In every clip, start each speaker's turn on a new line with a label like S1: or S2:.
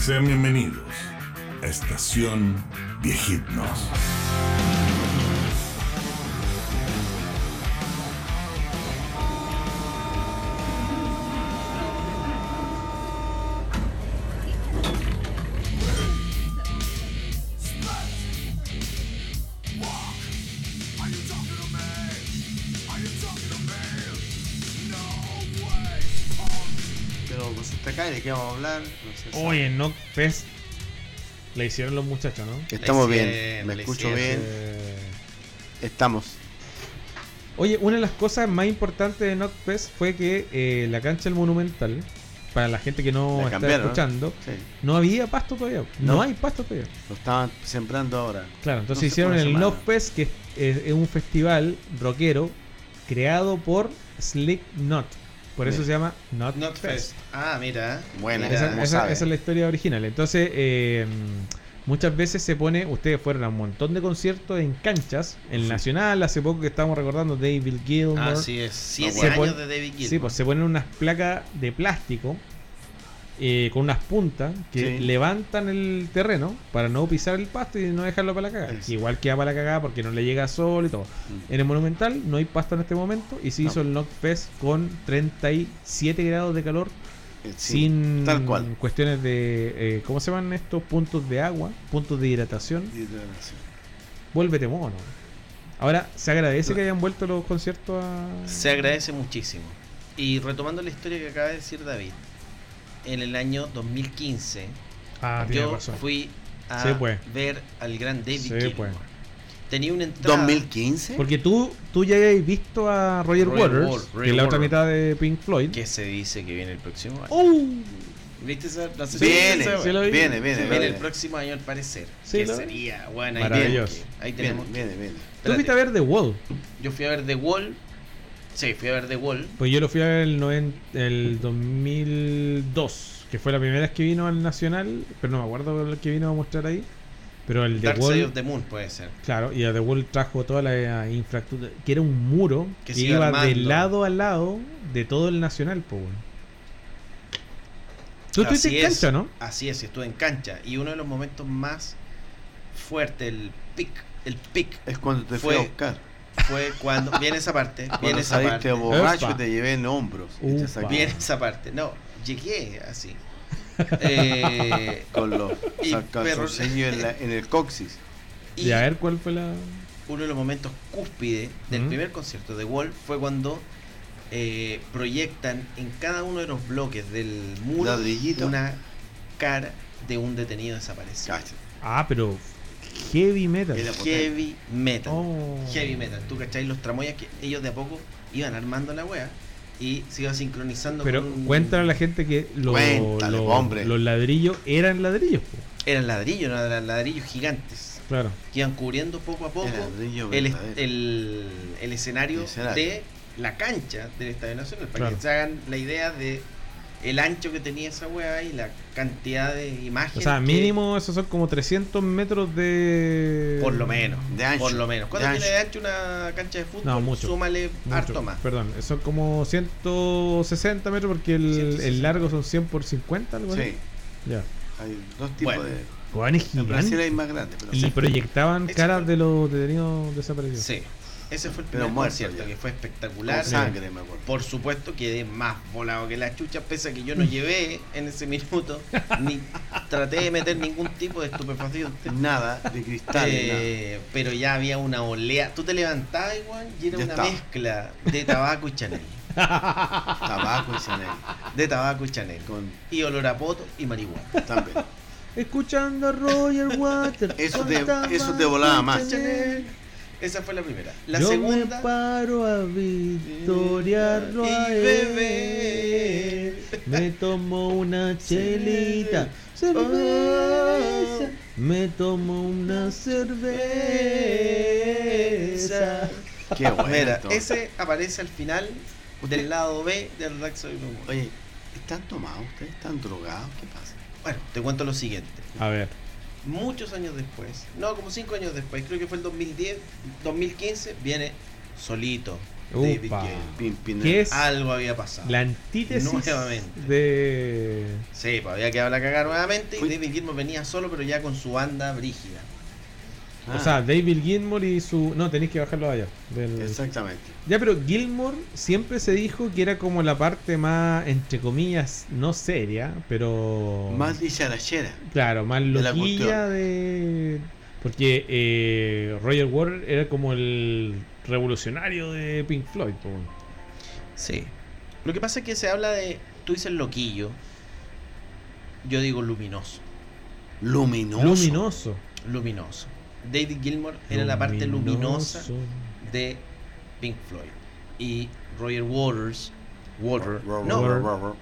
S1: Sean bienvenidos a Estación Viejitnos.
S2: Pero pues hasta acá, ¿de qué vamos a hablar? No sé,
S3: Oye, en Knockfest la hicieron los muchachos, ¿no?
S2: Estamos
S4: Le
S2: bien,
S4: hicieron,
S2: me
S4: le
S2: escucho
S4: hicieron.
S2: bien,
S3: Eh,
S2: estamos.
S3: Oye, una de las cosas más importantes de Knockfest fue que eh, la cancha del Monumental, para la gente que
S2: La
S3: no está
S2: cambiaron, ¿no?
S3: escuchando,
S2: Sí,
S3: no había pasto todavía. No,
S2: No.
S3: hay pasto todavía.
S2: lo estaban sembrando ahora.
S3: Claro, entonces
S2: No sé,
S3: hicieron
S2: por una
S3: el
S2: semana.
S3: Knockfest, que es, es- es un festival rockero creado por Slick Knot. Por eso
S2: Bien.
S3: se llama Knot
S4: Not
S3: Fest.
S4: Fest. Ah, mira.
S2: Buena,
S4: Mira.
S3: Esa,
S2: como
S3: esa-
S2: sabe.
S3: esa es la historia original. Entonces, eh, muchas veces se pone, ustedes fueron a un montón de conciertos en canchas, en
S2: Sí. Ah,
S3: Nacional, hace poco que estábamos recordando David Gilmour.
S4: Así es. Siete
S3: bueno.
S4: años
S3: Se
S4: de David Gilmour.
S3: Sí, pues se ponen unas placas de plástico eh, con unas puntas que
S2: Sí.
S3: levantan el terreno para no pisar el pasto y no dejarlo para la cagada.
S2: Eso.
S3: Igual queda para la cagada porque no le llega sol y todo. En el Monumental no hay pasto en este momento y se
S2: No.
S3: hizo el Knockfest con 37 grados de calor
S2: Eh, sí,
S3: sin
S2: tal cual.
S3: cuestiones de eh, cómo se llaman estos puntos de agua, puntos de hidratación. Vuélvete mono. Ahora se agradece que hayan vuelto los conciertos a
S4: Se agradece muchísimo. Y retomando la historia que acaba de decir David, en el año 2015
S3: Ah, tiene
S4: yo
S3: razón.
S4: fui a
S3: Sí, pues.
S4: ver al gran David
S3: Sí,
S4: Gilmour.
S3: pues.
S4: Tenía una entrada.
S2: 2015.
S3: Porque tú tú ya habías visto a Roger,
S4: Roger
S3: Waters,
S4: Waters,
S3: que es la otra
S4: Roger
S3: mitad de Pink Floyd.
S4: Que se dice que viene el próximo año.
S3: ¡Oh!
S4: ¿Viste esa? no sé si viste
S2: Viene,
S4: esa,
S3: sí lo vi.
S2: viene, viene,
S4: Viene
S2: viene.
S4: el próximo año al parecer.
S3: Sí,
S4: que
S3: lo vi.
S4: sería, bueno, ahí,
S3: Maravilloso.
S4: tenemos que- ahí
S2: Viene,
S4: tenemos. que-
S2: viene, viene.
S3: Tú fuiste a
S4: Espérate,
S3: ver The Wall.
S4: Yo fui a ver The Wall. Sí, fui a ver The Wall.
S3: Pues yo lo fui a ver el, noven- el 2002, que fue la primera vez que vino al Nacional, pero no me acuerdo el que vino a mostrar ahí. Pero el The
S4: Dark
S3: Wall
S4: Side of the Moon puede ser.
S3: Claro, y a The Wall trajo toda la infraestructura, que era un muro que,
S4: Que se iba
S3: iba de
S4: armando.
S3: lado a lado de todo el Nacional, po, weón. Tú estuviste en
S4: es,
S3: cancha, ¿no?
S4: Así es, estuve en cancha. Y uno de los momentos más fuertes, el pic, el pic,
S2: Es cuando te fui
S4: Fue-
S2: a buscar.
S4: fue cuando. viene esa parte, viene
S2: Cuando
S4: esa
S2: saliste
S4: parte.
S2: borracho
S3: Epa.
S2: y te llevé en hombros. Y
S3: Upa.
S2: te saqué
S4: Viene esa parte. No, llegué así. Eh,
S2: con los
S4: Y
S2: calzoncillos en, la- en el coxis.
S4: y
S3: Y a ver cuál fue la.
S4: uno de los momentos cúspide del
S3: Mm.
S4: primer concierto de Wall fue cuando eh, proyectan en cada uno de los bloques del muro
S2: Ladrillito.
S4: una cara de un detenido desaparecido.
S2: Cacha.
S3: Ah, pero. Heavy metal.
S2: Era-
S4: Heavy metal.
S3: Oh.
S4: Heavy metal. Tú cacháis los tramoyas que ellos de a poco iban armando la wea y se iba sincronizando
S3: Pero
S4: con-
S3: cuéntale a la gente que los,
S2: Cuéntale,
S3: los-
S2: hombre.
S3: los ladrillos eran ladrillos, po.
S4: Eran ladrillos, eran ladrillos gigantes.
S3: Claro.
S4: Que iban cubriendo poco a poco
S2: El ladrillo
S4: el, es-
S2: verdadero.
S4: el- el escenario
S2: El escenario.
S4: de la cancha del Estadio Nacional. Para
S3: Claro.
S4: que se hagan la idea de el ancho que tenía esa weá y la cantidad de imágenes.
S3: O sea,
S4: que-
S3: mínimo esos son como 300 metros de.
S4: Por lo menos.
S2: De ancho,
S4: Por lo menos. ¿Cuánto
S2: de
S4: tiene de ancho una cancha de fútbol?
S3: No, mucho,
S4: Súmale
S3: Mucho,
S4: harto más.
S3: Perdón, son como 160 metros porque el,
S4: 160.
S3: el largo son 100 por 50, algo así.
S2: Sí,
S3: Ya.
S2: hay dos tipos
S4: Bueno.
S2: de.
S3: Weón, es
S2: En Brasil
S3: gigante.
S2: hay más grandes, pero.
S3: Y proyectaban
S4: Ese
S3: caras
S4: fue-
S3: de los detenidos desaparecidos.
S4: Sí. Ese fue el
S2: Pero
S4: primer
S2: muerto
S4: concierto
S2: ya.
S4: que fue espectacular.
S2: Con sangre, me acuerdo.
S4: Por supuesto quedé más volado que la chucha, pese a que yo no llevé en ese minuto, ni traté de meter ningún tipo de estupefaciente.
S2: Nada de cristal. nada.
S4: Eh, pero ya había una olea. Tú te levantabas igual y era
S2: Ya
S4: una
S2: estaba.
S4: mezcla de tabaco y Chanel.
S2: Tabaco y Chanel.
S4: De tabaco y Chanel.
S2: Con
S4: Y olor a poto y marihuana.
S2: también.
S3: Escuchando a Roger Waters.
S2: Eso te- eso te volaba más.
S4: Chanel. Esa fue la primera. La
S3: Ah, Yo
S4: segunda. eh,
S3: me paro a victoriarlo
S4: Y
S3: a
S4: beber.
S3: él. eh, Me tomo una chelita,
S4: Oh.
S3: cerveza. Me tomo una cerveza.
S2: Qué bueno.
S4: Mira,
S2: esto.
S4: ese aparece al final del lado B del Dark Side of the Moon. Oye,
S2: Oye, ¿están tomados ustedes? ¿Están drogados? ¿Qué pasa?
S4: Bueno, te cuento lo siguiente.
S3: A ver,
S4: Muchos años después, no, como cinco años después, creo que fue el 2010, 2015, viene solito, David
S3: Upa.
S4: Gale, Pimpinela.
S3: ¿Qué es?
S4: Algo había pasado.
S3: La antítesis
S4: Nuevamente.
S3: de.
S4: Sí, pues había que hablar cagar nuevamente y
S2: Uy.
S4: David Gilmour venía solo pero ya con su banda brígida.
S2: Ah,
S3: O sea, David Gilmore y su. No, tenéis que bajarlo allá. del-
S2: exactamente.
S3: Ya, pero Gilmore siempre se dijo que era como la parte más, entre comillas, no seria, pero.
S2: Más dicharachera.
S3: Claro, más
S2: la
S3: loquilla de. Porque eh, Roger Waters era como el revolucionario de Pink Floyd. po.
S4: Sí. Lo que pasa es que se habla de. Tú dices loquillo. Yo digo luminoso.
S2: Luminoso.
S3: Luminoso.
S4: Luminoso. David Gilmour era la parte luminosa
S3: Luminoso.
S4: de Pink Floyd. Y Roger Waters. Water.
S2: Ro-
S4: No,
S2: ro-
S3: Robert.
S2: ro- ro-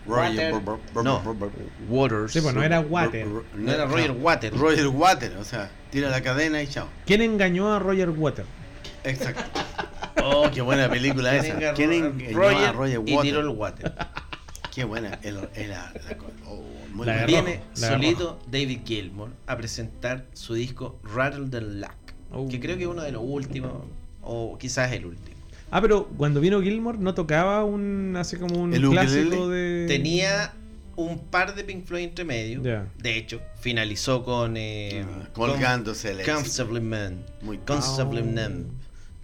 S2: Roger-
S4: Water.
S2: ro- ro-
S4: No.
S2: ro- ro-
S4: Waters.
S3: Sí, pues no era Water.
S2: ro- ro-
S4: No era Roger
S2: no.
S4: Waters.
S2: Roger Water, o sea, tira la cadena y chao.
S3: ¿Quién engañó a Roger Waters?
S2: Exacto. Oh, qué buena película
S4: ¿Quién
S2: esa.
S4: enga-
S2: ¿Quién engañó
S4: Roger,
S2: a Roger
S4: y tiró el
S2: Water?
S4: water.
S2: Qué buena. el- el- la- la- oh, muy
S3: La
S2: buena.
S3: de rojo,
S4: Viene
S3: la de
S4: solito David Gilmour a presentar su disco Rattle the Luck.
S3: Oh.
S4: Que creo que es uno de los últimos. O quizás el último.
S3: Ah, pero cuando vino Gilmore no tocaba un así como un
S2: ¿El ukelele?
S3: clásico de
S4: Tenía un par de Pink Floyd entre medio.
S3: Ya.
S4: De hecho, finalizó con. Eh,
S2: Ah, Colgándose el
S4: con
S2: éxito.
S4: Comfortably Man.
S2: Muy
S4: Comfortably
S3: Oh.
S4: Numb.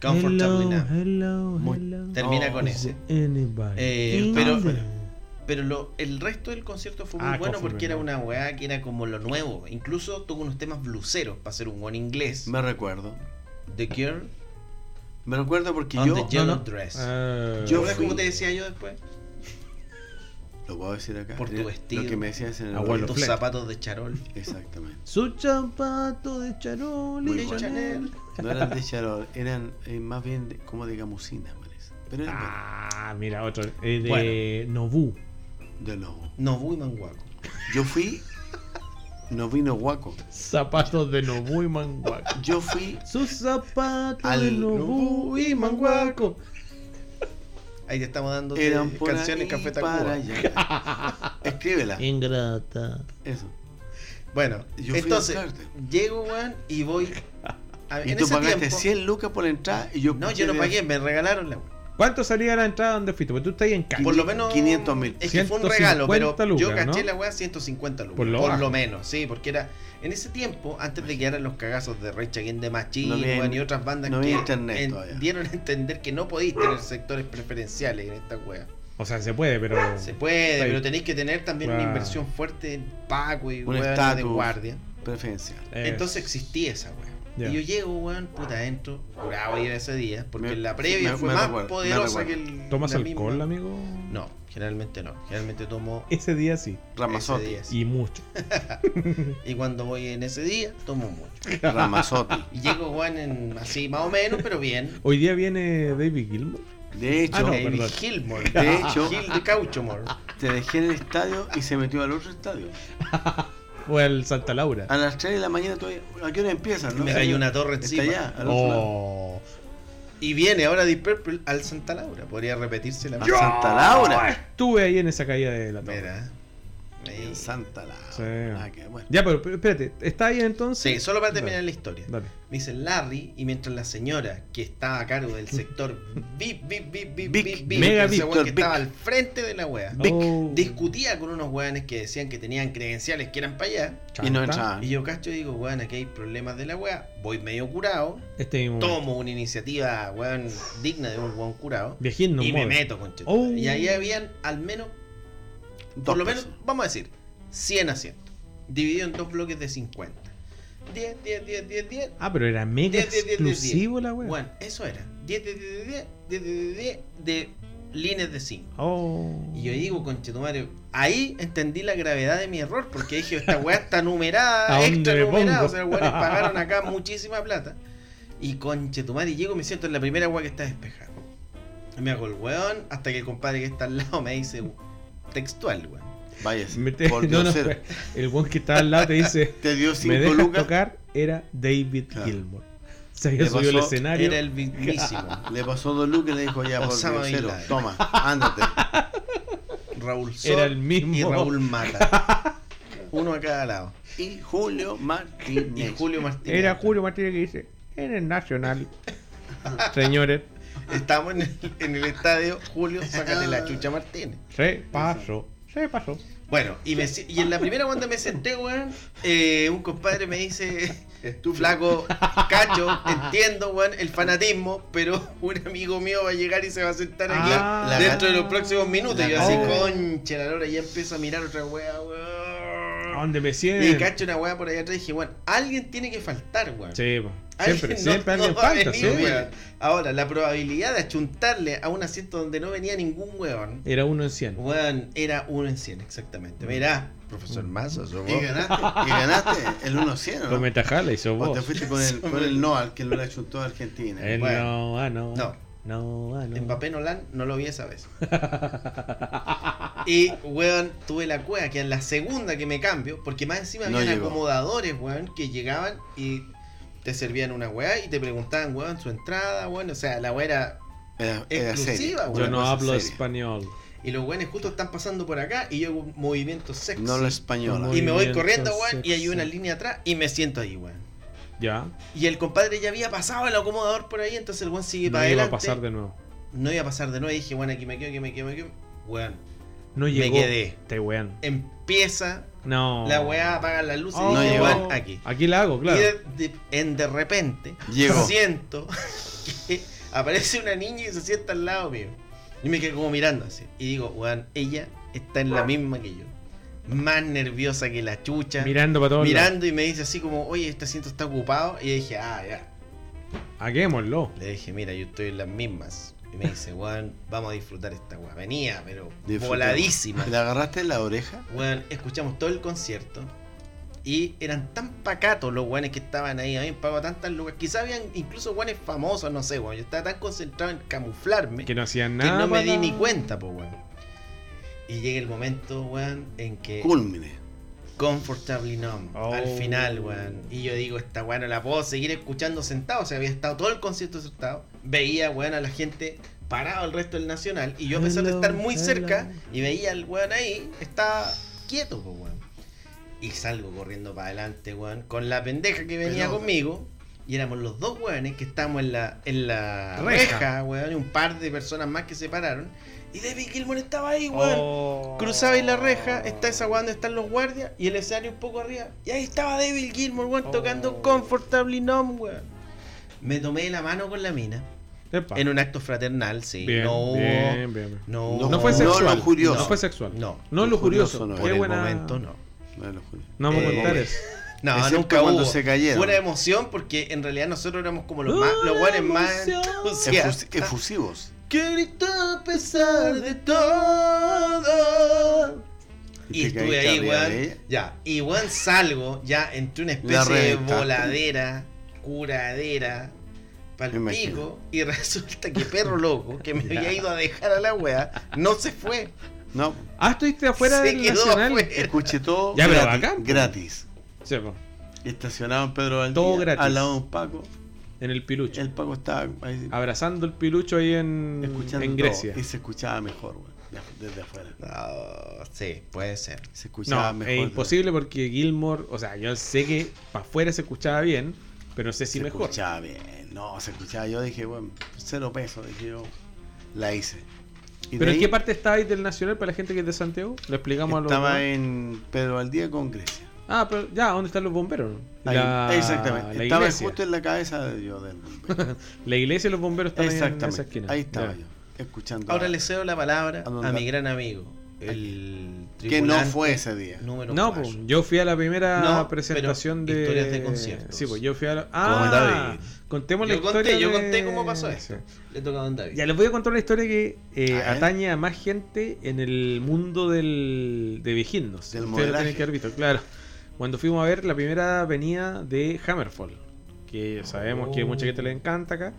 S4: Comfortably
S3: Hello,
S4: Numb.
S3: hello,
S2: Muy-
S3: hello.
S4: Termina
S2: Oh,
S4: con
S2: sí.
S4: ese.
S3: Anybody
S4: Eh,
S3: in
S4: pero-
S3: there?
S4: Pero lo- el resto del concierto fue muy
S3: Ah,
S4: bueno
S3: Comfortably
S4: porque era
S3: Numb.
S4: una weá que era como lo nuevo. Incluso tuvo unos temas bluseros para ser un buen inglés.
S2: Me recuerdo.
S4: The Cure
S2: Me recuerdo porque
S4: on
S2: yo.
S4: the Yellow Dress.
S3: Ah,
S2: Yo-
S4: ¿Ves cómo te decía yo después?
S2: Lo puedo decir acá.
S4: Por tu
S2: Mira,
S4: vestido.
S2: Lo que me decías en el
S3: Abuelo.
S2: oído.
S4: Tus
S3: Fleck.
S4: zapatos de charol.
S2: Exactamente.
S3: Su zapato de charol
S2: Muy
S3: y
S2: bueno.
S3: Chanel.
S2: No eran de charol, eran eh, más bien de- como de gamusina, parece. Pero eran
S3: Ah, mira, otro. eh, de
S4: Bueno.
S3: Nobu.
S2: de lobo.
S4: Nobu y Manguaco.
S2: Yo fui. No vino guaco.
S3: Zapatos de Nobu y Manguaco.
S2: Yo fui.
S3: Sus zapatos de
S2: Al
S3: Nobu y Manguaco.
S4: Ahí te estamos dando eh,
S2: Eran por
S4: canciones
S2: aquí
S4: Café
S2: para
S4: Tacuba.
S2: allá. Escríbela.
S3: Ingrata.
S2: Eso.
S4: Bueno,
S2: Yo fui a
S4: entonces,
S2: buscarte.
S4: llego, weón, y voy. a-
S2: Y
S4: en
S2: tú
S4: ese
S2: pagaste
S4: tiempo-
S2: 100 lucas por la entrada y yo.
S4: No, yo no pagué, me regalaron la weón.
S3: ¿Cuánto salía la entrada donde fuiste? Porque tú estás ahí en calle.
S4: Por lo menos.
S2: 500 mil.
S4: Es que fue un regalo, pero
S3: 150
S4: yo
S3: lucas,
S4: caché
S3: ¿no?
S4: la weá 150 lucas.
S3: Por
S4: Por
S3: lo
S4: lo,
S3: bajo.
S4: menos, sí, porque era. En ese tiempo, antes de que eran los cagazos de Rage Against the Machine,
S2: No había-
S4: weón, y otras bandas
S2: no
S4: que
S2: había internet
S4: en-
S2: todavía.
S4: dieron a entender que no podéis tener sectores preferenciales en esta weá.
S3: O sea, se puede, pero.
S4: Se puede,
S3: Sí.
S4: pero tenéis que tener también una
S3: Claro.
S4: inversión fuerte en pago y
S2: Un
S4: weón, de
S2: estatus.
S4: guardia.
S2: Preferencial.
S3: Eh,
S4: Entonces existía esa weá.
S3: Ya.
S4: Y yo llego, weón, puta adentro, curado ir ese día, porque
S2: Me-
S4: la previa
S2: me-
S4: fue
S2: me
S4: más
S2: recuerdo, me
S4: poderosa que
S2: recuerdo.
S4: el.
S3: ¿Tomas
S4: la
S3: alcohol,
S4: misma.
S3: amigo?
S4: No, generalmente no. Generalmente tomo
S3: Ese día sí.
S2: Ramazotti.
S4: ese día,
S3: Y mucho.
S4: sí. Y cuando voy en ese día, tomo mucho.
S2: Ramazotti.
S4: Y llego, weón, en- así más o menos, pero bien.
S3: Hoy día viene David Gilmour.
S2: De
S3: Ah,
S2: hecho,
S3: no,
S4: David
S3: perdón.
S4: Gilmore.
S2: De hecho-
S4: Gil de Cauchomore.
S2: te dejé en el estadio y se metió al otro estadio.
S3: O el Santa Laura.
S4: Ah.
S2: A las 3 de la mañana todavía. ¿A qué hora empiezan?
S4: Y me cayó una torre encima.
S2: Está allá, al otro lado.
S3: Oh.
S4: Y viene ahora Deep Purple al Santa Laura. Podría repetirse la
S2: A Santa Laura.
S3: Estuve ahí en esa caída de la torre.
S4: Mira.
S2: En Santa Laura.
S3: Sí.
S2: Ah, qué bueno.
S3: Ya, pero, pero espérate, ¿está ahí entonces?
S4: Sí, solo para terminar la historia.
S3: Dale.
S4: Me dice Larry, y mientras la señora que estaba a cargo del sector VIP, VIP, VIP, VIP,
S2: Vic,
S4: VIP,
S3: Mega
S4: ese weón
S2: Victor,
S4: que
S2: Vic.
S4: estaba al frente de la wea,
S2: Vic,
S3: Oh.
S4: discutía con unos weones que decían que tenían credenciales que eran para allá.
S2: Y no
S3: Chanta.
S2: entraban.
S4: Y yo cacho y digo, weón, aquí hay problemas de la wea, voy medio curado,
S3: Este mismo.
S4: tomo una iniciativa, weón, digna de un weón curado,
S3: Viejín no
S4: y me
S3: mueve.
S4: meto, con
S3: Oh.
S4: Y ahí habían al menos
S2: Dos
S4: por lo menos,
S2: pesos.
S4: vamos a decir, 100 asientos, dividido en dos bloques de 50. 10, 10, 10, 10, 10.
S3: Ah, pero era mega
S4: 10, 10, 10, 10.
S3: exclusivo la wea.
S4: Bueno, eso era. 10, 10, 10, 10, 10, 10, 10, 10 de líneas de 5.
S3: Oh.
S4: Y yo digo, conchetumario, ahí entendí la gravedad de mi error, porque dije, esta weá está numerada,
S3: ¿A dónde
S4: extra
S3: me
S4: numerada,
S3: pongo?
S4: o sea, weones pagaron acá muchísima plata. Y conchetumario, llego y me siento en la primera weá que está despejada. Y Me hago el weón, hasta que el compadre que está al lado me dice, textual, weón.
S2: Váyase.
S3: Me te-
S2: Por
S3: no, no,
S2: diosero.
S3: el buen que estaba al lado te dice:
S2: Te dio
S3: Me
S2: 5
S3: dejas
S2: lucas.
S3: tocar, era David
S2: Claro.
S3: Gilmour. Se había
S2: Le
S3: subido al
S2: pasó-
S3: escenario.
S4: Era el mismísimo.
S2: Le pasó dos lucas y le dijo ya por
S4: Osama Bin
S2: diosero.
S4: Laden.
S2: Toma, ándate.
S4: Raúl Sol
S3: Era el mismo.
S4: y Raúl Mata. Uno a cada lado.
S2: Y Julio
S4: Y
S2: Martínez.
S4: Julio Martínez.
S3: Era Julio Martínez que dice: Eres nacional. Señores,
S4: Estamos en el, en el estadio Julio, sácate la chucha Martínez.
S3: Repaso. Repaso.
S4: Bueno, y, me si- y en la primera cuando me senté, weón, eh, un compadre me dice, tú flaco, cacho, entiendo, weón, el fanatismo, pero un amigo mío va a llegar y se va a sentar aquí
S3: Ah,
S4: la- dentro de los próximos minutos.
S2: la
S4: Y yo así,
S3: gana.
S4: concha, la hora ya empiezo a mirar otra weá,
S3: ¿A
S4: weón.
S3: dónde me
S4: Y
S3: siento?
S4: cacho una weá por allá atrás y dije, weón, alguien tiene que faltar, weón.
S3: Sí, po.
S4: Alguien
S3: siempre, siempre
S4: no- no
S3: alguien
S4: va a
S3: falta, sí,
S4: venir, weón.
S3: weón.
S4: Ahora, la probabilidad de achuntarle a un asiento donde no venía ningún weón,
S3: Era uno en cien.
S4: weón, era uno en cien, exactamente. Mirá, profesor Massa, somos.
S2: Y ganaste, y ganaste el 1-100, ¿no?
S3: Lo metajala hizo
S2: O te
S3: vos.
S2: fuiste con el, con el Noal que lo le achuntó a Argentina.
S3: El
S4: Bueno.
S3: no, ah, no.
S4: No.
S3: No, ah, no.
S4: Mbappé Nolan no lo vi esa vez. y, weón, tuve la cueva que en la segunda que me cambio, porque más encima
S2: No
S4: habían
S2: llegó.
S4: acomodadores, weón, que llegaban y te servían una weá y te preguntaban, weón, su entrada, weón, o sea, la weá era...
S2: Era, era
S4: Exclusiva,
S2: serio,
S4: güey.
S2: una
S3: Yo no
S2: cosa
S3: hablo
S2: seria.
S3: español.
S4: Y los weones justo están pasando por acá y yo hago un movimiento sexy.
S2: No lo español.
S4: y me voy
S3: Movimiento
S4: corriendo, weón, y hay una
S3: sexy.
S4: línea atrás y me siento ahí, weón.
S3: Ya.
S4: Y el compadre ya había pasado el acomodador por ahí, entonces el weón sigue
S3: No
S4: para
S3: iba
S4: adelante.
S3: a pasar de nuevo.
S4: No iba a pasar de nuevo. Y dije, bueno, aquí me quedo, aquí me quedo, me quedo. Weón,
S3: No
S4: Me
S3: llegó.
S4: quedé.
S3: Te wean.
S4: empieza
S3: No.
S4: La weá apaga las luces
S3: Oh.
S4: y dije,
S2: llegó.
S4: "Juan, aquí.
S3: Aquí la hago, claro.
S4: Y de, de- en de repente
S2: Llegó.
S4: siento que aparece una niña y se sienta al lado mío. Y me quedo como mirando así. Y digo, weón, ella está en la misma que yo. Más nerviosa que la chucha.
S3: Mirando para todos lados.
S4: mirando y me dice así como, oye, este asiento está ocupado. Y yo dije, ah, ya.
S3: Haguémoslo.
S4: Le dije, mira, yo estoy en las mismas. Y me dice, weón, vamos a disfrutar esta weá. Venía, pero
S2: Disfruta.
S4: voladísima.
S2: ¿Le agarraste la oreja?
S4: Weón, escuchamos todo el concierto. Y eran tan pacatos los weones que estaban ahí. Habían pagado tantas lucas. Quizá habían incluso weones famosos, no sé, weón. Yo estaba tan concentrado en camuflarme
S3: Que
S4: que,
S3: no hacían nada.
S4: no me di
S3: para-
S4: ni cuenta, pues, weón. Y llega el momento, weón, en que
S2: Cúlmine.
S4: Comfortably Numb
S3: Oh.
S4: al final, weón. Y yo digo, esta weón no la puedo seguir escuchando sentado. O sea, había estado todo el concierto sentado. Veía, weón, a la gente parado el resto del Nacional. Y yo, a pesar de
S3: Hello,
S4: estar muy
S3: hello.
S4: cerca y veía al weón ahí, estaba quieto, pues, weón. Y salgo corriendo para adelante, weón, con la pendeja que venía
S2: Pelota.
S4: conmigo. Y éramos los dos weones que estábamos en la, en la
S3: Reja.
S4: reja. weón, y un par de personas más que se pararon. Y David Gilmour estaba ahí, weón.
S3: Oh.
S4: Cruzabais la reja, está esa weá donde están los guardias y el escenario un poco arriba. Y ahí estaba David Gilmour, weón,
S3: Oh.
S4: tocando Comfortably Numb, weón. Me tomé la mano con la mina
S3: Epa.
S4: en un acto fraternal, sí.
S3: Bien,
S4: no hubo.
S3: bien, bien, bien.
S4: No,
S2: No
S3: No fue
S2: No,
S3: sexual.
S2: lo lujurioso.
S3: No fue sexual.
S4: No,
S3: No lujurioso.
S2: lujurioso no.
S4: por
S3: Qué
S4: el
S3: buena.
S4: momento no.
S2: No, lo juro.
S3: No vamos a
S4: Eh,
S3: contar eso.
S4: No,
S2: Excepto
S4: nunca
S2: cuando
S4: hubo.
S2: se cayeron.
S4: Fue una emoción porque en realidad nosotros éramos como los
S3: Una
S4: más, los guanes más
S3: emoción.
S4: entusiastas.
S2: Efus- efusivos.
S4: Que gritó a pesar de todo. Y
S2: te
S4: estuve
S2: caíste
S4: ahí,
S2: arriba de
S4: weón.
S2: ella.
S4: Ya. Y weón salgo ya entre una
S2: La
S4: especie de
S2: reventaste.
S4: voladera, curadera,
S2: Me
S4: palpico.
S2: imagino.
S4: Y resulta que perro loco, que me había ido a dejar a la wea, no se fue.
S2: No,
S3: Ah, estuviste afuera
S4: se
S3: del
S4: quedó
S3: Nacional.
S4: afuera.
S2: escuché todo
S3: Ya, pero
S2: gratis,
S3: bacán, pues.
S2: gratis.
S3: Sí, po,
S2: Estacionado en Pedro Valdivia.
S3: Todo gratis.
S2: Al lado de un Paco.
S3: en el pilucho.
S2: El Paco estaba ahí
S3: Abrazando el pilucho ahí en,
S2: escuchando
S3: Ah, mm, en
S2: todo,
S3: Grecia.
S2: y se escuchaba mejor, weón, de- desde afuera.
S4: No, sí, puede ser.
S2: Se escuchaba
S3: No,
S2: mejor.
S3: es imposible porque Gilmore, o sea, yo sé que para afuera se escuchaba bien, pero no sé si
S2: se
S3: mejor.
S2: escuchaba bien. No, se escuchaba. Yo dije, bueno, cero pesos. Dije yo, la hice. Y de
S3: ¿Pero en
S2: ahí
S3: qué parte estabais del Nacional para la gente que es de Santiago? Lo explicamos a los...
S2: Estaba en Pedro Valdía con Grecia.
S3: Ah, pero ya, ¿dónde están los bomberos?
S2: Ahí,
S3: La-
S2: exactamente.
S3: La
S2: estaba
S3: iglesia.
S2: justo en la cabeza de yo del bombero.
S3: La iglesia y los bomberos están ahí en esa
S2: Exactamente.
S3: esquina.
S2: Ahí estaba
S3: Ya.
S2: yo, escuchando.
S4: Ahora le cedo la palabra
S2: ¿A dónde
S4: a mi
S2: va?
S4: gran amigo, el
S2: que no
S4: tribunante
S2: fue ese día.
S4: número
S3: No,
S4: cuatro.
S3: pues, yo fui a la primera
S4: No, pero
S3: presentación de.
S4: historias de conciertos.
S3: Sí, pues yo fui a la. Ah,
S2: David.
S3: contemos la
S4: Yo
S3: historia.
S4: conté, yo
S3: de-
S4: conté cómo pasó
S3: Sí.
S4: eso. Le toca a Don David.
S3: pues, Ya les voy a contar una historia que eh,
S2: A ver.
S3: atañe a más gente en el mundo del, de Vigilnos.
S2: Del
S3: Ustedes lo
S2: modelaje.
S3: tienen que haber visto, claro. Cuando fuimos a ver la primera venida de Hammerfall, que sabemos que a mucha
S2: Oh.
S3: gente le encanta acá.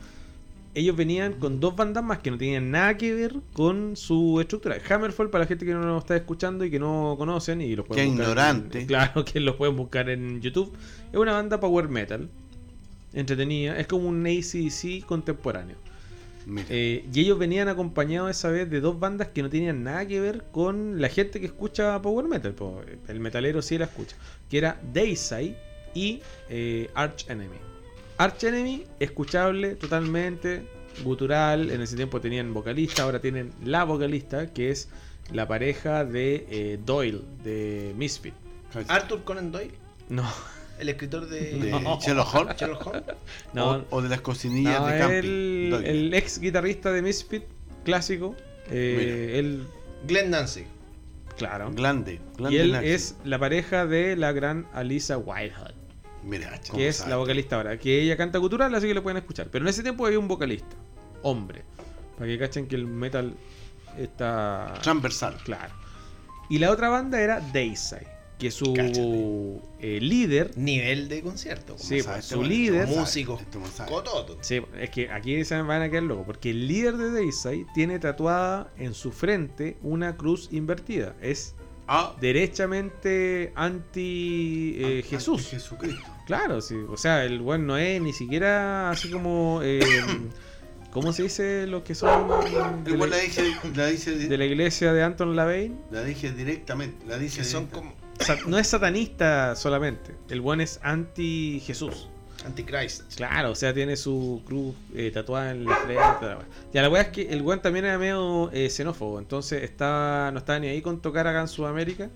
S3: Ellos venían con dos bandas más que no tenían nada que ver con su estructura. Hammerfall, para la gente que no nos está escuchando y que no conocen, y los pueden
S2: Qué
S3: buscar en-
S2: ignorante.
S3: claro, que los pueden buscar en YouTube. Es una banda power metal, entretenida. Es como un ACC contemporáneo.
S2: Mira,
S3: Eh, y ellos venían acompañados esa vez de dos bandas que no tenían nada que ver con la gente que escucha Power Metal. po. El metalero sí la escucha. Que era Dayside y eh, Arch Enemy. Arch Enemy, escuchable totalmente. gutural. En ese tiempo tenían vocalista, ahora tienen la vocalista, que es la pareja de eh, Doyle, de Misfit.
S4: Arthur Conan Doyle,
S3: No,
S4: el escritor de,
S2: ¿De Sherlock Holmes?
S4: Sherlock Holmes.
S3: no,
S2: o, o de las cocinillas
S3: no,
S2: de
S3: el,
S2: camping. Doyle.
S3: el ex guitarrista de Misfit, clásico. eh, él,
S4: Glenn Danzig.
S3: claro.
S2: Glande. glande
S3: Y él
S2: Nancy.
S3: es la pareja de la gran Alisa Whitehead,
S2: Mira, ¿cómo
S3: que es
S2: sabe?
S3: la vocalista ahora, que ella canta gutural, así que lo pueden escuchar. Pero en ese tiempo había un vocalista, hombre, para que cachen que el metal está...
S2: Transversal.
S3: Claro. Y la otra banda era Dayside, que su eh, líder...
S4: Nivel de concierto. como
S3: Sí,
S4: sabe.
S2: este
S3: pues, su líder-
S4: Músico. Cototo.
S3: Sí, es que aquí se van a quedar locos, porque el líder de Dayside tiene tatuada en su frente una cruz invertida. Es
S2: Ah,
S3: derechamente anti eh, Jesús.
S2: Jesucristo.
S3: Claro, sí. O sea, el weón no es ni siquiera así como. eh, ¿Cómo se dice los que son de la,
S2: Igual la dice, la dice,
S3: de la iglesia de Anton LaVey?
S2: la dice directamente. La dice
S4: Que son
S2: directa.
S4: como
S3: O sea, no es satanista solamente. El buen es anti-Jesús.
S4: Antichrist.
S3: Claro, o sea, tiene su cruz eh, tatuada en la frente. toda la wea. Ya la weá es que el buen también era medio eh, xenófobo. Entonces estaba, no estaba ni ahí con tocar acá en Sudamérica.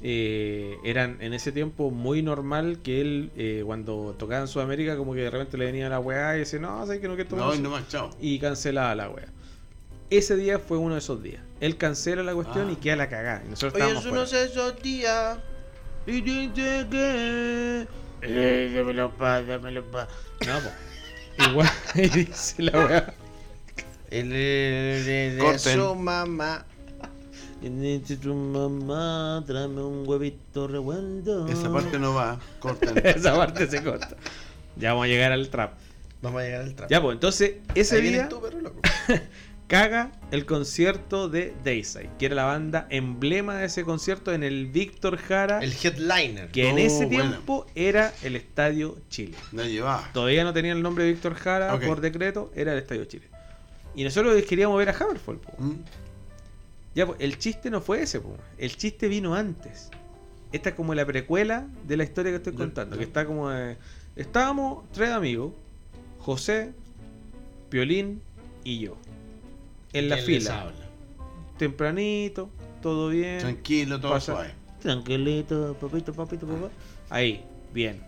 S3: Eh, eran en ese tiempo muy normal que él, eh, cuando tocaba en Sudamérica, como que de repente le venía la weá y decía, no, sé que no quiero tomar
S2: No,
S3: eso".
S2: no más, chao.
S3: y cancelaba la wea. Ese día fue uno de esos días. Él cancela la cuestión
S2: Ah.
S3: y queda la cagada. Y nosotros
S4: Hoy
S3: estábamos
S4: es uno
S3: fuera.
S4: de esos días. Y dice que. Eh, dámelo pa, dámelo pa.
S3: No, po. Igual y dice la wea.
S4: El eh, de, de
S2: Corten.
S4: su mamá. Dice tu mamá, tráeme un huevito revuelto.
S3: Mm.
S2: Esa parte no va. Cortan.
S3: Esa parte se corta. Ya vamos a llegar al trap.
S4: Vamos a llegar al trap.
S3: Ya, pues entonces, ese
S4: Ahí vienes
S3: día
S4: tú, perro loco.
S3: caga el concierto de Dayside, que era la banda emblema de ese concierto en el Víctor Jara,
S4: El headliner.
S3: que en
S2: Oh,
S3: ese
S2: buena.
S3: tiempo era el Estadio Chile.
S2: La llevaba.
S3: Todavía no tenía el nombre de Víctor Jara,
S2: Ok.
S3: por decreto, era el Estadio Chile. Y nosotros queríamos ver a Hammerfall. po.
S2: ¿Mm?
S3: Ya, po, el chiste no fue ese, po. el chiste vino antes. Esta es como la precuela de la historia que estoy
S2: Ya,
S3: contando,
S2: ya.
S3: que está como de- Estábamos tres amigos, José, Piolín y yo, en la
S4: ¿Quién les
S3: fila.
S4: habla?
S3: Tempranito, todo bien.
S2: Tranquilo, todo
S3: Pasa.
S2: suave.
S3: Tranquilito, papito, papito, papá. Ahí, bien.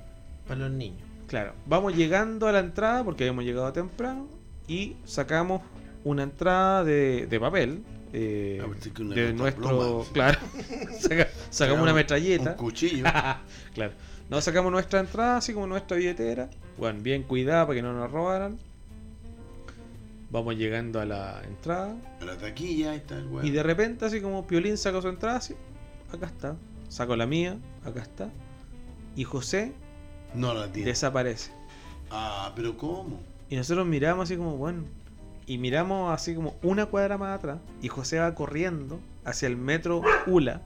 S4: Para los niños.
S3: Claro, vamos llegando a la entrada porque habíamos llegado temprano y sacamos una entrada de, de papel eh,
S2: Ah, pensé que una
S3: de
S2: carta
S3: nuestro.
S2: pluma.
S3: Claro, saca- sacamos una metralleta.
S2: Un cuchillo.
S3: claro, nos sacamos nuestra entrada, así como nuestra billetera. Bueno, bien cuidada para que no nos robaran. Vamos llegando a la entrada
S2: A la taquilla, ahí está el huevo.
S3: y de repente, así como Piolín saca su entrada, así, acá está. Saco la mía, acá está. Y José
S2: No la tiene.
S3: desaparece.
S2: Ah, pero ¿cómo?
S3: Y nosotros miramos así como, bueno. Y miramos así como una cuadra más atrás. Y José va corriendo hacia el metro Ula,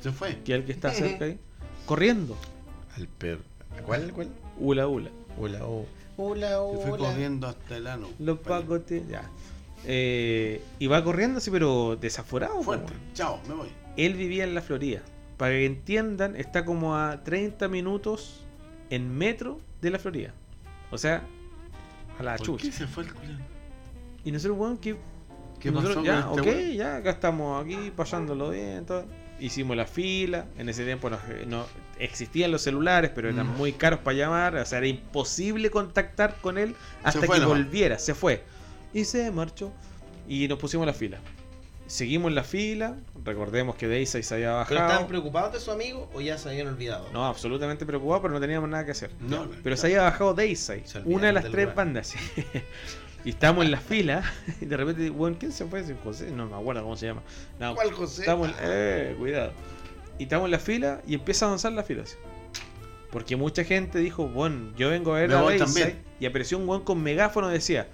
S2: Se fue.
S3: que es el que está cerca ahí. Corriendo.
S4: Al perro. ¿Cuál? ¿Cuál?
S3: Ula Ula.
S4: Hola, oh. Hola,
S2: Se
S4: hola.
S2: fue corriendo hasta el ano.
S3: Los
S2: Para-
S3: pacotes. Ya. Eh, y va corriendo así, pero desaforado. po,
S2: Fuerte.
S3: weón.
S2: Chao, me voy.
S3: Él vivía en la Florida. Para que entiendan, está como a 30 minutos en metro de la Florida. O sea, a la
S2: ¿Por
S3: chucha.
S2: qué se fue el culo?
S3: Y nosotros, weón, que
S2: ¿Qué
S3: Nosotros,
S2: pasó
S3: ya,
S2: con
S3: ok,
S2: este huevo?
S3: ya, acá estamos aquí pasándolo bien. todo. Hicimos la fila. En ese tiempo nos- eh, no existían los celulares, pero eran
S2: Mm.
S3: muy caros para llamar. O sea, era imposible contactar con él hasta
S2: fue
S3: que
S2: nomás.
S3: volviera. Se fue. Y se marchó. Y nos pusimos la fila. Seguimos la fila. Recordemos que Deisa se había
S4: ¿Pero estaban
S3: bajado.
S4: preocupados de su amigo o ya se habían olvidado?
S3: No, absolutamente preocupado, pero no teníamos nada que hacer.
S2: No, no,
S3: Pero
S2: ya.
S3: se había bajado Dayside,
S4: Se olvidaron
S3: una de las
S4: del
S3: tres
S4: lugar.
S3: bandas. sí. y estábamos en la fila y de repente, bueno, ¿quién se fue? ¿Ese José, no me acuerdo cómo se llama. No,
S4: ¿Cuál José?
S3: estamos, en- eh, cuidado. Y estamos en la fila y empieza a avanzar la fila. así. Porque mucha gente dijo, bueno, yo vengo a ver
S2: Me
S3: a
S2: voy
S3: Dayside
S2: también.
S3: y apareció un buen con megáfono y decía,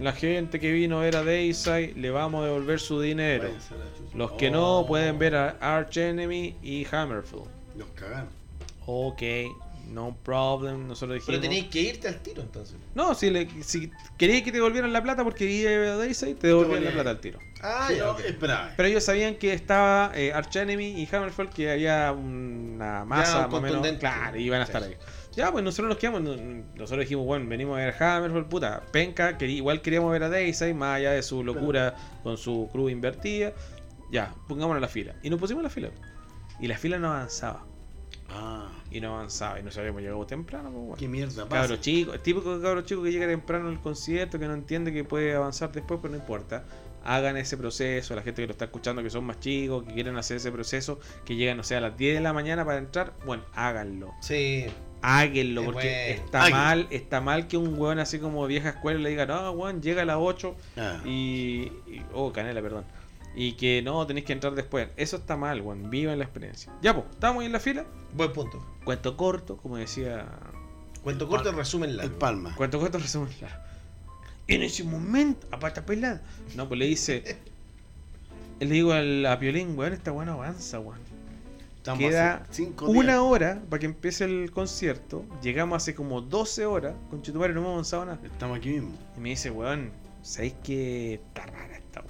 S3: la gente que vino a ver a Dayside le vamos a devolver su dinero.
S2: Váyanse a la chucha. Oh,
S3: Los que
S4: Oh.
S3: no pueden ver a Arch Enemy y Hammerfall.
S2: Los cagaron.
S3: Ok, no problem. Nosotros dijimos...
S4: Pero tenéis que irte al tiro entonces.
S3: No, si, le, si querías que te devolvieran la plata porque iba a Daisy, te devolvían la
S2: devolvían.
S3: plata al tiro.
S4: Ah,
S2: Pero
S4: ya, ok.
S2: espera.
S3: Pero ellos sabían que estaba eh, Arch Enemy y Hammerfall, que había una masa más
S4: un
S3: o menos.
S4: contundente.
S3: Claro, y iban a estar
S4: Sí.
S3: ahí. Ya, pues nosotros nos quedamos. no- no- Nosotros dijimos, bueno, venimos a ver Hammerfall, puta, penca. queri- igual queríamos ver a Daisy, más allá de su locura con su cruz invertida. Ya, pongámonos en la fila. Y nos pusimos en la fila. Y la fila no avanzaba.
S2: Ah,
S3: Y no avanzaba. Y nos habíamos llegado temprano, pues, bueno.
S2: qué mierda pasa.
S3: Cabro chico, el típico cabro chico que llega temprano al concierto, que no entiende que puede avanzar después, pero no importa. Hagan ese proceso, la gente que lo está escuchando, que son más chicos, que quieren hacer ese proceso, que llegan, no sé, a las 10 de la mañana para entrar, bueno, háganlo.
S4: Sí.
S3: Háganlo,
S4: Qué
S3: porque
S4: bueno.
S3: está
S2: Háganlo.
S3: mal, está mal que un weón así como vieja escuela le diga, no, weón, llega a las 8
S2: Ah,
S3: y, y- Oh, canela, perdón. Y que no, tenéis que entrar después. Eso está mal, weón, vivan la experiencia. Ya, pues, estamos ahí en la fila.
S4: Buen punto.
S3: Cuento corto, como decía
S4: Cuento corto, resumen
S2: el
S4: largo.
S2: Palma.
S3: ¿Cuánto cuesta resumen? Claro. En ese momento, a pata pelada. No, pues le dice. Le digo al, a Piolín, weón, esta weón avanza, weón.
S2: Estamos
S3: Queda
S2: hace cinco
S3: una
S2: días.
S3: hora para que empiece el concierto. Llegamos hace como 12 horas. Con Chitumare no hemos avanzado nada.
S2: Estamos aquí mismo.
S3: Y me dice, weón, ¿sabéis que está rara esta weón?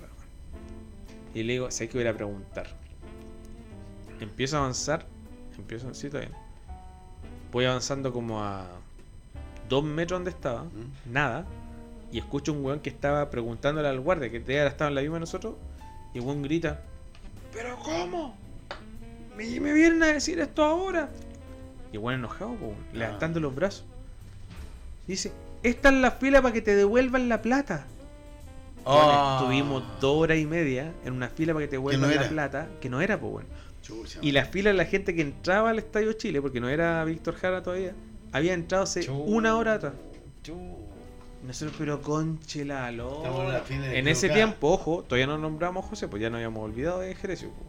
S3: Y le digo, ¿sabéis que voy a ir a preguntar? Empiezo a avanzar. Empiezo, sí, está bien. Voy avanzando como a dos metros donde estaba
S2: ¿Mm?
S3: nada. Y escucho un weón que estaba preguntándole al guardia, que ya estaba en la misma de nosotros. Y el weón grita: ¿Pero cómo? ¿Me, me vienen a decir esto ahora? Y el weón enojado, po,
S2: Ah.
S3: weón, levantando los brazos. Dice: Esta es la fila para que te devuelvan la plata.
S2: Ah.
S3: Weón, estuvimos dos horas y media en una fila para que te devuelvan la
S2: era.
S3: plata, que no era, pues bueno.
S2: Chucha,
S3: Y la fila de la gente que entraba al Estadio Chile, porque no era Víctor Jara todavía, había entrado hace
S4: Chu.
S3: una hora atrás.
S4: Chu.
S3: Nosotros, pero conche la lora.
S2: Estamos en la fila
S3: En ese
S2: equivocada.
S3: tiempo, ojo, todavía no nombramos a José, pues ya no habíamos olvidado de pues. Jerezio. po.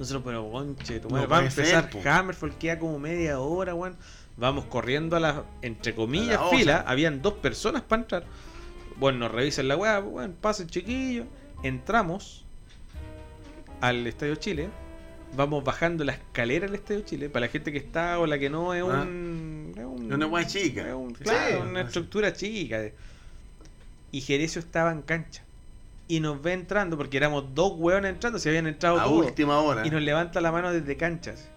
S3: Nosotros, pero conche, tu
S2: No
S3: madre, va a
S2: puede ser, pues.
S3: empezar
S2: po.
S3: Hammerfall, queda como media hora, weón. Vamos corriendo a las, entre comillas,
S2: A la
S3: fila. Habían dos personas para entrar. Bueno, nos revisan la weá, pues, weón, pasen chiquillo. Entramos al Estadio Chile. Vamos bajando la escalera del Estadio Chile. Para la gente que está o la que no, es
S2: Ah.
S3: un. Es un
S2: Es una guay chica.
S3: es un-
S2: Sí,
S3: claro,
S2: no
S3: una
S2: sé.
S3: estructura chica. Y Gerecio estaba en cancha. Y nos ve entrando, porque éramos dos hueones entrando, se habían entrado
S2: a
S3: todos.
S2: última hora.
S3: Y nos levanta la mano desde canchas.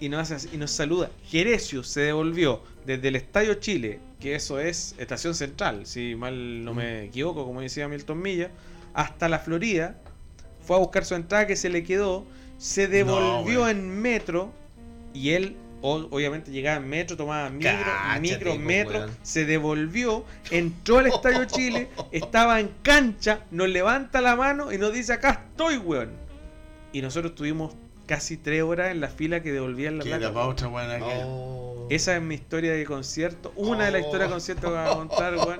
S3: Y nos, hace así- y nos saluda. Gerecio se devolvió desde el Estadio Chile, que eso es Estación Central, si mal no me
S4: Mm.
S3: equivoco, como decía Milton Milla, hasta la Florida. Fue a buscar su entrada que se le quedó. Se devolvió
S2: güey.
S3: en metro. Y él, o- obviamente, llegaba en metro, tomaba micro,
S4: Cáchate,
S3: micro,
S4: pues,
S3: metro.
S4: weón.
S3: Se devolvió, entró al Estadio Chile, estaba en cancha, nos levanta la mano y nos dice: Acá estoy, weón. Y nosotros tuvimos casi tres horas en la fila que devolvían la
S2: que era
S3: plata.
S2: para otra buena que
S4: Oh.
S3: Esa es mi historia de concierto. Una de las
S4: Oh.
S3: historias de concierto que voy a contar, weón.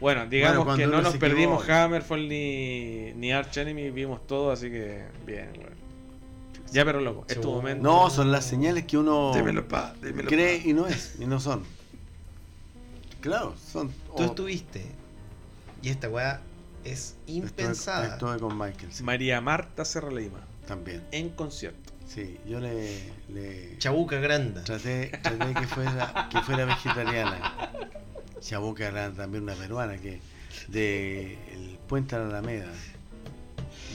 S3: Bueno, digamos
S2: cuando
S3: que no
S2: uno
S3: nos
S2: se
S3: perdimos
S2: equivoca.
S3: Hammerfall ni, ni Arch Enemy, vimos todo, así que bien, weón. Ya, pero loco, es tu
S4: Chu.
S3: momento.
S2: No, son las señales que uno
S3: pa,
S2: cree y no es, y no son. Claro, son. oh,
S4: Tú
S2: o-
S4: estuviste. Y esta weá es
S2: estuve-
S4: impensada.
S2: Estuve con Michael, sí,
S3: María Marta Serra Lima,
S2: también.
S3: en concierto.
S2: Sí, yo le, le
S4: Chabuca Granda.
S2: traté, traté que fuera que fuera vegetariana. Chabuca era también una peruana que de el puente a la Alameda.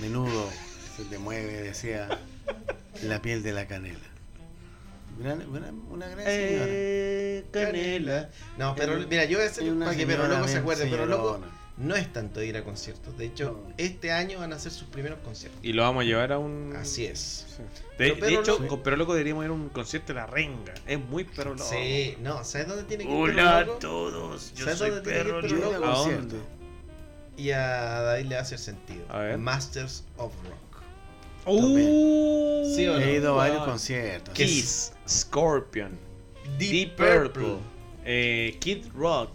S2: Menudo se te mueve, decía la piel de la canela. Gran- gran- una
S4: Eh,
S2: gran señora.
S3: Eh,
S4: Canela. No, pero mira, yo voy a hacer para que Perro Loco se acuerde. Pero Loco no es tanto de ir a conciertos. De hecho,
S2: No.
S4: este año van a hacer sus primeros conciertos.
S3: Y lo vamos a llevar a un.
S4: Así es.
S3: Sí. De,
S4: Pero
S3: de
S4: Perro
S3: hecho,
S4: Loco-
S3: con Pero Loco deberíamos ir a un concierto de la renga. Es muy Pero Loco.
S4: Sí, no, ¿sabes dónde tiene que ir
S3: Hola
S4: Perro
S3: a
S4: Loco?
S3: todos, yo
S4: ¿Sabes
S3: soy
S4: dónde tiene que ir
S3: Perro
S4: Perro
S2: Yo iba a
S3: Loco.
S4: Loco?
S3: ¿A
S2: concierto.
S3: dónde?
S4: Y a David le hace sentido.
S3: A ver.
S4: Masters of Rock.
S3: Uh,
S4: ¿Sí o no?
S2: He ido a varios
S3: Wow.
S2: conciertos.
S4: ¿Qué?
S3: Kiss, Scorpion,
S4: Deep,
S3: Deep
S4: Purple.
S3: Purple, eh, Kid Rock,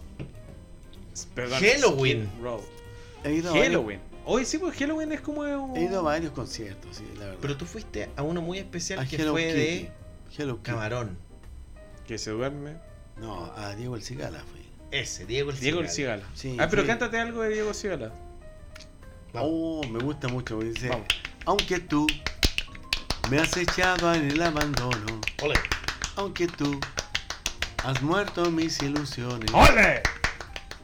S3: perdón,
S4: Halloween.
S3: Skid Row,
S2: He ido, a varios,
S3: Halloween. Hoy sí, pues Halloween es como. un-
S2: he ido a varios conciertos, sí, la verdad.
S4: Pero tú fuiste a uno muy especial
S2: a
S4: que
S2: Hello
S4: fue
S2: Kitty.
S4: de
S2: Hello Kitty.
S4: Camarón.
S3: Que se duerme.
S2: No, a Diego El Cigala fui.
S4: Ese, Diego el
S3: Diego el
S4: Cigala.
S3: Cigala.
S2: Sí,
S3: ah, pero
S2: sí.
S3: cántate algo de Diego Cigala.
S4: Vamos.
S2: Oh, me gusta mucho. porque Dice,
S3: Vamos.
S2: aunque tú me has echado en el abandono,
S4: Ole.
S2: aunque tú has muerto mis ilusiones,
S3: ¡Ole!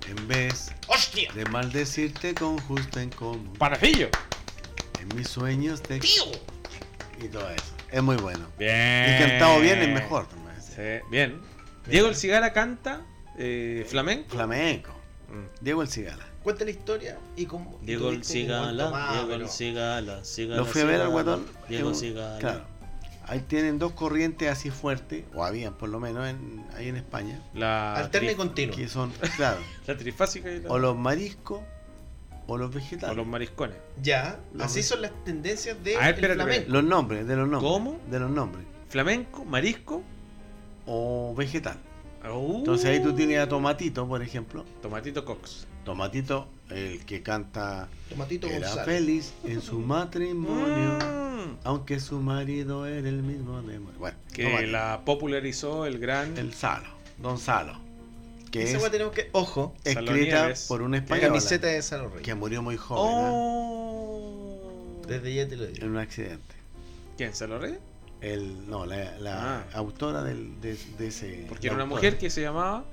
S2: en vez
S4: ¡Hostia!
S2: de maldecirte con justo en común,
S3: ¡Parajillo!
S2: en mis sueños te
S4: ¡Tío! Eh.
S2: y todo eso. Es muy bueno.
S3: Bien.
S2: Y cantado bien es mejor. también.
S3: Sí, bien. Diego El Cigala canta eh, flamenco.
S2: Flamenco.
S3: Mm.
S2: Diego El Cigala.
S4: Cuenta la historia y cómo.
S5: Diego el cigala, Diego el
S4: cigala.
S5: cigala, cigala.
S2: Lo fui a ver al
S5: cigala,
S2: guatón.
S5: Diego
S2: en-
S5: cigala.
S2: Claro. Ahí tienen dos corrientes así fuertes, o habían por lo menos en- ahí en España,
S3: La,
S4: Alterna y
S3: tri-
S4: continua.
S2: que son, claro,
S3: la trifásica y la-
S2: o los mariscos o los vegetales.
S3: o los mariscones.
S4: Ya,
S2: Los-
S4: así son las tendencias de
S3: A ver,
S4: el
S3: espérate,
S4: flamenco.
S2: Los nombres, de los nombres.
S3: ¿Cómo?
S2: De los nombres.
S3: Flamenco, marisco.
S2: O vegetal.
S3: uh,
S2: Entonces ahí tú tienes a Tomatito, por ejemplo.
S3: Tomatito Cox.
S2: Tomatito, el que canta
S4: Tomatito
S2: Era
S4: González.
S2: feliz en su matrimonio.
S3: Mm,
S2: Aunque su marido era el mismo de Bueno,
S3: que
S2: Tomatito.
S3: la popularizó el gran.
S2: el Salo, Don Salo, que
S4: Esa
S2: es
S4: weá tenemos que. Ojo,
S2: escrita
S3: Salonieves.
S2: por un español
S4: camiseta de Salo Rey.
S2: que murió muy joven ¿ah?
S3: Oh.
S4: Desde ya te lo digo.
S2: en un accidente.
S3: ¿Quién? ¿Saloré?
S2: El, no, la, la
S3: Ah.
S2: autora del, de, de ese.
S3: Porque
S2: la
S3: era una
S2: autora,
S3: mujer que se llamaba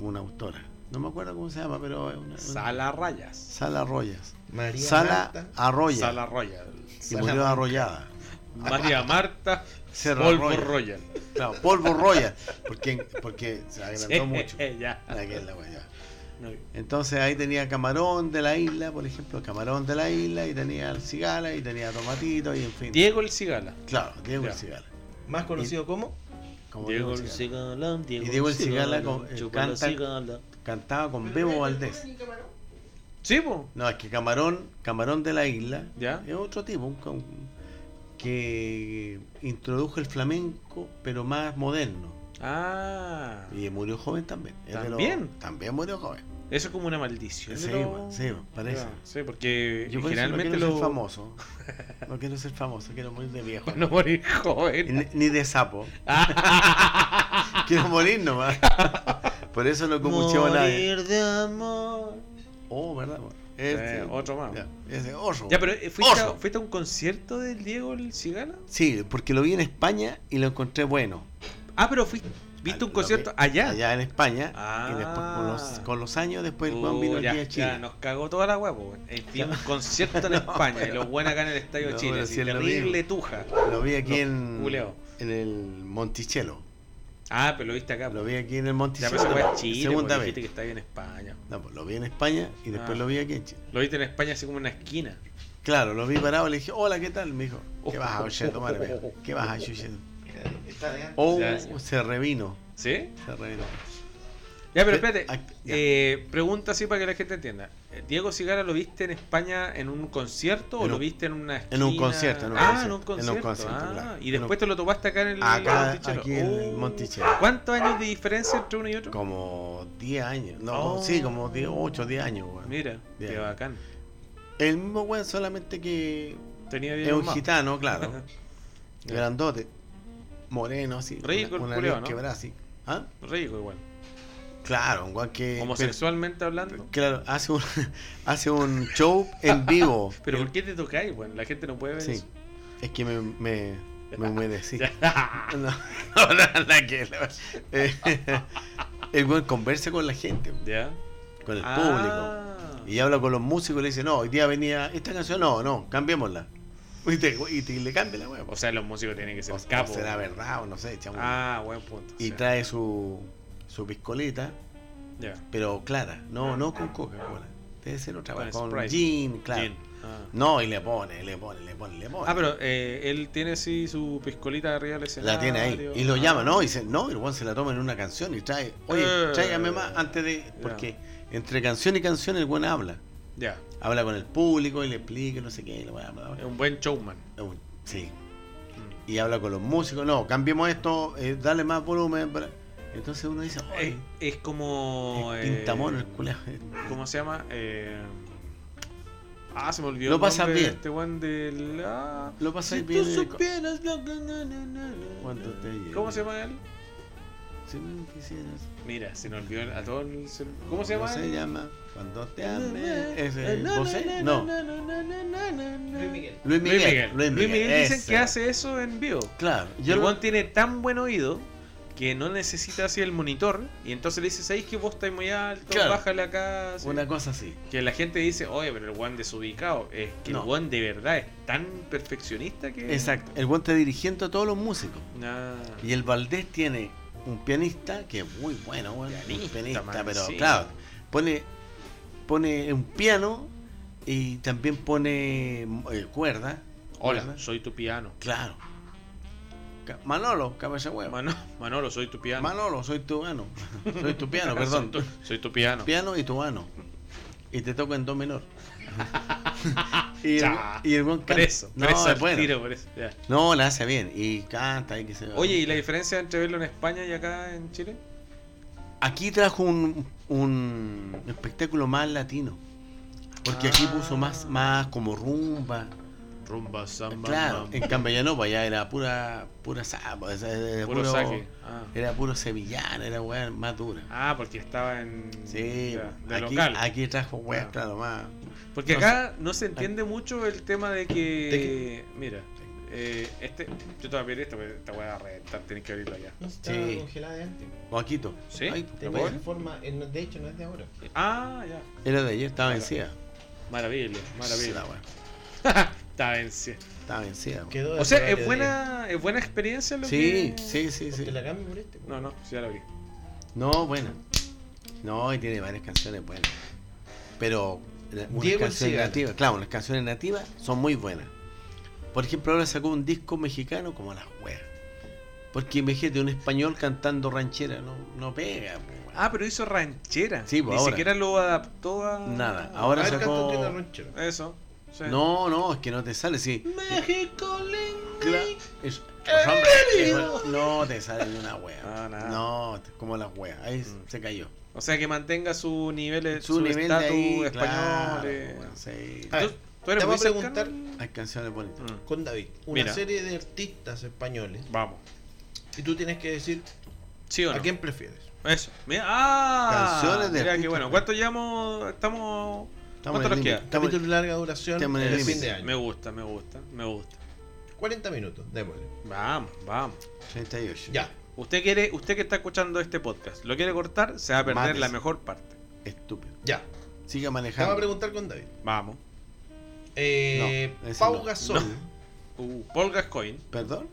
S2: Una autora. No me acuerdo cómo se llama, pero. es una- una-
S3: Sala Rayas.
S2: Sala Arroyas.
S4: María
S2: Sala
S4: Marta.
S2: Arroyas.
S3: Sala Royal.
S2: y murió
S4: Salamanca.
S2: arrollada.
S3: María Marta
S2: Serra
S3: Polvo
S2: Royal.
S3: Royal.
S2: Claro, polvo Royal. Porque, porque se agrandó mucho. Ah,
S3: ya.
S2: Aquella weá.
S3: No,
S2: Entonces ahí tenía camarón de la isla, por ejemplo, camarón de la isla, y tenía al cigala, y tenía tomatito, y en fin.
S3: Diego el Cigala.
S2: Claro, Diego
S3: Ya.
S2: el cigala.
S4: Más conocido como.
S2: como
S5: Diego
S2: Diego
S5: el
S2: el Cigala.
S5: cigala, Diego
S2: Diego el cigala con- eh,
S5: chupa la
S2: canta-
S5: cigala.
S2: Cantaba con Bebo Valdés.
S3: Sí, po.
S2: No, es que camarón, camarón de la isla,
S3: Ya.
S2: es otro tipo, un ca- un- que introdujo el flamenco, pero más moderno.
S3: Ah.
S2: Y murió joven también. Es de los-
S3: ¿También?
S2: también murió joven.
S3: Eso es como una maldición.
S2: Sí,
S3: de los-
S2: bueno, sí, bueno, parece.
S3: Ah, sí, porque
S2: Yo por eso no
S3: generalmente
S2: quiero
S3: lo.
S2: ser famoso. No quiero ser famoso, quiero morir de viejo.
S3: Para no morir
S2: Y
S3: joven. Eh,
S2: ni- Ni de sapo. Quiero morir nomás. Por eso no como un nadie.
S5: Morir de amor.
S2: Oh, verdad. bueno.
S3: Eh, otro más.
S2: este, Ya, ese oso.
S3: Ya, pero eh, ¿fuiste a,
S2: Oso.
S3: fuiste a un concierto del Diego el Cigala?
S2: Sí, porque lo vi en España y lo encontré bueno.
S3: Ah, pero fuiste. ¿Viste un
S2: Lo
S3: concierto
S2: vi
S3: allá?
S2: Allá en España.
S3: Ah.
S2: Y después con los, con los años después el
S3: Oh,
S2: weón vino
S3: ya,
S2: aquí a
S3: ya,
S2: Chile.
S3: nos cagó toda la hueá, po, weón. Eh, Fui a un concierto en España y los buenos acá en el Estadio
S2: No,
S3: Chile.
S2: pero
S3: así,
S2: si es lo
S3: terrible
S2: mismo.
S3: tuja.
S2: Lo vi aquí
S3: No,
S2: en,
S3: Julio.
S2: en el Monticello.
S3: Ah, pero lo viste acá. po.
S2: Lo vi aquí en el
S3: Ya
S2: Monticello.
S3: pensé que fue Chile,
S2: segunda
S3: po,
S2: vez.
S3: dijiste que está ahí en España.
S2: No, pues, lo vi en España y después
S3: Ah.
S2: lo vi aquí en Chile.
S3: Lo viste en España así como en una esquina.
S2: Claro, lo vi parado y le dije, hola, ¿qué tal? Me dijo, ¿qué
S3: Oh,
S2: vas a
S3: oh,
S2: oye, tomar?
S3: oh,
S2: me
S3: oh,
S2: dijo, ¿Qué vas a oye?
S4: Está de
S2: Oh,
S3: Ya.
S2: se revino.
S3: ¿Sí?
S2: Se revino.
S3: Ya, pero
S2: Ve-
S3: espérate.
S2: ah, ya.
S3: eh, pregunta así para que la gente entienda. Eh, ¿Diego Cigala lo viste en España en un concierto o
S2: En
S3: lo
S2: un-
S3: viste en una esquina?
S2: en un concierto, en un
S3: ah, en un
S2: concierto, en
S3: concierto.
S2: un concierto,
S3: ah,
S2: claro.
S3: Y
S2: En
S3: después
S2: un-
S3: te lo topaste acá en el
S2: Acá,
S3: Monticello.
S2: aquí en el
S3: Oh.
S2: Monticello.
S3: ¿Cuántos años de diferencia entre uno y otro?
S2: Como 10 años. No,
S3: Oh.
S2: sí, como 10, 8, 10 años, weón.
S3: Mira,
S2: Bien.
S3: qué bacán.
S2: El mismo weón, solamente que
S3: Tenía
S2: es
S3: bien
S2: un
S3: más.
S2: gitano, claro. grandote. Moreno, así.
S3: Rico el
S2: una,
S3: culiao,
S2: nariz
S3: ¿no?
S2: quebrada, así. ¿Ah?
S3: Rico igual.
S2: Claro, un weón que.
S3: Homosexualmente hablando.
S2: Eh, pero- eh, claro, hace un, hace un show en vivo.
S3: Pero ¿por qué te tocáis? Bueno, la gente no puede ver
S2: Sí.
S3: eso.
S2: Es que me, me, me humedecí.
S3: Ya.
S2: No, no, la que- la- eh, el weón conversa con la gente,
S3: ¿Ya?
S2: con el público.
S3: Ah.
S2: Y habla con los músicos y le dice, no, hoy día venía esta canción, no, no, cambiémosla. Y, te- y te- y le cambia la weá.
S3: O sea, los músicos tienen que ser
S2: O- o
S3: capos.
S2: será verdad o no sé, chamo.
S3: Ah, buen punto.
S2: y
S3: sí.
S2: trae su, su piscolita,
S3: Ya.
S2: pero clara, no, no con Coca-Cola. Debe ser otra
S3: Ah, Con
S2: weá, con
S3: Sprite.
S2: gin, claro.
S3: Bien. Ah.
S2: No, y le pone, le pone, le pone, le pone.
S3: Ah, pero eh, él tiene sí su piscolita arriba del escenario.
S2: La tiene ahí. Y lo llama, ¿no? Y dice, no, el Juan se la toma en una canción y trae, oye,
S3: Eh.
S2: tráigame más antes de. Porque entre canción y canción el Juan habla.
S3: Ya,
S2: Habla con el público y le explica, no sé qué. y la weá, bla, bla,
S3: es
S2: bla.
S3: un buen showman.
S2: Eh, Sí.
S3: Mm.
S2: Y habla con los músicos, no, cambiemos esto, eh, dale más volumen. bla. Entonces uno dice,
S3: Es,
S2: oye,
S3: es como. eh,
S2: pintamón el este". culo.
S3: ¿Cómo se llama? Eh, Ah, se me olvidó.
S2: Lo
S3: el
S2: pasas
S3: nombre de
S2: bien.
S3: Este one del. ah,
S2: Lo pasa
S3: si
S2: bien.
S3: tú
S2: eh,
S3: supieras lo que- na, na, na, na,
S2: Cuando
S3: na.
S2: te llegue.
S3: ¿Cómo se llama él?
S2: Si me quisieras.
S3: Mira, se nos olvidó a todos. el- se- ¿Cómo se
S2: ¿Cómo
S3: llama?
S2: se
S3: él?
S2: llama? Cuando te
S3: Na, na,
S2: amé. ¿Es el
S3: na, na,
S2: Bosé?
S3: na,
S2: No.
S3: na, na, na, na, na, na, na.
S4: Luis Miguel.
S2: Luis
S3: Luis
S2: Miguel.
S3: Miguel. Luis Miguel dicen
S2: ese.
S3: que hace eso en vivo.
S2: Claro.
S3: Y
S2: Yo
S3: el
S2: lo-
S3: weón tiene tan buen oído que no necesita así el monitor. Y entonces le dices, ¿sabéis que vos estáis muy alto?
S2: Claro.
S3: Bájale acá. así".
S2: Una cosa así.
S3: Que la gente dice, oye, pero el one desubicado. Es que
S2: No.
S3: el one de verdad es tan perfeccionista que.
S2: Exacto. El buen está dirigiendo a todos los músicos.
S3: Ah,
S2: Y el Valdés tiene un pianista que es muy bueno, weón.
S3: Pianista,
S2: un pianista,
S3: man,
S2: pero
S3: sí.
S2: claro, pone, pone un piano y también pone eh, cuerda.
S3: Hola,
S2: ¿verdad?
S3: soy tu piano.
S2: Claro. Ca- Manolo, cabeza huevo.
S3: Mano- Manolo, soy tu piano.
S2: Manolo, soy tu ano. Soy tu piano, perdón.
S3: Soy tu, soy tu piano.
S2: Piano y tu ano. Y te toco en do menor. y, el,
S3: Ya.
S2: y el buen canta.
S3: Preso,
S2: No,
S3: preso
S2: es
S3: al
S2: bueno.
S3: tiro, preso, ya.
S2: No, la hace bien. Y canta y que se
S3: Oye, ¿y la diferencia entre verlo en España y acá en Chile?
S2: Aquí trajo un, un espectáculo más latino. Porque aquí
S3: Ah.
S2: puso más, más como rumba.
S3: Rumba, samba,
S2: claro,
S3: mam-
S2: en Cambayanopa ya era pura, pura samba, o sea, era
S3: puro
S2: puro,
S3: saque. Ah.
S2: era puro sevillana, era weá más dura.
S3: Ah, porque estaba en.
S2: Sí,
S3: ya, de
S2: aquí,
S3: local. Ah.
S2: aquí trajo weá, claro, más.
S3: Porque
S2: no
S3: acá no se entiende mucho el tema de que.
S6: ¿De
S3: Mira, eh, este. Yo te voy a pedir esto, pero esta weá a reventar, tenés que abrirlo ya.
S4: No está
S2: Sí.
S4: congelada de antes.
S2: Moquito.
S3: ¿Sí?
S2: Ay,
S3: ¿Lo
S4: Tengo
S3: puedo
S4: esa forma, eh, no- de hecho no es de ahora.
S3: Ah, ya.
S2: era de ayer, estaba vencida.
S3: Maravilla, maravilla.
S2: La weá,
S3: Está vencida.
S2: Estaba vencida. weá.
S4: Quedó
S3: O
S4: del
S3: sea,
S4: horario
S3: es buena, es buena experiencia lo
S2: Sí,
S3: que.
S2: sí, sí,
S4: de-
S2: sí.
S4: ¿Te la cambio por este? po?
S3: No, no, sí, ya lo abrí.
S2: No, bueno. No, y tiene varias canciones buenas. Pero la- unas
S6: Diego el
S2: canciones
S6: Cigano.
S2: nativas, claro, unas canciones nativas son muy buenas. Por ejemplo, ahora sacó un disco mexicano como las weas. Porque imagínate, un español cantando ranchera no, no pega. po, weón.
S3: Ah, pero hizo ranchera.
S2: Sí, pues,
S3: Ni
S2: ahora.
S3: siquiera lo adaptó a.
S2: Nada, ahora
S6: A ver,
S2: sacó-
S6: canta un tema ranchero.
S3: Eso. sí.
S2: No, no, es que no te sale, sí.
S4: México
S2: Cla-
S4: lindo.
S2: es- pues, hombre, es- no te sale ni una wea.
S3: No, nada.
S2: No, te- como las weas. Ahí
S3: Mm.
S2: se cayó.
S3: O sea, que mantenga su nivel,
S2: Su nivel de
S3: estatus
S2: ahí,
S3: español.
S2: claro,
S3: eh.
S2: weón, sí.
S6: A ver,
S3: ¿Tú, tú eres
S6: te vamos
S3: muy
S6: a
S3: cercano?
S6: preguntar-
S2: Hay canciones bonitas.
S3: Mm,
S4: Con David, una
S3: pues, Mira.
S4: serie de artistas españoles.
S3: Vamos.
S4: Y tú tienes que decir
S3: ¿Sí o no?
S6: ¿A quién prefieres?
S3: Eso. Mira, ¡Ah!
S2: Canciones de
S3: Mira que
S2: artistas.
S3: bueno. ¿Cuánto llevamos? Estamos.
S2: Estamos
S3: ¿Cuánto
S2: en el
S3: nos queda?
S2: límite, estamos en-
S4: capítulo de larga duración
S2: Estamos en el
S4: el fin
S2: límite.
S4: de año.
S3: Me gusta, me gusta, me gusta.
S4: 40 minutos, démosle.
S3: Vamos, vamos.
S2: 38.
S4: Ya.
S3: Usted quiere, usted que está escuchando este podcast, lo quiere cortar, se va a perder
S2: Mátese.
S3: la mejor parte.
S2: Estúpido.
S4: Ya,
S2: Siga
S4: te vamos a
S2: manejando.
S4: preguntar con David.
S3: Vamos.
S4: Eh,
S2: No, ese
S4: Pau
S2: no.
S4: Gasol.
S3: Uh, Paul Gascoigne.
S2: ¿Perdón?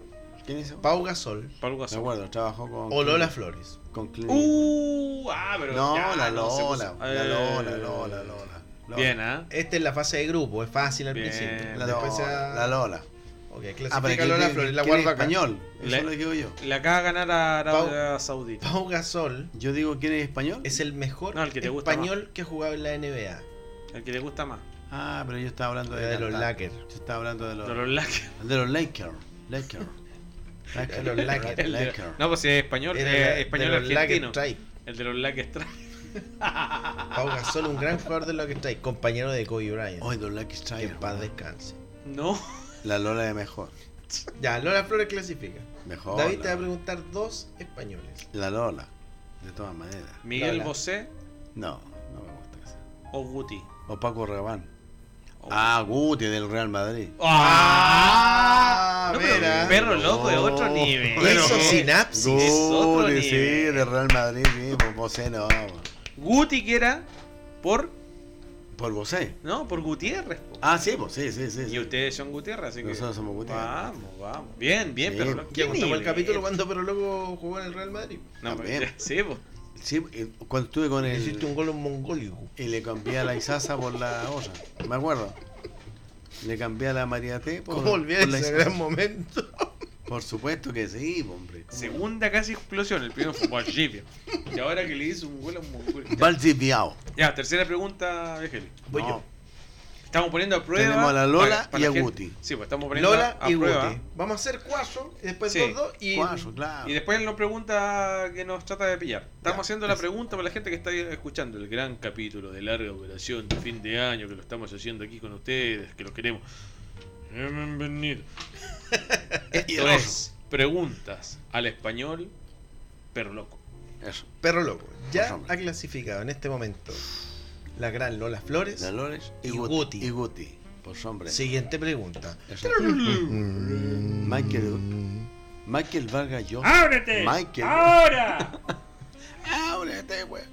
S2: ¿Quién hizo?
S4: Pau Gasol.
S3: Paul
S2: Me
S3: Gascoigne.
S2: acuerdo, trabajó con.
S4: O Lola Flores.
S2: Con Clint.
S3: Uh, ah, pero
S2: no,
S3: ya,
S2: la
S3: no, se
S2: Lola,
S3: puso-
S2: la
S3: Eh,
S2: Lola, Lola, Lola, Lola.
S3: Bien, ¿ah?
S4: Esta es la fase de grupo, es fácil al
S3: Bien.
S4: principio.
S2: La
S4: Después se
S2: Lola.
S4: va-
S2: La Lola.
S4: Ok,
S2: Ah, pero
S4: clasifica
S2: que-
S4: Lola
S2: que-
S4: Flores, la
S2: que eres
S4: guardo acá.
S2: español. Eso
S3: Le-
S2: lo digo yo.
S3: Le acaba de ganar a Arabia Saudita.
S4: Pau Gasol
S2: Yo digo quién es español.
S4: es el mejor
S3: No, el que te gusta
S4: español que ha jugado en la NBA.
S3: El que le gusta más.
S2: Ah, pero yo estaba hablando de,
S4: De los
S2: Atlanta.
S4: Lakers.
S2: Yo estaba hablando de los,
S3: De los Lakers.
S2: de los Lakers. Lakers.
S4: De los Lakers.
S2: Lakers.
S3: No, pues si es español,
S4: Era
S3: eh,
S4: la- de
S3: español
S4: los
S3: argentino.
S4: Lakers Strike.
S3: El de los Lakers trae.
S4: Pau Gasol, un gran jugador de Lakers Strike, compañero de Kobe Bryant.
S2: Hoy los Lakers
S4: que en
S2: Tiger.
S4: paz descanse.
S3: No.
S2: La Lola es mejor.
S4: Ya, Lola Flores clasifica.
S2: Mejor.
S4: David te va
S2: la,
S4: a preguntar dos españoles.
S2: la Lola. De todas maneras.
S3: Miguel
S4: Lola.
S3: Bosé
S2: No, no me gusta esa.
S3: o Guti.
S2: O Paco Rabanne.
S3: O-
S2: Ah, Guti del Real Madrid.
S3: ¡Ah!
S4: Ah,
S3: No, pero
S4: mira.
S3: Perro loco de otro
S2: No.
S3: nivel.
S2: Bueno,
S4: Hizo
S2: eh,
S4: sinapsis.
S3: Gu- es otro
S2: Guti, sí,
S3: nivel.
S2: del Real Madrid, sí, por Bosé no.
S3: Guti que era por.
S2: Por Bosé.
S3: No, por Gutiérrez. po.
S2: Ah, sí, pues sí, sí, sí. sí.
S3: Y ustedes son Gutiérrez, así que.
S2: Nosotros somos Guti.
S3: Vamos, vamos. Bien, bien,
S2: Sí,
S3: perro
S2: po.
S3: loco.
S4: Ya
S3: ¿Qué
S4: contamos el
S3: nivel?
S4: capítulo cuando Pero Loco jugó en el Real Madrid.
S3: No,
S2: También.
S3: pero- Sí, pues.
S2: Sí, eh, cuando estuve con
S4: Hiciste un
S2: él
S4: gol en Mongolia.
S2: y le cambié a la Isaza por la otra, me acuerdo. Le cambié a la María T por,
S4: ¿Cómo olvidar
S2: por la
S4: ese
S2: Isaza.
S4: gran momento?
S2: Por supuesto que sí, hombre.
S3: Segunda casi explosión, el primero fue Bolivia. Y ahora que le hizo un gol a un Mongolia.
S2: Valdiviao.
S3: Ya, tercera pregunta, Viajeli.
S4: Voy
S2: No,
S4: yo.
S3: Estamos poniendo a prueba.
S2: Tenemos a la Lola y
S3: la
S2: a
S3: gente-
S2: Guti.
S3: Sí, pues estamos poniendo
S4: Lola
S3: a
S4: y
S3: prueba.
S4: Guti. Vamos a hacer cuatro, y después
S3: Sí.
S4: dos, dos y.
S2: Cuatro, claro.
S3: Y después él nos pregunta que nos trata de pillar. Estamos
S4: Ya,
S3: haciendo la
S4: es-
S3: pregunta para la gente que está escuchando el gran capítulo de larga duración de fin de año que lo estamos haciendo aquí con ustedes, que los queremos. Bienvenido. Esto es preguntas al español, pero loco.
S2: Eso.
S4: Perro Loco.
S2: Por
S4: Ya
S2: favor.
S4: ha clasificado en este momento la gran Lola Flores.
S2: La Lores y,
S4: Y
S2: Guti.
S4: Guti.
S2: Y Guti. Por su hombre.
S4: Siguiente pregunta.
S2: Eso. Michael. Michael Vargas yo.
S3: ¡Ábrete!
S2: Michael.
S3: ¡Ahora!
S2: ¡Ábrete, güey!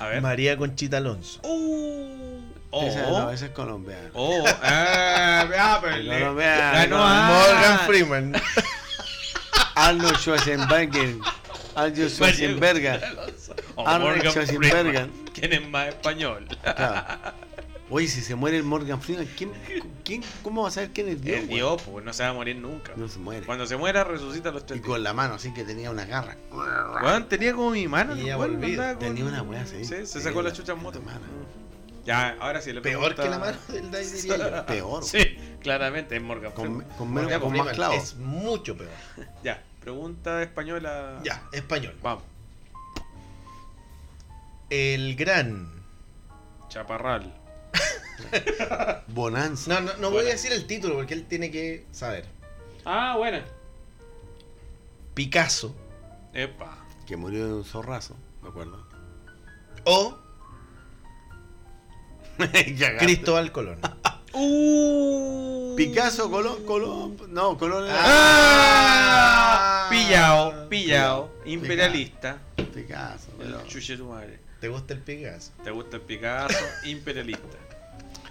S3: A ver.
S4: María Conchita Alonso.
S3: Uh, oh,
S2: Esa no, esa es colombiana.
S3: oh, ah, ah, pero
S2: No
S3: le-
S2: lo vean,
S3: ganó
S2: no,
S3: a-
S4: Morgan Freeman.
S2: Arnold Schwarzenegger. Arnold Schwarzenegger.
S3: O
S2: Arnold
S3: Morgan
S2: Schwarzenegger.
S3: Freeman. ¿Quién es más español?
S2: Claro. Oye, si se muere el Morgan Freeman, ¿quién, quién, ¿cómo va a saber quién es Dios?
S3: El
S2: güey?
S3: Dios, pues no se va a morir nunca.
S2: No se muere.
S3: Cuando se muera, resucita a los
S2: Y
S3: tres días.
S2: con la mano, así que tenía una garra.
S3: Weón, tenía como mi mano.
S4: Y ya
S3: weón,
S4: volví.
S3: andaba con-
S2: Tenía una weá, sí.
S3: Sí, se
S2: Tenía
S3: sacó la
S2: una-
S3: chucha en moto.
S2: una mano.
S3: Ya, ahora sí le
S4: Peor
S3: pregunta-
S4: que la mano del Dai, diría yo.
S2: Peor. güey.
S3: Sí, claramente, es Morgan
S2: Con,
S3: Freeman. pues,
S2: con
S4: Morgan
S2: menos, con más
S4: Freeman
S2: clavos.
S4: Es mucho peor.
S3: Ya, pregunta española.
S4: Ya, español.
S3: Vamos,
S4: El gran.
S3: chaparral.
S2: Bonanza.
S4: No, no, no voy a decir el título porque él tiene que saber.
S3: Ah, buena.
S4: Picasso
S3: Epa.
S2: Que murió de un zorrazo, me acuerdo.
S4: o
S2: Cristo.
S4: Cristóbal Colón.
S3: Uh.
S2: Picasso, Colón, Colón. No, Colón era.
S3: Ah,
S4: Ah.
S3: pillao, pillao, imperialista.
S2: Picasso,
S3: El
S2: pero.
S3: chuche tu madre.
S4: ¿Te gusta el Picasso?
S3: ¿Te gusta el Picasso? imperialista.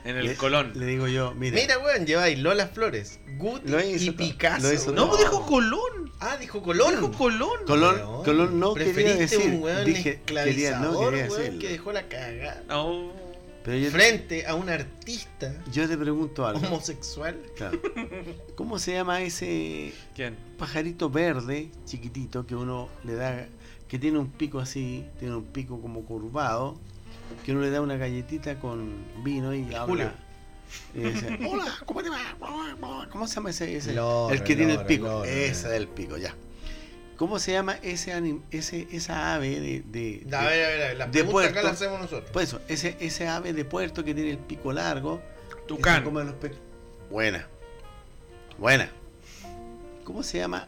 S3: En el
S2: Le-
S3: Colón.
S2: Le digo yo, mira.
S4: Mira, weón, lleváis Lola Flores, Guti
S2: Lo hizo
S4: y
S2: todo,
S4: Picasso.
S2: lo hizo
S4: weón.
S3: no,
S2: no.
S3: dijo Colón.
S4: Ah, dijo Colón.
S3: Dijo Colón.
S2: Colón,
S4: Weón,
S2: Colón no quería
S4: preferiste
S2: decir.
S4: un weón
S2: dije, quería, no
S4: esclavizador,
S2: quería
S4: weón,
S2: decirlo.
S4: que dejó la cagada.
S3: No.
S2: Pero yo,
S4: Frente a un artista
S2: yo te pregunto algo.
S4: homosexual.
S2: Claro. ¿Cómo se llama ese
S3: ¿Quién?
S2: pajarito verde chiquitito que uno le da, que tiene un pico así, tiene un pico como curvado, que uno le da una galletita con vino y habla?
S4: Julio.
S2: Y dice, hola, ¿cómo te va? ¿Cómo se llama ese? ese?
S4: Loro,
S2: el que tiene el
S4: loro,
S2: pico.
S4: loro,
S2: ese
S4: loro.
S2: del pico, ya. ¿Cómo se llama ese, anim- ese esa ave de, de- de-
S4: A ver, a ver, a ver, la
S2: De
S4: pregunta acá
S2: puerto.
S4: la hacemos nosotros.
S2: Pues eso, ese, ese ave de puerto que tiene el pico largo.
S3: Tucán.
S2: que se come los pe- Buena. Buena. ¿Cómo se llama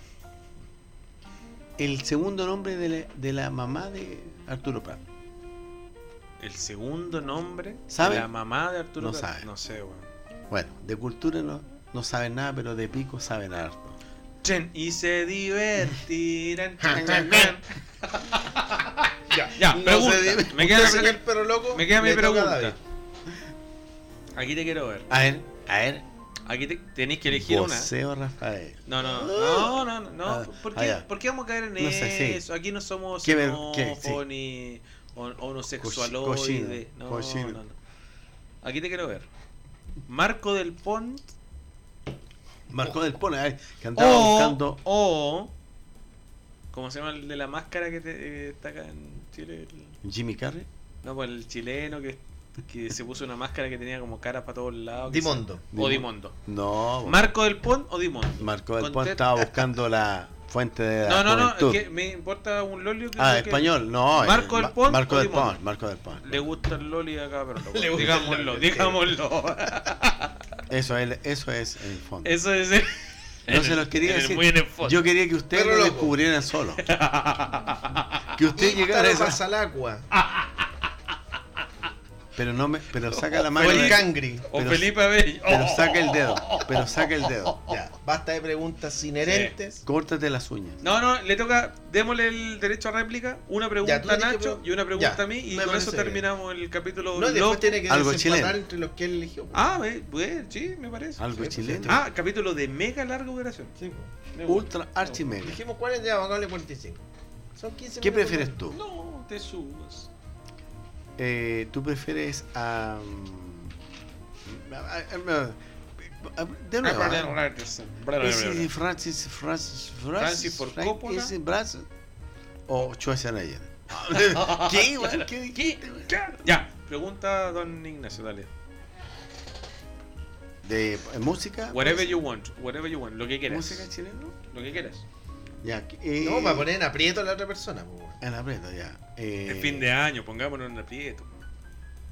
S2: el segundo nombre de la, de la mamá de Arturo Prat?
S3: El segundo nombre
S2: ¿Sabe?
S3: de la mamá de Arturo
S2: No
S3: Prat.
S2: sabe.
S3: No sé, weón.
S2: Bueno, de cultura no, no saben nada, pero de pico saben harto.
S3: Chen, y se divertirán. Chan, chan, chan.
S4: Ya,
S3: Ya,
S4: No
S3: pregunta.
S4: se debe-
S3: Me queda la
S4: usted, señor
S3: pregunta.
S4: perro loco,
S3: Me queda mi
S4: le toca a
S3: pregunta.
S4: David.
S3: Aquí te quiero ver.
S2: A ver, a ver.
S3: Aquí te- tenéis que elegir una.
S2: Voceo Rafael.
S3: No, no, no, no, no, no.
S2: Ah,
S3: ¿Por,
S2: ah,
S3: qué,
S2: ya.
S3: por qué vamos a caer en
S2: No sé, sí.
S3: eso? Aquí no somos
S2: Qué ver- qué, sí.
S3: homófobos ni hon-
S2: cochino,
S3: homosexualoides. No,
S2: cochino.
S3: no, no. Aquí te quiero ver. Marco del Pont
S2: Marcó
S3: Oh.
S2: del Pone, a ver, que andaba
S3: o,
S2: buscando.
S3: o ¿Cómo se llama el de la máscara que te- eh, está acá en Chile? El-
S2: Jimmy Carrey.
S3: no, pues el chileno que, que se puso una máscara que tenía como caras para todos lados. que
S4: Dimondo.
S3: se- O Dimondo.
S2: No,
S3: Marco del Pont o Dimondo.
S2: Marcó del
S3: Conte-
S2: Pon estaba buscando la fuente de
S3: No,
S2: la
S3: no, no,
S2: juventud.
S3: es que me importa un lolio que
S2: Ah,
S3: creo que
S2: español, no.
S3: Marco
S2: eh,
S3: del
S2: Ma-
S3: Pon
S2: Marco
S3: o
S2: del
S3: Limón.
S2: Pon, Marco del Pon.
S3: Le gusta el loli acá, pero
S4: Le gusta el
S3: digámoslo,
S4: loli,
S3: digámoslo.
S2: Eso es, eso es en el fondo.
S3: Eso es el-
S2: No se los quería
S3: en el-
S2: decir.
S3: Muy en el fondo.
S2: Yo quería que ustedes
S4: Perro
S2: lo
S4: loco.
S2: descubrieran solo. Que usted
S4: Y
S2: llegara a
S4: Taro
S2: esa.
S4: Pasalacua,
S2: Ah, Pero no me, pero saca la
S4: o
S2: mano.
S4: el
S2: de-
S4: Cangri.
S3: O
S2: pero-
S3: Oh, Felipe Oh. Abello.
S2: pero saca el dedo. Pero saca el dedo.
S4: Ya, basta de preguntas inherentes.
S2: Córtate las uñas.
S3: No, no, le toca, démosle el derecho a réplica, una pregunta
S4: Ya, tú
S3: a
S4: tienes que
S3: Nacho
S4: pre-
S3: y una pregunta
S4: Ya,
S3: a mí y
S4: me
S3: con eso
S4: parece bien.
S3: terminamos el capítulo.
S4: No, y
S3: loco.
S4: después tiene que
S2: Algo
S4: desempatar
S2: chileno.
S4: entre los que él eligió.
S3: Ah, ve- bueno, sí, me parece.
S2: Algo
S4: Sí,
S2: chileno.
S3: Ah, capítulo de mega larga duración.
S4: Sí, po.
S3: Me gusta.
S2: Ultra archimega.
S4: Dijimos 40, ya, vamos a 45. Son 15
S2: ¿Qué
S4: minutos
S2: prefieres
S4: más.
S2: tú?
S3: No, te subas.
S2: Eh, ¿Tú prefieres a. a- a- a- a- De nuevo.
S3: Ah,
S2: ¿eh? Ese Francis, Francis,
S3: Francis Ford
S2: Frank-
S3: Coppola.
S2: ese Bras- o Schwarzenegger. ¿Qué, güey? ¿Qué dijiste, güey?
S3: Ya, pregunta don Ignacio, dale.
S2: ¿De eh,
S4: Ah,
S2: música?
S4: pues.
S2: pues.
S3: Whatever you want, whatever you want, lo que quieras.
S2: ¿Música chilena?
S3: Lo que quieras.
S2: Ya. eh,
S4: No, para poner en aprieto a la otra persona. po, weón.
S2: En la prenda, ya. Eh,
S3: Es fin de año, pongámonos en aprieto.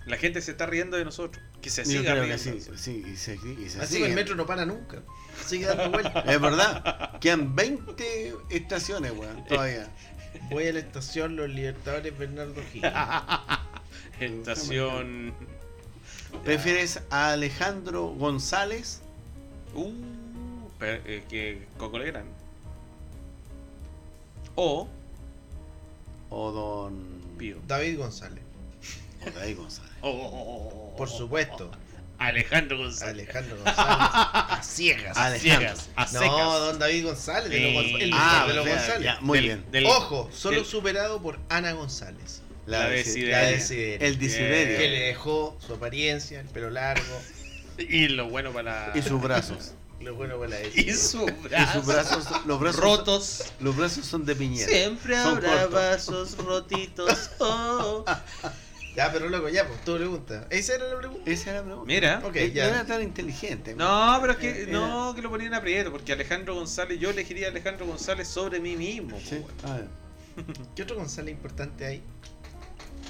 S3: La gente se está riendo de nosotros. Que se
S2: Yo
S3: siga
S2: creo
S3: riendo.
S2: que sí, pues, sí, eh. y se, y se
S4: Así que
S2: siguen.
S4: el metro no para nunca. Sigue dando vueltas.
S2: Es verdad. Quedan 20 estaciones, weón, todavía.
S4: Voy a la estación Los Libertadores Bernardo Gil.
S3: Estación.
S2: ¿Prefieres a Alejandro González?
S3: Uh, per- eh, que Coco Legrand. O
S2: O don.
S3: Pío.
S4: David González.
S2: O David González.
S3: Oh,
S4: Por supuesto.
S7: Alejandro González.
S4: Alejandro González.
S5: A ciegas.
S2: Alejandro.
S7: Ciegas, a secas.
S4: No, don David González. de los González, el
S2: Ah,
S4: mejor de los
S2: perfecto,
S4: González.
S2: ya, muy
S7: Del-
S2: bien. Oh.
S7: del-
S4: Ojo, solo
S7: del-
S4: superado por Ana González.
S7: la
S2: desi-
S7: desideria.
S4: La desideria.
S2: El desiderio.
S4: Que le dejó su apariencia, el pelo largo,
S7: Y lo bueno para la.
S2: Y sus brazos.
S4: lo bueno para la
S7: y
S4: desideria.
S7: su
S2: Y
S4: Ah,
S2: sus
S7: brazo.
S2: brazos, los brazos
S7: Rotos.
S2: Los brazos son de piñera.
S5: Siempre
S2: Son
S5: habrá
S2: cortos.
S5: vasos rotitos. Oh.
S4: Ya, pero loco, ya, pues, tu pregunta. Esa era la pregunta.
S2: Esa era la pregunta.
S3: Mira.
S4: Ok,
S2: Eh,
S4: ya.
S2: No era tan inteligente.
S3: No, pero es que
S2: Era-
S3: no que lo ponían aprieto, porque Alejandro González, yo elegiría a Alejandro González sobre mí mismo. pues, po,
S2: Sí,
S3: weón.
S2: a ver.
S4: ¿Qué otro González importante hay?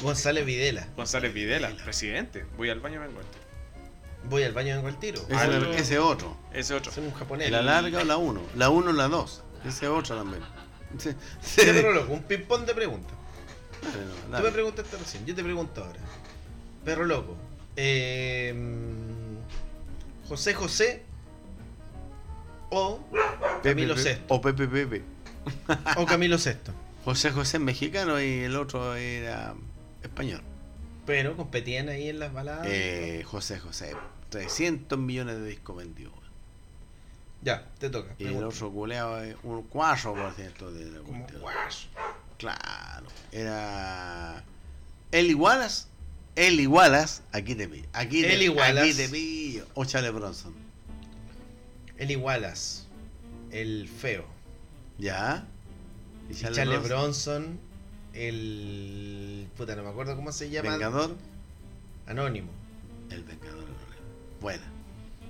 S4: González Videla.
S3: González Videla, presidente. Voy al baño y vengo. al tiro.
S4: Voy al baño y vengo al tiro.
S2: Ese,
S3: Algo-
S2: ese otro.
S3: Ese otro.
S4: Soy un japonés.
S2: La larga o la uno. La uno o la dos. Ese otro también. Sí, sí.
S4: Ya, pero loco, un ping-pong de preguntas.
S2: Dale, no,
S4: Tú me
S2: dale.
S4: preguntaste recién, yo te pregunto ahora. Perro loco. eh, José José o Camilo
S2: Pepe,
S4: Sesto.
S2: Pepe. O Pepe Pepe.
S4: O Camilo Sexto.
S2: José José es mexicano y el otro era español.
S4: Pero competían ahí en las baladas.
S2: Eh, José José. 300 millones de discos vendidos. weón.
S4: Ya, te toca.
S2: Y el
S4: pregunta.
S2: otro culeado es un 4% de la
S4: Como
S2: cuestión.
S4: guaso.
S2: Claro. Era. El Igualas. El Igualas. Aquí te pillo. Aquí te,
S4: Eli Wallace.
S2: Aquí te pillo. O Charles Bronson.
S4: El Igualas. El feo.
S2: ¿Ya? Y
S4: Y Charles Bronson. El. Puta, no me acuerdo cómo se llama.
S2: Vengador.
S4: Anónimo.
S2: El Vengador. Buena.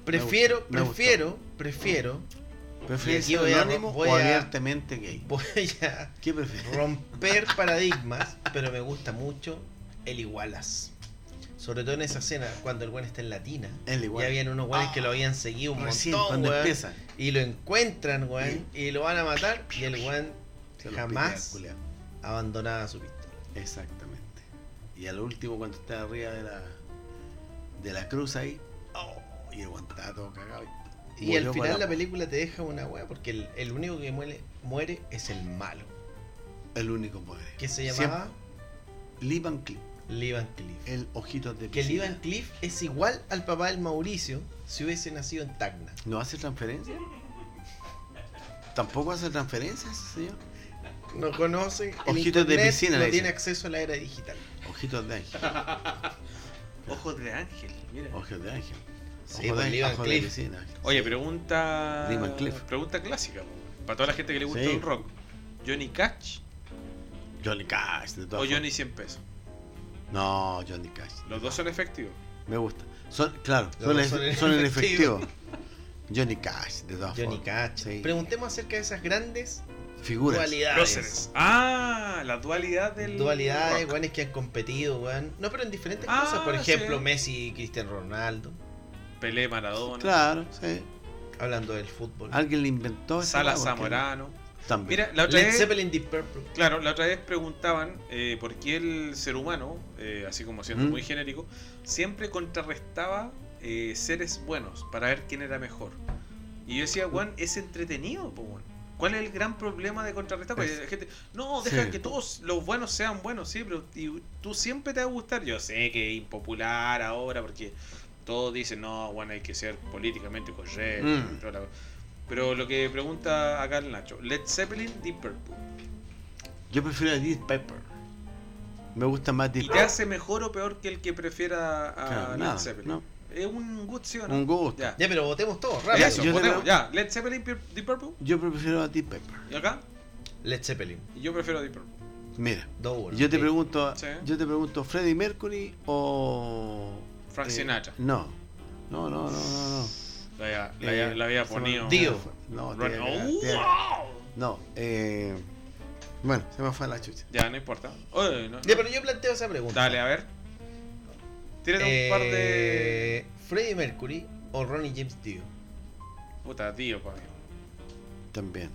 S4: Prefiero,
S2: me gustó.
S4: prefiero, prefiero.
S2: ¿Prefieres
S4: Y aquí voy
S2: ser
S4: a-
S2: anónimo
S4: voy
S2: o
S4: a-
S2: abiertamente gay?
S4: Voy a.
S2: ¿Qué prefieres?
S4: romper paradigmas, pero me gusta mucho el Igualas. Sobre todo en esa escena, cuando el buen está en Latina.
S2: El
S4: Ya
S2: Igualas.
S4: habían unos guanes
S2: Ah,
S4: que lo habían seguido un
S2: Recién,
S4: montón,
S2: cuando
S4: weón,
S2: empieza.
S4: Y lo encuentran, weón, y lo van a matar. Y el weón
S2: Se los
S4: jamás
S2: pitea, culiao.
S4: abandonaba su pistola.
S2: Exactamente. Y al último, cuando está arriba de la, de la cruz ahí. Oh, y aguantaba todo cagado.
S4: Y
S2: Murió
S4: al
S2: con
S4: final la
S2: la-
S4: película te deja una weá, porque el, el único que muere, muere es el malo.
S2: El único poder.
S4: Que se llamaba
S2: Lee Van Cleef,
S4: Lee Van Cleef.
S2: el ojito de
S4: Que el Lee
S2: piscina.
S4: Van Cleef es igual al papá del Mauricio si hubiese nacido en Tacna.
S2: ¿No hace transferencia? ¿Tampoco hace transferencias, señor?
S4: No conoce el
S2: Ojitos de
S4: internet,
S2: piscina,
S4: No
S2: le
S4: tiene
S2: dicen.
S4: acceso a la era digital.
S2: Ojitos de ángel.
S3: Ojos de ángel, mira.
S2: Ojos de ángel.
S4: Sí,
S2: ojos
S4: pues,
S2: de
S4: Lee Van
S2: ángel. ojos de
S4: Cleef.
S2: piscina.
S3: Oye, pregunta.
S2: Lehman Cliff.
S3: Pregunta clásica, po, para toda la gente que le gusta
S2: Sí.
S3: el rock. ¿Johnny Cash
S2: Johnny Cash, de
S3: o
S2: todas
S3: Johnny 100 pesos?
S2: formas. No, Johnny Cash.
S3: Los dos son efectivos.
S2: Me gusta. Son, claro,
S4: Los
S2: son,
S4: dos
S2: en-
S4: son en
S2: son en
S4: efectivo.
S2: efectivo. Johnny Cash, de todas
S4: Johnny
S2: formas.
S4: Cash.
S2: Sí.
S4: Preguntemos acerca de esas grandes
S2: Figuras.
S4: dualidades.
S3: Próceres. Ah, la dualidad del.
S4: Dualidades,
S3: rock.
S4: guanes que han competido, weón. No, pero en diferentes
S3: Ah,
S4: cosas. Por ejemplo,
S3: sí.
S4: Messi y Cristiano Ronaldo.
S3: Pelé Maradona.
S2: Claro, sí.
S4: Hablando del fútbol.
S2: Alguien le inventó esa
S3: Sala
S2: hueá, porque-
S3: Zamorano.
S2: También.
S3: Mira, la otra
S4: Led
S3: vez.
S4: Zeppelin Deep Purple.
S3: Claro, la otra vez preguntaban eh, por qué el ser humano, eh, así como siendo
S2: ¿Mm?
S3: muy genérico, siempre contrarrestaba eh, seres buenos para ver quién era mejor. Y yo decía, Juan, es entretenido, po, weón. ¿Cuál es el gran problema de contrarrestar? Porque
S2: Es-
S3: la gente, no, deja
S2: Sí.
S3: que todos los buenos sean buenos, sí, pero y tú siempre te va a gustar. Yo sé que es impopular ahora porque todos dicen, no, Juan, hay que ser políticamente correcto.
S2: Mm.
S3: toda la- Pero lo que pregunta acá el Nacho, Led Zeppelin, Deep Purple.
S2: Yo prefiero a Deep Pepper. Me gusta más
S3: ¿Y
S2: Deep
S3: te hace mejor o peor que el que prefiera a
S2: Claro,
S3: Led
S2: nada,
S3: Zeppelin?
S2: no.
S3: Es un gusto, ¿sí o no?
S2: Un gusto.
S3: Ya.
S4: Ya, pero votemos todos, rápido.
S3: Eso,
S2: yo te veo-
S3: votemos, ya. Led Zeppelin, Pur- Deep Purple.
S2: Yo prefiero a Deep Pepper.
S3: ¿Y acá?
S4: Led Zeppelin.
S3: Y yo prefiero Deep Purple.
S2: Mira,
S4: Dos, uno.
S2: yo te
S4: Ok.
S2: pregunto,
S3: Sí.
S2: yo te pregunto, Freddie Mercury o
S3: Frank
S2: eh,
S3: Sinatra.
S2: No, no, no, no, no. no.
S3: La había, la había-
S2: Eh,
S3: la había
S2: se me-
S3: ponido. eh,
S4: Dio.
S2: No,
S3: Ron- ¡Oh!
S2: te- te- no. eh, bueno, se me fue la chucha.
S3: Ya, no importa. Oye, no-
S4: Ya, pero yo planteo esa pregunta.
S3: Dale, a ver. Tírate
S4: Eh,
S3: un par
S2: Eh.
S3: de.
S4: Freddie Mercury o Ronnie James Dio.
S3: Puta, Dio, pa' mí.
S2: También.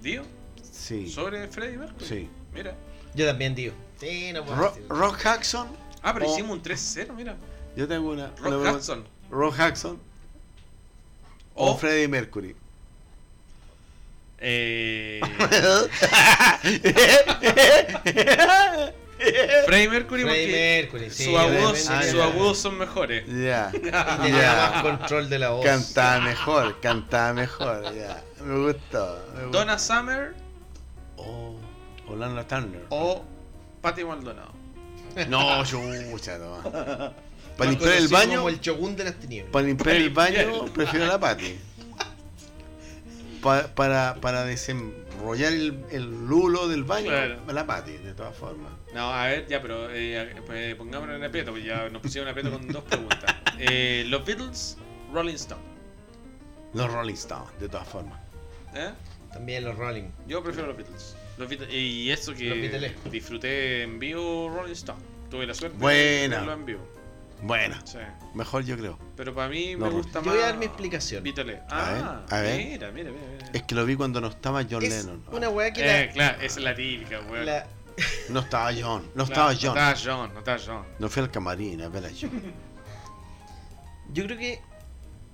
S3: ¿Dio?
S2: Sí.
S3: ¿Sobre Freddie Mercury?
S2: Sí.
S3: Mira.
S4: Yo también Dio. Sí, no puedo
S2: Ro-
S4: decir.
S2: Rock Jackson.
S3: Ah, pero
S2: O-
S3: hicimos un 3-0, mira.
S2: Yo tengo una. una
S3: Rock
S2: pregunta.
S3: Hudson. Oh,
S2: Rock Jackson o
S3: O.
S2: Freddie Mercury.
S3: eh, Freddie Mercury porque
S4: Freddie Mercury, sí,
S3: sus agudos,
S4: obviamente. Mm.
S3: sus agudos son mejores.
S2: Ya.
S4: Y tenía más control de la voz.
S2: Cantaba mejor, cantaba mejor, ya. Me gustó. me gustó.
S3: Donna Summer
S2: Oh, o Lana Turner.
S3: o Patty Maldonado.
S2: No, chucha, no. Para
S4: Más
S2: limpiar el
S4: conocido
S2: baño,
S4: Como el Shogun de las tinieblas.
S2: para limpiar el baño, prefiero la Pati. Pa- para, para desenrollar el, el lulo del baño,
S8: Claro.
S2: la Pati, de todas formas.
S3: No, a ver, ya, pero eh, pues, pongámonos en aprieto, porque ya nos pusieron en aprieto con dos preguntas. Eh, los Beatles, Rolling Stone.
S2: Los Rolling Stones, de todas formas.
S3: ¿eh?
S4: También los Rolling.
S3: Yo prefiero los Beatles. Los Beatles- y eso
S4: Los
S3: que
S4: Beatles.
S3: disfruté en vivo Rolling Stone. Tuve la suerte
S2: Buena.
S3: de verlo en vivo.
S2: Bueno,
S3: Sí.
S2: mejor yo creo.
S3: Pero para mí
S2: No,
S3: me
S2: Rolling.
S3: gusta
S4: pues. Yo
S3: más.
S4: voy a dar mi explicación.
S3: Beatles.
S2: A
S3: Ah,
S2: ver, a ver.
S3: Mira, mira, mira. mira.
S2: Es que lo vi cuando no estaba John
S4: Es
S2: Lennon.
S4: una weá que la-
S3: Eh, claro, esa es la típica, weón.
S4: la-
S2: No estaba John, no
S3: Claro,
S2: estaba John.
S3: No estaba John, no estaba John.
S2: No fui al camarín a ver a John.
S4: Yo creo que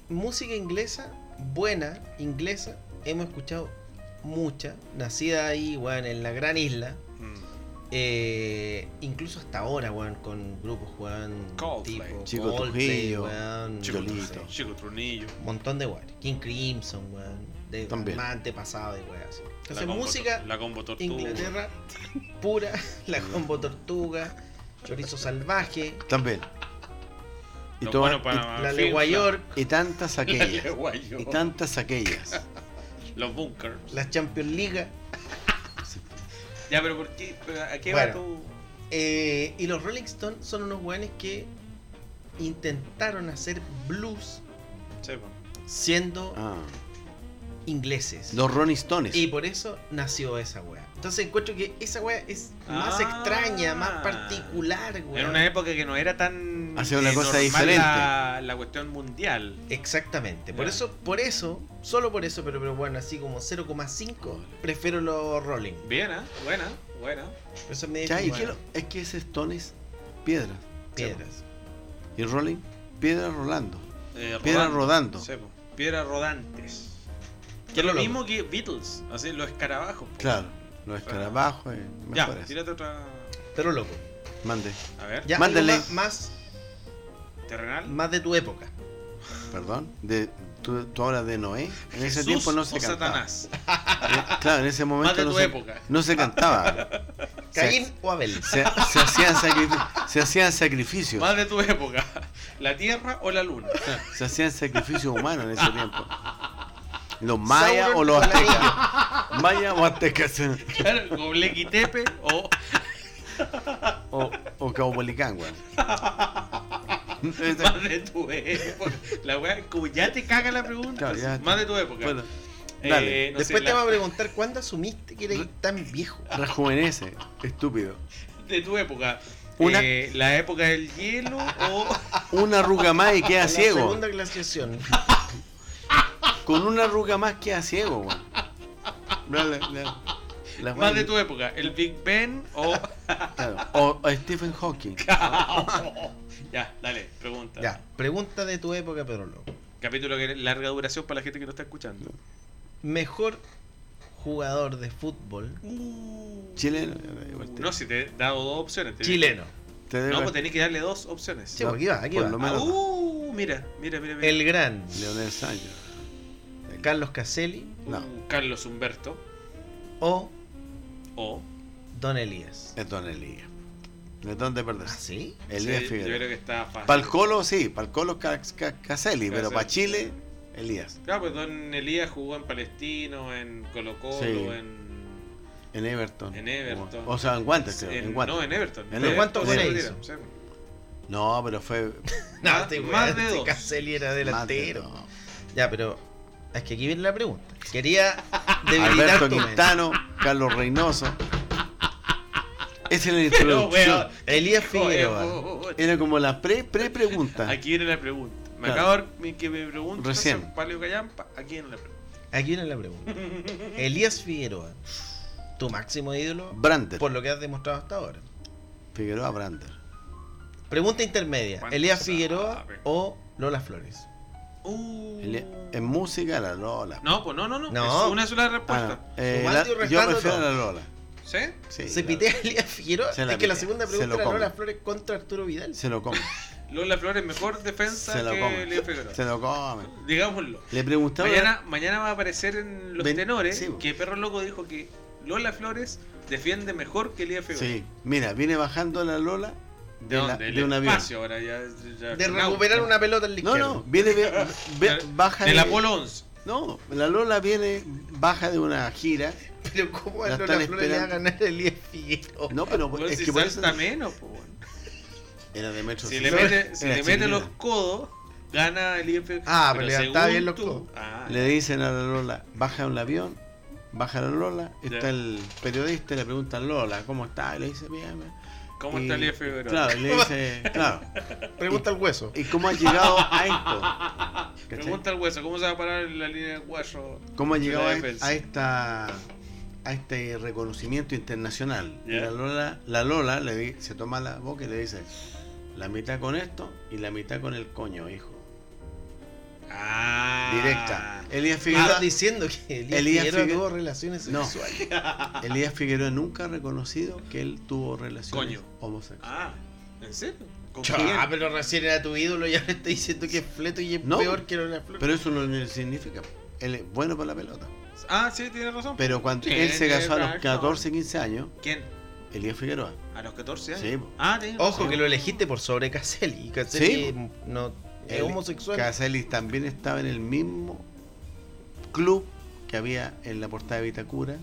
S4: música inglesa, buena inglesa, hemos escuchado mucha. Nacida ahí, weón, en la gran isla.
S3: Mm.
S4: Eh, incluso hasta ahora, weón, con grupos, weón,
S3: Coldplay.
S4: tipo
S2: Chico Trujillo,
S4: weón,
S3: Chico,
S4: no sé,
S2: Violito.
S3: Chico Trunillo.
S4: un montón de weón, King Crimson, weón, de
S2: También.
S4: más antepasado de weón. así.
S3: La
S4: Entonces,
S3: combo
S4: música
S3: tor- La combo tortuga.
S4: Inglaterra pura, la combo tortuga, chorizo salvaje,
S2: También. Y,
S3: Lo
S2: to-
S3: bueno
S2: y-
S3: para
S4: la
S3: Finfla,
S4: legua York,
S2: y tantas
S3: la
S2: aquellas.
S3: legua York,
S2: Y tantas aquellas.
S3: Los bunkers.
S4: la Champions League
S3: Ya, pero ¿por qué? Pero ¿A qué va
S4: Bueno.
S3: tu...?
S4: eh, y los Rolling Stones son unos weones que intentaron hacer blues
S3: Sí, po.
S4: siendo
S2: Ah,
S4: ingleses.
S2: Los Rolling Stones.
S4: Y por eso nació esa wea. Entonces encuentro que esa wea es más
S3: Ah.
S4: extraña, más particular, wea.
S3: Era una época que no era tan... eh,
S2: Hacía una cosa
S3: normal
S2: diferente.
S3: La, la cuestión mundial.
S4: Exactamente. Por
S3: Ya.
S4: eso, por eso, solo por eso, pero, pero bueno, así como 0,5, prefiero los Rolling.
S3: Bien, ¿ah? Buena, buena.
S4: Por Eso me
S2: Ya,
S4: deja
S2: y
S4: igual.
S2: que lo- es que ese Stones, piedras.
S4: piedras.
S2: Y Rolling, piedras rolando.
S3: Eh,
S2: Piedras rodando.
S3: Sí, po. Piedras rodantes. Que es lo
S4: Solo-
S3: mismo que Beatles. Así, los escarabajos. po.
S2: Claro, los escarabajos, eh,
S3: Ya,
S2: mejores.
S3: tírate otra...
S4: Pero loco.
S2: Mande,
S3: A ver,
S4: Ya,
S2: Mándale.
S4: algo Más, más,
S3: terrenal.
S4: más de tu época.
S2: perdón. De, tu, tu obra de Noé. En ese
S3: Jesús
S2: tiempo no
S3: o
S2: se cantaba. em-
S3: Satanás.
S2: Eh, Claro, en ese momento
S3: Más de
S2: no,
S3: tu
S2: se,
S3: época.
S2: no se cantaba. Se-
S4: Caín o Abel.
S2: Se, se hacían sacrifi- se hacían sacrificios.
S3: Más de tu época. ¿La Tierra o la Luna?
S2: Se hacían sacrificios humanos en ese tiempo. Los mayas o
S4: Sauron
S2: los
S4: con la
S2: aztecas.
S4: niña.
S2: Mayas o aztecas.
S3: Claro, Goblegui Tepe o
S2: O, o caupolicán, weón.
S3: más de tu época. La wea, como ya te caga la pregunta.
S2: Claro, ya
S3: así,
S2: está.
S3: más de tu época.
S2: Bueno,
S3: Eh,
S2: dale.
S3: no sé,
S4: Después te
S3: la-
S4: va a preguntar cuándo asumiste que eres tan viejo.
S2: rejuvenece, estúpido.
S3: de tu época.
S2: Una-
S3: Eh, la época del hielo o
S2: Una arruga más y queda
S4: La
S2: ciego.
S4: segunda glaciación.
S2: Con una arruga más queda ciego, weón. Dale, dale. La
S3: más
S2: Juan-
S3: de tu época. El Big Ben o.
S2: claro. O, o Stephen Hawking.
S3: ya, dale, pregunta.
S4: Ya, pregunta de tu época, pero loco.
S3: Capítulo que larga duración para la gente que no está escuchando.
S4: Mejor jugador de fútbol
S2: Chileno. eh, igual te-
S3: Uh. No, si te he dado dos opciones. te-
S4: chileno.
S2: te debo-
S3: No, pues tenés que darle dos opciones.
S4: Sí, aquí va, aquí
S2: por
S4: va.
S2: lo
S3: Ah,
S2: menos.
S3: uh, mira, mira, mira. mira.
S4: El gran
S2: Leonel Sánchez.
S4: Carlos Caselli
S2: No,
S3: Uh, Carlos Humberto
S4: o
S3: o.
S4: Don Elías.
S2: es Don Elías. ¿De dónde
S4: ¿Ah,
S2: perderse?
S4: sí?
S2: Elías
S3: Sí, Yo
S2: Figueroa.
S3: creo que está fácil.
S2: Para el Colo, sí, para el Colo Ca- Ca- Caselli, pero
S3: Caselli.
S2: para Chile, Elías.
S3: Claro, pues Don Elías jugó en Palestino, en Colo Colo,
S2: Sí.
S3: en.
S2: En Everton.
S3: En Everton.
S2: O sea, en Guantes, creo. En, Guantes.
S3: No, en Everton.
S2: En
S3: Pero
S4: Everton.
S3: se
S4: ¿Cuántos
S3: retira,
S4: goles
S3: sí.
S2: No, pero fue.
S3: Más-
S4: estoy
S3: más
S4: weando,
S3: de
S4: si
S3: dos.
S4: Caselli era
S2: más de-
S4: delantero.
S2: no.
S4: Ya, pero es que aquí viene la pregunta. Quería debilitar
S2: Alberto
S4: tu mente.
S2: Quintano, Carlos Reynoso. Esa era la
S3: Pero,
S2: introducción.
S3: weón.
S4: Elías
S3: oh,
S4: Figueroa.
S3: oh, oh,
S2: Era como la pre-pre-pregunta.
S3: Aquí viene la pregunta. Me
S2: Eh, Claro.
S3: acabo de que me preguntas.
S2: Recién.
S3: en Palio Callampa, aquí viene la pregunta.
S4: Aquí viene la pregunta. Elías Figueroa, tu máximo ídolo
S2: Brander.
S4: por lo que has demostrado hasta ahora.
S2: Figueroa Brander.
S4: Pregunta intermedia.
S3: ¿Cuánto
S4: Elías
S3: sabe?
S4: Figueroa o Lola Flores.
S3: Uh.
S2: Elías- En música, la Lola.
S3: No, pues no, no, no.
S4: No.
S3: Es una sola
S2: Ah, no.
S3: respuesta.
S2: Eh,
S4: Sumando
S2: la-
S4: y
S2: yo
S4: restando
S2: prefiero a
S4: todo.
S2: la Lola.
S3: ¿Sí?
S2: Sí,
S4: ¿Se
S2: la-
S4: pitea a Lía Figueroa?
S2: Se la
S4: es que la
S2: pitea,
S4: segunda
S2: se
S4: pregunta
S2: lo
S4: era
S2: come.
S4: Lola Flores contra Arturo Vidal.
S2: Se lo come.
S3: Lola Flores, mejor defensa
S2: se lo
S3: que
S2: come.
S3: Leo Figueroa.
S2: Se lo come.
S3: Digámoslo.
S2: Le preguntaba.
S3: Mañana, mañana va a aparecer en Los
S2: Ven-
S3: Tenores
S2: sí, pues. po.
S3: que Perro Loco dijo que Lola Flores defiende mejor que Lía Figueroa.
S2: Sí, mira, viene bajando la Lola de,
S3: ¿De,
S2: la-
S3: dónde?
S2: de
S3: Del
S2: un avión.
S3: espacio ahora ya- ya-
S4: De
S3: no,
S4: recuperar una pelota en la
S2: No,
S4: izquierda.
S2: no, viene, ve- ve- baja
S3: Del
S2: de-
S3: Apolo 11.
S2: No, la Lola viene, baja de una gira.
S4: Pero ¿cómo a
S2: La
S4: Lola
S2: están
S4: Flores le va a
S2: esperando.
S4: ganar a Elías
S3: Oh,
S4: Figueroa?
S2: No, pero
S3: Bueno,
S2: es
S3: si
S2: que por eso
S3: salta menos, po, bueno.
S2: era de metro.
S3: Si le
S2: cincuenta.
S3: mete, si
S2: Era
S3: le mete
S2: chiquitita.
S3: los codos, gana el IFE.
S4: Ah, pero le levantaba bien los codos.
S3: Ah,
S2: Le dicen a la Lola, baja un avión, baja la Lola, está
S3: Ya.
S2: el periodista y le preguntan Lola, ¿cómo está? Y le dice, bien, bien".
S3: ¿Cómo
S2: Y-
S3: está el IFE?
S2: Claro, y le dice, claro.
S4: Pregunta al hueso.
S2: ¿Y cómo ha llegado a esto? ¿Cachai?
S3: Pregunta al hueso, ¿cómo se va a parar en la línea de cuello?
S2: ¿Cómo ha llegado
S3: La
S2: a,
S3: defensa.
S2: a esta a este reconocimiento internacional? Y
S3: Ya.
S2: La Lola, la Lola le di- se toma la boca y le dice, la mitad con esto y la mitad con el coño, hijo.
S3: Ah.
S2: Directa. Elías Figueroa,
S4: Estaba diciendo que Elías,
S2: Elías
S4: Figueroa
S2: Figueroa-
S4: tuvo relaciones
S2: No.
S4: sexuales.
S2: Elías Figueroa nunca ha reconocido que él tuvo relaciones
S3: Coño.
S2: homosexuales.
S3: Ah, ¿en serio? ¿Con quién?
S4: Ah, pero recién era tu ídolo y ahora está diciendo que es fleto y es
S2: No.
S4: peor que Lola Flores.
S2: Pero eso no significa. Él es bueno para la pelota.
S3: Ah, sí, tiene razón.
S2: Pero cuando
S3: Tiene
S2: él se casó a los
S3: razón.
S2: 14, 15 años,
S3: ¿Quién?
S2: Elías Figueroa.
S3: ¿A los 14 años?
S2: Sí, po.
S3: Ah, tiene
S4: Ojo
S3: razón.
S4: que lo elegiste por sobre Caselli. Y Caselli
S2: Sí.
S4: no, es
S2: El-
S4: homosexual.
S2: Caselli también estaba en el mismo club que había en la portada de Vitacura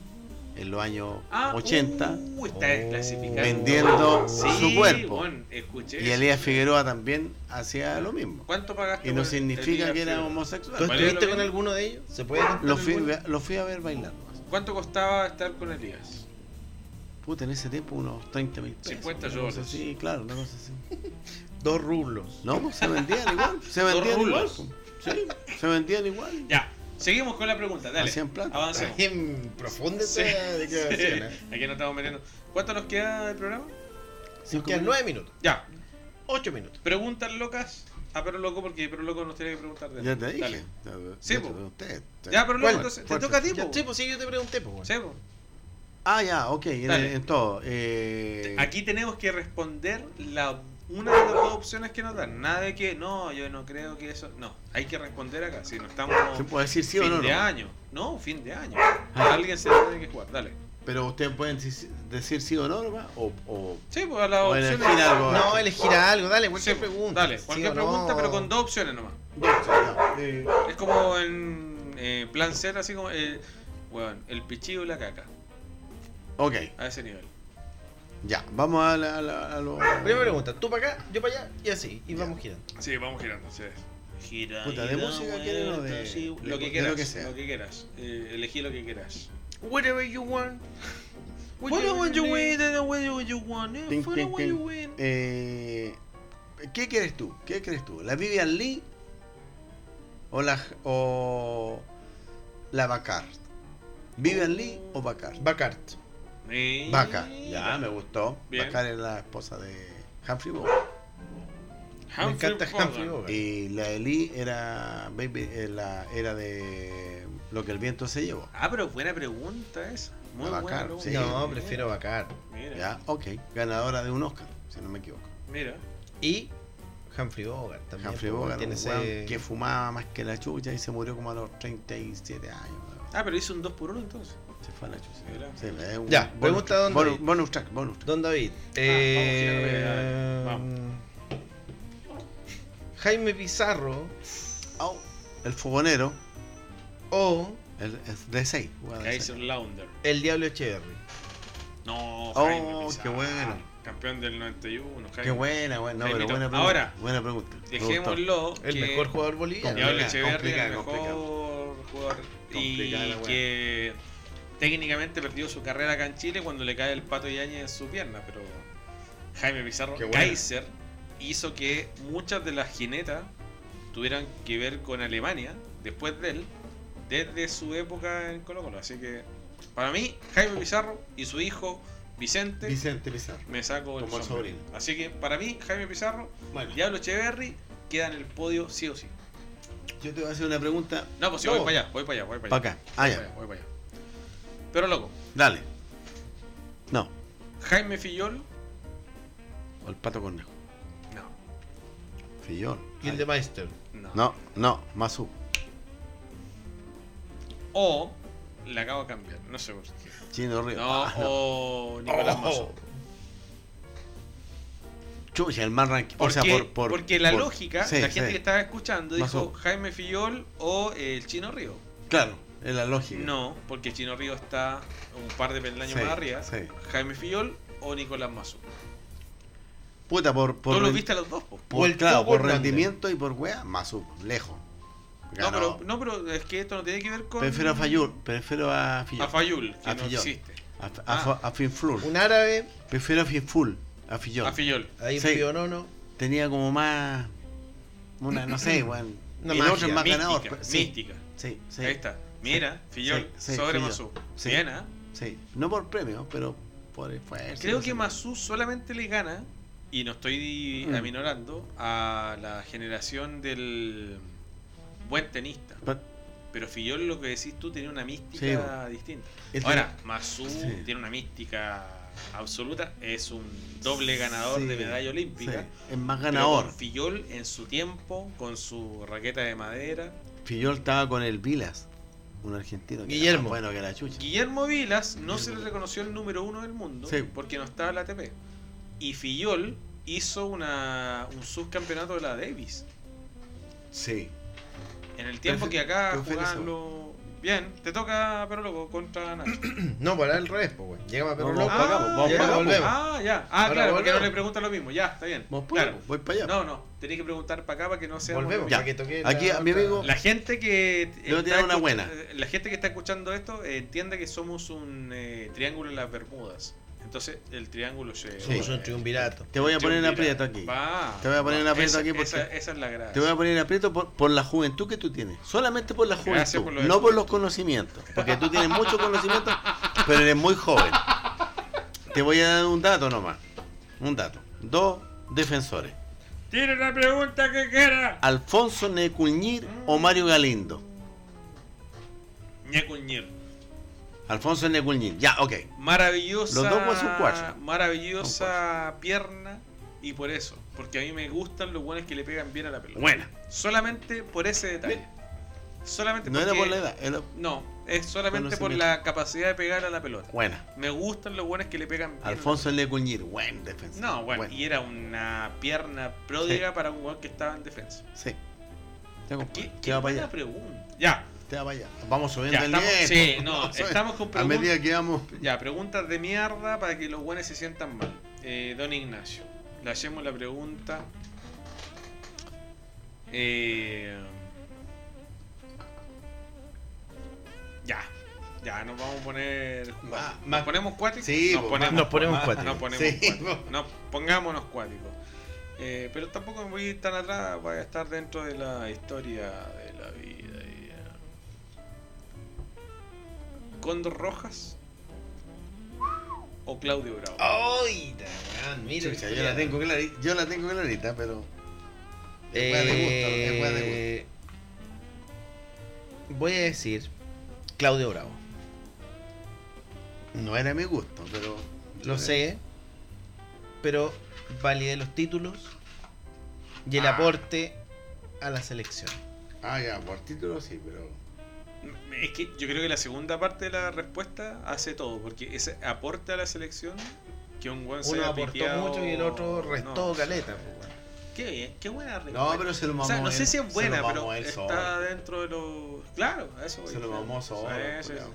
S2: en los años
S3: Ah,
S2: 80.
S3: Uh, está desclasificado.
S2: vendiendo
S3: Sí,
S2: su cuerpo.
S3: bueno, escuché.
S2: y Elías Figueroa también hacía lo mismo.
S3: ¿Cuánto pagaste?
S2: Y no
S3: por
S2: significa
S3: Elías
S2: que era
S3: Figueroa?
S4: ¿Tú
S2: homosexual.
S3: Vale,
S4: estuviste
S3: lo
S4: con
S3: mismo.
S4: alguno de ellos? ¿Se puede contar
S2: Lo fui,
S4: alguno?
S2: lo fui a ver bailando.
S3: ¿Cuánto costaba estar con Elías?
S2: Puta, en ese tiempo unos 30 mil pesos.
S3: 50
S2: una cosa
S3: dólares.
S2: así, claro, una cosa así.
S4: Dos rublos.
S2: No, pues se vendían igual. Se
S3: Dos
S2: vendían igual.
S3: rulos.
S2: pues. Sí, se vendían igual.
S3: Ya, seguimos con la pregunta, dale.
S2: Hacían plata.
S3: Avancemos.
S4: En profunda
S3: Sí.
S4: esa declaración. ¿eh?
S3: Aquí no estamos metiendo. ¿Cuánto nos queda del programa?
S2: Cinco
S4: Quedan
S2: mil-
S4: nueve minutos,
S3: Ya,
S4: ocho minutos.
S3: preguntas locas a Pero Loco porque Pero Loco nos tiene que preguntar de
S2: Ya te dije.
S3: Dale.
S2: Ya-
S3: Sí,
S2: ya
S3: po.
S2: te pregunté.
S3: Ya, pues. Pero Loco,
S4: ¿Cuál?
S3: entonces te
S2: Fuerte.
S3: toca a ti,
S4: Ya,
S3: po.
S4: sí, pues sí, yo te pregunté, pues. bueno.
S3: Sí, po.
S2: Ah, ya, ok, en,
S3: Dale.
S2: en todo. Eh,
S3: Aquí tenemos que responder la una de las dos opciones que nos dan. Nada de que no, yo no creo que eso. No, hay que responder acá. Si no estamos.
S2: ¿Se puede decir sí
S3: fin
S2: o no?
S3: de
S2: no? Ah.
S3: año. No, fin de año. Alguien se la tiene que jugar. Dale.
S2: Pero ustedes pueden dec- decir sí o no, nomás, o, o
S3: Sí, pues a las
S2: O
S3: opciones.
S2: elegir algo.
S4: No, elegir algo, dale, cualquier
S3: Sí, pues,
S4: pregunta.
S3: Dale,
S4: sí
S3: cualquier
S4: o no.
S3: pregunta, pero con dos opciones nomás.
S2: Eh,
S3: Es como en eh, plan ser así como eh, weón, el pichillo y la caca,
S2: Ok,
S3: a ese nivel.
S2: ya, vamos a, la, a, la- a lo.
S4: Primera pregunta, tú para acá, yo para allá y así, y vamos girando.
S3: Sí, vamos girando, sí. Gira.
S2: Puta, ¿de música quieren o de- de-
S3: lo que
S2: de lo
S3: quieras, lo
S2: que
S3: que,
S2: sea?
S3: quieras. Eh, elegí lo que quieras.
S4: Whatever you want.
S3: Follow what you win, and whatever you want, eh,
S2: Ting,
S3: follow
S2: ting,
S3: what
S2: ting.
S3: you win.
S2: Eh, ¿Qué crees tú? ¿Qué crees tú? ¿La Vivian Lee o la, o la Bacard? ¿Vivian Lee o Bacard?
S4: Bacart.
S3: Eh,
S2: Bacard, ya me gustó.
S3: Bien.
S2: Bacard es la esposa de Humphrey Bogart.
S4: Me
S3: Humphrey
S4: encanta
S3: Bogart.
S4: Humphrey Bogart.
S2: Y la de Lee era, baby, eh, la, era de lo que el viento se llevó.
S3: Ah, pero buena pregunta esa. Muy
S2: La
S3: buena
S2: Bacard,
S3: pregunta.
S2: sí.
S4: No, prefiero Bacart.
S3: Mira,
S2: Ya, ok. Ganadora de un Oscar, si no me equivoco.
S3: mira.
S4: Y Humphrey Bogart también.
S2: Humphrey
S4: porque
S2: Bogart,
S4: tiene
S2: un
S4: ese-
S2: weón que fumaba más que la chucha y se murió como a los 37 años. weón.
S3: Ah, pero hizo un 2 por 1 entonces.
S2: Se fue a la chucha.
S3: Mira.
S2: Sí, es un
S4: Ya,
S2: bonus
S4: pregunta
S2: track,
S4: dónde
S2: Bonus,
S4: vi.
S2: bonus track, bonus track.
S4: Don David.
S3: Ah,
S4: eh,
S3: vamos,
S4: Jaime Pizarro
S2: Au, el fogonero,
S4: o
S2: el, el de 6.
S3: Kaiser Launder.
S4: el Diablo Echeverry.
S3: No,
S2: Oh,
S3: Jaime Pizarro,
S2: qué bueno.
S3: Campeón del 91, Jaime.
S2: Qué buena, buena, no, pero
S3: Jaimito.
S2: buena pregunta.
S3: Ahora,
S2: buena pregunta. me gustó.
S3: Dejémoslo.
S4: El
S3: que
S4: mejor jugador boliviano.
S3: Diablo
S2: Complicado,
S3: Echeverri era el
S2: complicado,
S3: mejor jugador. Y
S2: Complicada la wea.
S3: que técnicamente perdió su carrera acá en Chile cuando le cae el pato Yañez en su pierna. Pero Jaime Pizarro,
S4: Qué buena.
S3: Kaiser, hizo que muchas de las jinetas tuvieran que ver con Alemania después de él, desde su época en Colo Colo. Así que para mí, Jaime Pizarro y su hijo Vicente,
S2: Vicente Pizarro.
S3: me saco el,
S2: Como el
S3: sombrero.
S2: sobrino.
S3: Así que para mí, Jaime Pizarro,
S2: Bueno,
S3: Diablo Echeverry queda en el podio sí o sí.
S2: yo te voy a hacer una pregunta
S3: No, pues sí,
S2: No.
S3: voy para allá, voy para allá, voy para
S2: para
S3: allá.
S2: acá. Ah,
S3: Voy para
S2: ya,
S3: allá, voy para allá. Pero loco,
S2: dale.
S3: Jaime Fillol.
S2: O el pato cornejo.
S3: No,
S2: Fillón.
S4: Gildemeister.
S3: no.
S2: No, no, Masu.
S3: O la acabo de cambiar, no sé por qué.
S2: Chino Río.
S3: No,
S2: Ah,
S3: o Nicolás
S4: Oh.
S3: Mazo.
S2: Chucha, el más ranking.
S3: Porque,
S2: o sea, por, por-
S3: porque la
S2: por-
S3: lógica,
S2: sí,
S3: la gente
S2: sí.
S3: que estaba escuchando dijo
S2: Mazo.
S3: Jaime Fillol o eh, el Chino Río.
S2: Claro, es la lógica.
S3: No, porque el Chino Río está un par de peldaños
S2: Sí,
S3: más arriba.
S2: sí.
S3: Jaime Fillol o Nicolás Mazo.
S2: Puta, por. por
S3: Tú los
S2: ren-
S3: viste a los dos, po.
S4: O
S2: Por,
S4: el
S2: claro,
S4: Topo
S2: por
S4: Hernández.
S2: rendimiento y por wea, Masu, lejos.
S3: No
S2: Ganó.
S3: pero, no, pero es que esto no tiene que ver con.
S2: Prefiero a Fayul, prefiero a Fillón.
S3: A Ah. Fayul, que
S2: A
S3: no
S2: Fillol.
S3: existe.
S2: A, a, Fa- a Finflur.
S4: Un árabe,
S2: Prefiero a Finful, a Fillón.
S3: A Fillol.
S4: ahí
S2: Sí.
S4: Pío Nono.
S2: Tenía como más. Una, no sé, weón.
S4: Una
S2: el
S4: magia,
S2: otro es más
S3: mística,
S2: ganador. pero- sí,
S3: mística.
S2: Sí, sí.
S3: pues, Ahí está. Mira, Fillol,
S2: sí, sí,
S3: sobre
S2: Fillol.
S3: Masu.
S2: Sí.
S3: Bien, ¿ah?
S2: Sí, no por premios, pero por esfuerzo.
S3: Creo
S2: no
S3: que
S2: sé.
S3: Masu solamente le gana, y no estoy
S2: Mm.
S3: aminorando, a la generación del buen tenista.
S2: Pa-
S3: Pero Fillol, lo que decís tú, tiene una mística distinta.
S2: es
S3: Ahora, Masu
S2: Sí.
S3: tiene una mística absoluta. Es un doble ganador
S2: Sí,
S3: de medalla
S2: sí,
S3: olímpica.
S2: es más
S3: pero
S2: ganador.
S3: con Fillol en su tiempo, con su raqueta de madera.
S2: Fillol estaba con el Vilas, un argentino que
S4: Guillermo.
S2: era más bueno que la chucha.
S3: Guillermo Vilas no se le reconoció el número uno del mundo
S2: Sí.
S3: porque no estaba en la ATP. Y Fillol hizo una, un subcampeonato de la Davis.
S2: Sí.
S3: En el tiempo
S2: Perfe-
S3: que acá
S2: perfecto.
S3: jugaban los- Bien, te toca pero loco contra Nacho.
S4: No, para el revés, pues, güey. Llegamos a Perro
S2: No,
S4: Loco.
S2: vamos pa' acá, pues, vamos
S4: ya,
S2: pa' acá, pues.
S4: volvemos.
S3: Ah, ya. Ah, claro,
S4: Ahora
S3: porque no
S4: volvemos.
S3: le preguntan lo mismo. Ya, está bien.
S2: Vos, pues,
S3: Claro.
S2: Voy para allá.
S3: No, no, tenés que preguntar para acá para que no sea.
S4: Volvemos,
S2: Ya.
S4: para que toque la
S2: Aquí a mi
S4: otra-
S2: amigo-
S3: La gente que
S2: Debo
S3: está
S2: tirar una
S3: escuch-
S2: buena.
S3: La gente que está escuchando esto eh, entiende que somos un eh, triángulo en las Bermudas. Entonces el triángulo se.
S2: Sí.
S4: Somos un triunvirato.
S2: Te voy a poner en
S3: Triunvirato.
S2: aprieto aquí.
S3: Va,
S2: Te voy a poner en
S3: va.
S2: aprieto
S3: Esa-
S2: aquí porque-
S3: Esa, esa es la gracia.
S2: Te voy a poner en aprieto por, por la juventud que tú tienes. Solamente por la
S3: Gracias
S2: juventud,
S3: por lo de
S2: no por
S3: juventud.
S2: los conocimientos. Porque tú tienes mucho conocimiento, pero eres muy joven. Te voy a dar un dato nomás. Un dato. Dos defensores.
S3: Tire la pregunta que quiera.
S2: Alfonso Necuñir o Mario Galindo.
S3: Ñecuñir.
S2: Alfonso Necuñir. Ya, ok.
S3: Maravillosa.
S2: Los dos son cuatro.
S3: Maravillosa pierna. Y por eso. Porque a mí me gustan los buenos que le pegan bien a la pelota.
S2: Buena.
S3: Solamente por ese detalle. Solamente
S2: No era
S3: porque-
S2: por la edad, era
S3: No, es solamente por
S2: Conocimiento.
S3: la capacidad de pegar a la pelota.
S2: buena.
S3: Me gustan los buenos que le pegan bien. a la
S2: Alfonso Lecuñir, buen
S3: pelota.
S2: defensor.
S3: No, bueno,
S2: Buen.
S3: y era una pierna pródiga para un jugador que estaba en defensa.
S2: Sí. Te, compadre.
S3: ¿Qué,
S2: Te
S3: qué
S2: va para
S3: buena
S2: allá.
S3: pregunta? Ya,
S2: Te va para allá. Vamos subiendo
S3: ya
S2: el
S3: estamos,
S2: nivel.
S3: sí, no,
S2: Vamos subiendo.
S3: estamos con
S2: A
S3: preguntas.
S2: medida que vamos.
S3: Ya, preguntas de mierda para que los buenos se sientan mal. Eh, don Ignacio, le hacemos la pregunta. Eh, ya, ya, nos vamos a poner.
S2: Ah,
S3: ¿Nos
S2: más-
S3: ponemos cuáticos?
S2: Sí,
S3: nos
S2: po,
S3: ponemos,
S2: más- más-
S3: Nos ponemos
S2: Sí,
S3: cuáticos.
S2: po.
S3: No, pongámonos cuáticos. Eh, pero tampoco me voy a ir tan atrás, voy a estar dentro de la historia de la vida. y, eh. ¿Cóndor Rojas o Claudio
S2: Ah,
S3: Bravo?
S4: ¡Ay, ta, weón! Mira,
S2: Chucha, yo la tengo clarita, yo la tengo clarita, pero es weá de gusto, es weá de
S4: Eh, Voy a decir Claudio Bravo.
S2: gusto. No era mi gusto, pero
S4: Lo sé, pero validé los títulos y el
S2: Ah.
S4: aporte a la selección.
S2: Ah, ya, por título sí, pero
S3: Es que yo creo que la segunda parte de la respuesta hace todo, porque ese aporte a la selección que un buen se
S4: Uno
S3: haya
S4: aportó
S3: piteado-
S4: mucho y el otro
S3: no.
S4: restó caleta. pues, weón.
S3: Qué bien, qué buena
S2: No,
S3: respuesta.
S2: pero se lo mamó
S3: O sea, no sé
S2: él,
S3: si es buena,
S2: se lo mamó
S3: pero
S2: él
S3: está
S2: solo.
S3: dentro de los. Claro, a eso voy.
S2: Se lo mamó
S3: Sí,
S2: solo,
S3: sí,
S2: culiao.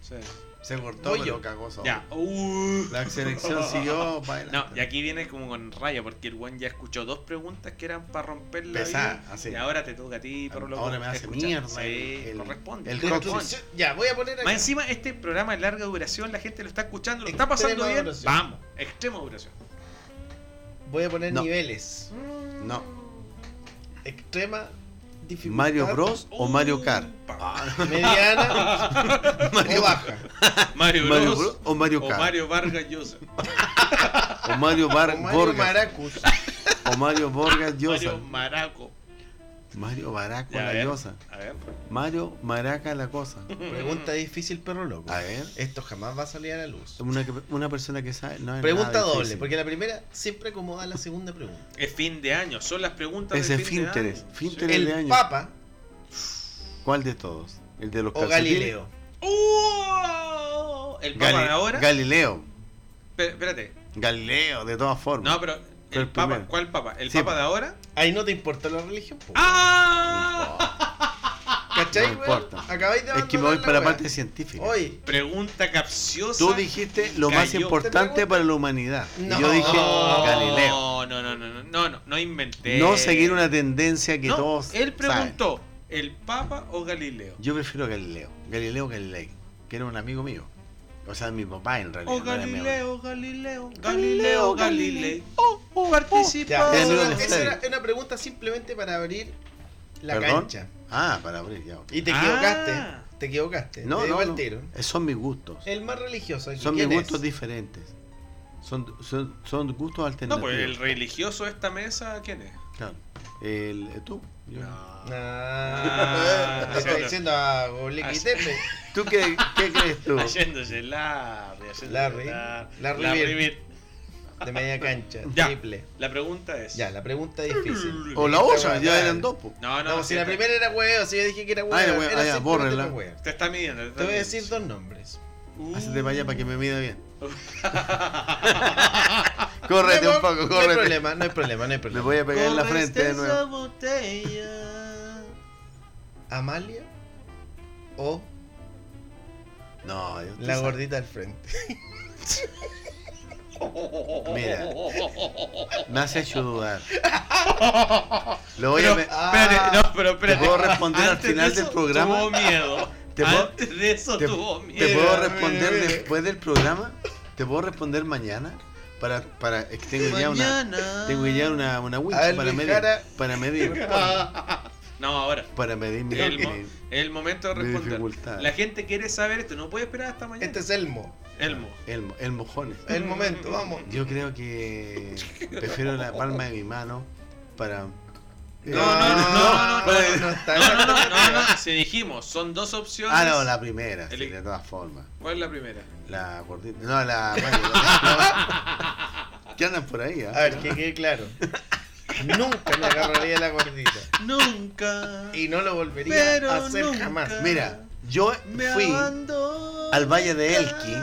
S3: sí. Sí.
S2: Se cortó,
S4: Voy
S2: pero
S4: yo.
S2: cagó solo.
S3: Ya. Uh.
S2: La selección siguió para
S3: No,
S2: adelante.
S3: y aquí viene como con raya, porque el buen ya escuchó dos preguntas que eran para romper la
S2: Pesá,
S3: vida,
S2: así.
S3: Y ahora te toca a ti, por lo
S2: Ahora me hace mierda
S3: Sí,
S2: el- el-
S3: corresponde.
S2: el
S3: corresponde.
S2: coxis.
S4: Ya, voy a poner acá.
S3: Más encima, este programa de larga duración, la gente lo está escuchando, lo está
S4: Extrema
S3: pasando bien.
S4: duración.
S3: Vamos, extrema duración.
S4: Voy a poner
S2: No.
S4: niveles.
S2: No.
S4: Extrema dificultad.
S2: Mario Bros o Mario Kart.
S3: pa.
S4: Ah. Mediana o baja.
S3: Mario Bros.
S2: Mario Bros o Mario
S3: o
S2: Kart.
S3: Mario Vargas Llosa.
S2: O Mario Bar
S4: O Mario
S2: Borgas.
S4: Maracus.
S2: O Mario Borgas Llosa.
S3: Mario Maraco.
S2: Mario Baraco
S3: Ya, a
S2: la
S3: ver.
S2: diosa.
S3: A ver.
S2: Mario Maraca la cosa.
S4: Pregunta difícil, perro loco.
S2: Mm. A ver.
S4: Esto jamás va a salir a la luz.
S2: Una, que- una persona que sabe. No es
S4: Pregunta
S2: nada
S4: doble,
S2: difícil.
S4: porque la primera siempre acomoda la segunda pregunta.
S3: Es fin de año. Son las preguntas
S2: Ese
S3: de
S2: es
S3: fin de
S2: Finteres.
S3: año.
S2: Finteres de
S4: El
S2: año.
S4: Papa
S2: ¿Cuál de todos? ¿El de los
S4: o
S2: calcetines?
S4: Galileo.
S3: ¡Oh! El Papa
S2: Gali-
S3: de ahora.
S2: Galileo.
S3: Pe- espérate.
S2: Galileo, de todas formas.
S3: No, pero.
S2: Pero
S3: El
S2: el
S3: papa,
S2: primero.
S3: ¿Cuál papa? ¿El
S2: Sí,
S3: papa
S2: po.
S3: de ahora?
S4: Ahí no te importa la religión, po.
S3: ¡Ah!
S4: ¿Cachai,
S2: ah. no
S4: weón?
S2: importa.
S4: Acabáis de
S2: es que me
S4: abandonar
S2: voy
S4: la
S2: para la
S4: weá.
S2: parte científica.
S4: Oye,
S3: Pregunta capciosa.
S2: Tú dijiste lo más
S3: Cayó.
S2: importante para la humanidad. Y
S4: No.
S2: yo dije
S3: No,
S2: Galileo.
S3: No, no, no, no, no, no, no inventé.
S2: No seguir una tendencia que
S3: No,
S2: todos.
S3: Él
S2: saben.
S3: preguntó, ¿el Papa o Galileo?
S2: Yo prefiero Galileo. Galileo Galilei, que era un amigo mío. O sea, mi papá en realidad.
S3: O
S2: no era mi abuelo.
S3: Oh, Galileo, Galileo, Galileo, Galileo.
S2: Oh, oh,
S4: ya,
S3: Participa.
S2: Ya,
S4: esa,
S2: no,
S4: era,
S2: no,
S4: esa
S2: está bien.
S4: era una pregunta simplemente para abrir la
S2: ¿Perdón?
S4: cancha.
S2: Ah, para abrir, ya. ok.
S4: Y te
S3: Ah.
S4: equivocaste, te equivocaste.
S2: No,
S4: te
S2: no, no.
S4: digo el tiro.
S2: Eh, Son mis gustos.
S4: El más religioso aquí,
S2: Son mis
S4: ¿quién
S2: gustos
S4: es?
S2: diferentes. Son, son, son gustos
S3: No,
S2: alternativos.
S3: pues el religioso de esta mesa, ¿quién es?
S2: Claro. El, eh, tú. yo.
S4: Ah,
S3: Ah,
S4: le está
S3: sí, no.
S4: diciendo a Gobliquitepe.
S2: ¿Tú qué, qué crees tú?
S3: Haciéndose Larry,
S4: Larry,
S3: haciéndose Larry.
S4: Larry
S3: Larry
S4: Bird.
S3: Bird.
S4: De media cancha,
S3: Ya.
S4: triple.
S3: La pregunta es.
S4: Ya, la pregunta
S3: Mm.
S4: difícil.
S2: O la otra, ya eran dos. pues. po.
S3: No, no,
S4: No, si la
S3: te-
S4: primera era huevo, si yo dije que era huevo,
S2: Ah, era
S4: era,
S2: huevo, ah, ya,
S4: simplemente
S2: bórrenla.
S4: una hueá.
S3: Te está midiendo. Uh,
S4: Te voy a decir dos nombres.
S2: Hacete para allá para que me mida bien. córrete
S4: No,
S2: un poco,
S4: No hay
S2: córrete.
S4: problema, no hay problema, no hay
S2: Le
S4: problema.
S2: voy a pegar en este la frente de
S4: esa
S2: nuevo.
S4: botella. ¿Amalia o
S2: No, Dios te
S4: la
S2: sabe.
S4: gordita al frente?
S2: Mira. Me has hecho dudar. Lo voy a
S3: Pero,
S2: me-
S5: Ah,
S4: Ah.
S3: espérate, no, pero espérate.
S2: ¿Te puedo responder al
S3: Antes de
S2: final
S3: eso
S2: del programa?
S3: Tuvo miedo.
S2: ¿Te puedo-
S3: Antes de eso
S2: te-
S3: tuvo
S2: ¿Te
S3: miedo.
S2: puedo
S4: mira,
S2: responder
S4: mira.
S2: después del programa? ¿Te puedo responder mañana? Para, para, es que tengo ya una, tengo ya una, una winch
S4: A ver,
S2: para
S4: Luis
S2: medir,
S4: Jara.
S2: para medir,
S3: No, ahora.
S2: para medir mi,
S3: El, mo-
S2: mi-
S3: el momento de
S2: mi
S3: responder.
S2: dificultad.
S3: La gente quiere saber esto, no puede esperar hasta mañana.
S4: Este es Elmo.
S3: Elmo.
S2: El, mo- el mojones.
S4: El momento, vamos.
S2: Yo creo que prefiero la palma de mi mano para. eh,
S4: No,
S3: no, no, no, no,
S4: no, no, está
S3: No, no, no, no, no. Si dijimos, son dos opciones.
S2: Ah, no, la primera, sí,
S3: El-
S2: de todas formas.
S3: ¿Cuál es la primera?
S2: La gordita. No, la. la- ¿Qué andan por ahí? ah?
S4: A ver, que quede claro. Nunca me agarraría la gordita.
S3: Nunca.
S4: Y no lo volvería
S3: Pero
S4: a hacer
S3: nunca.
S4: jamás.
S2: Mira, yo fui al Valle de Elqui.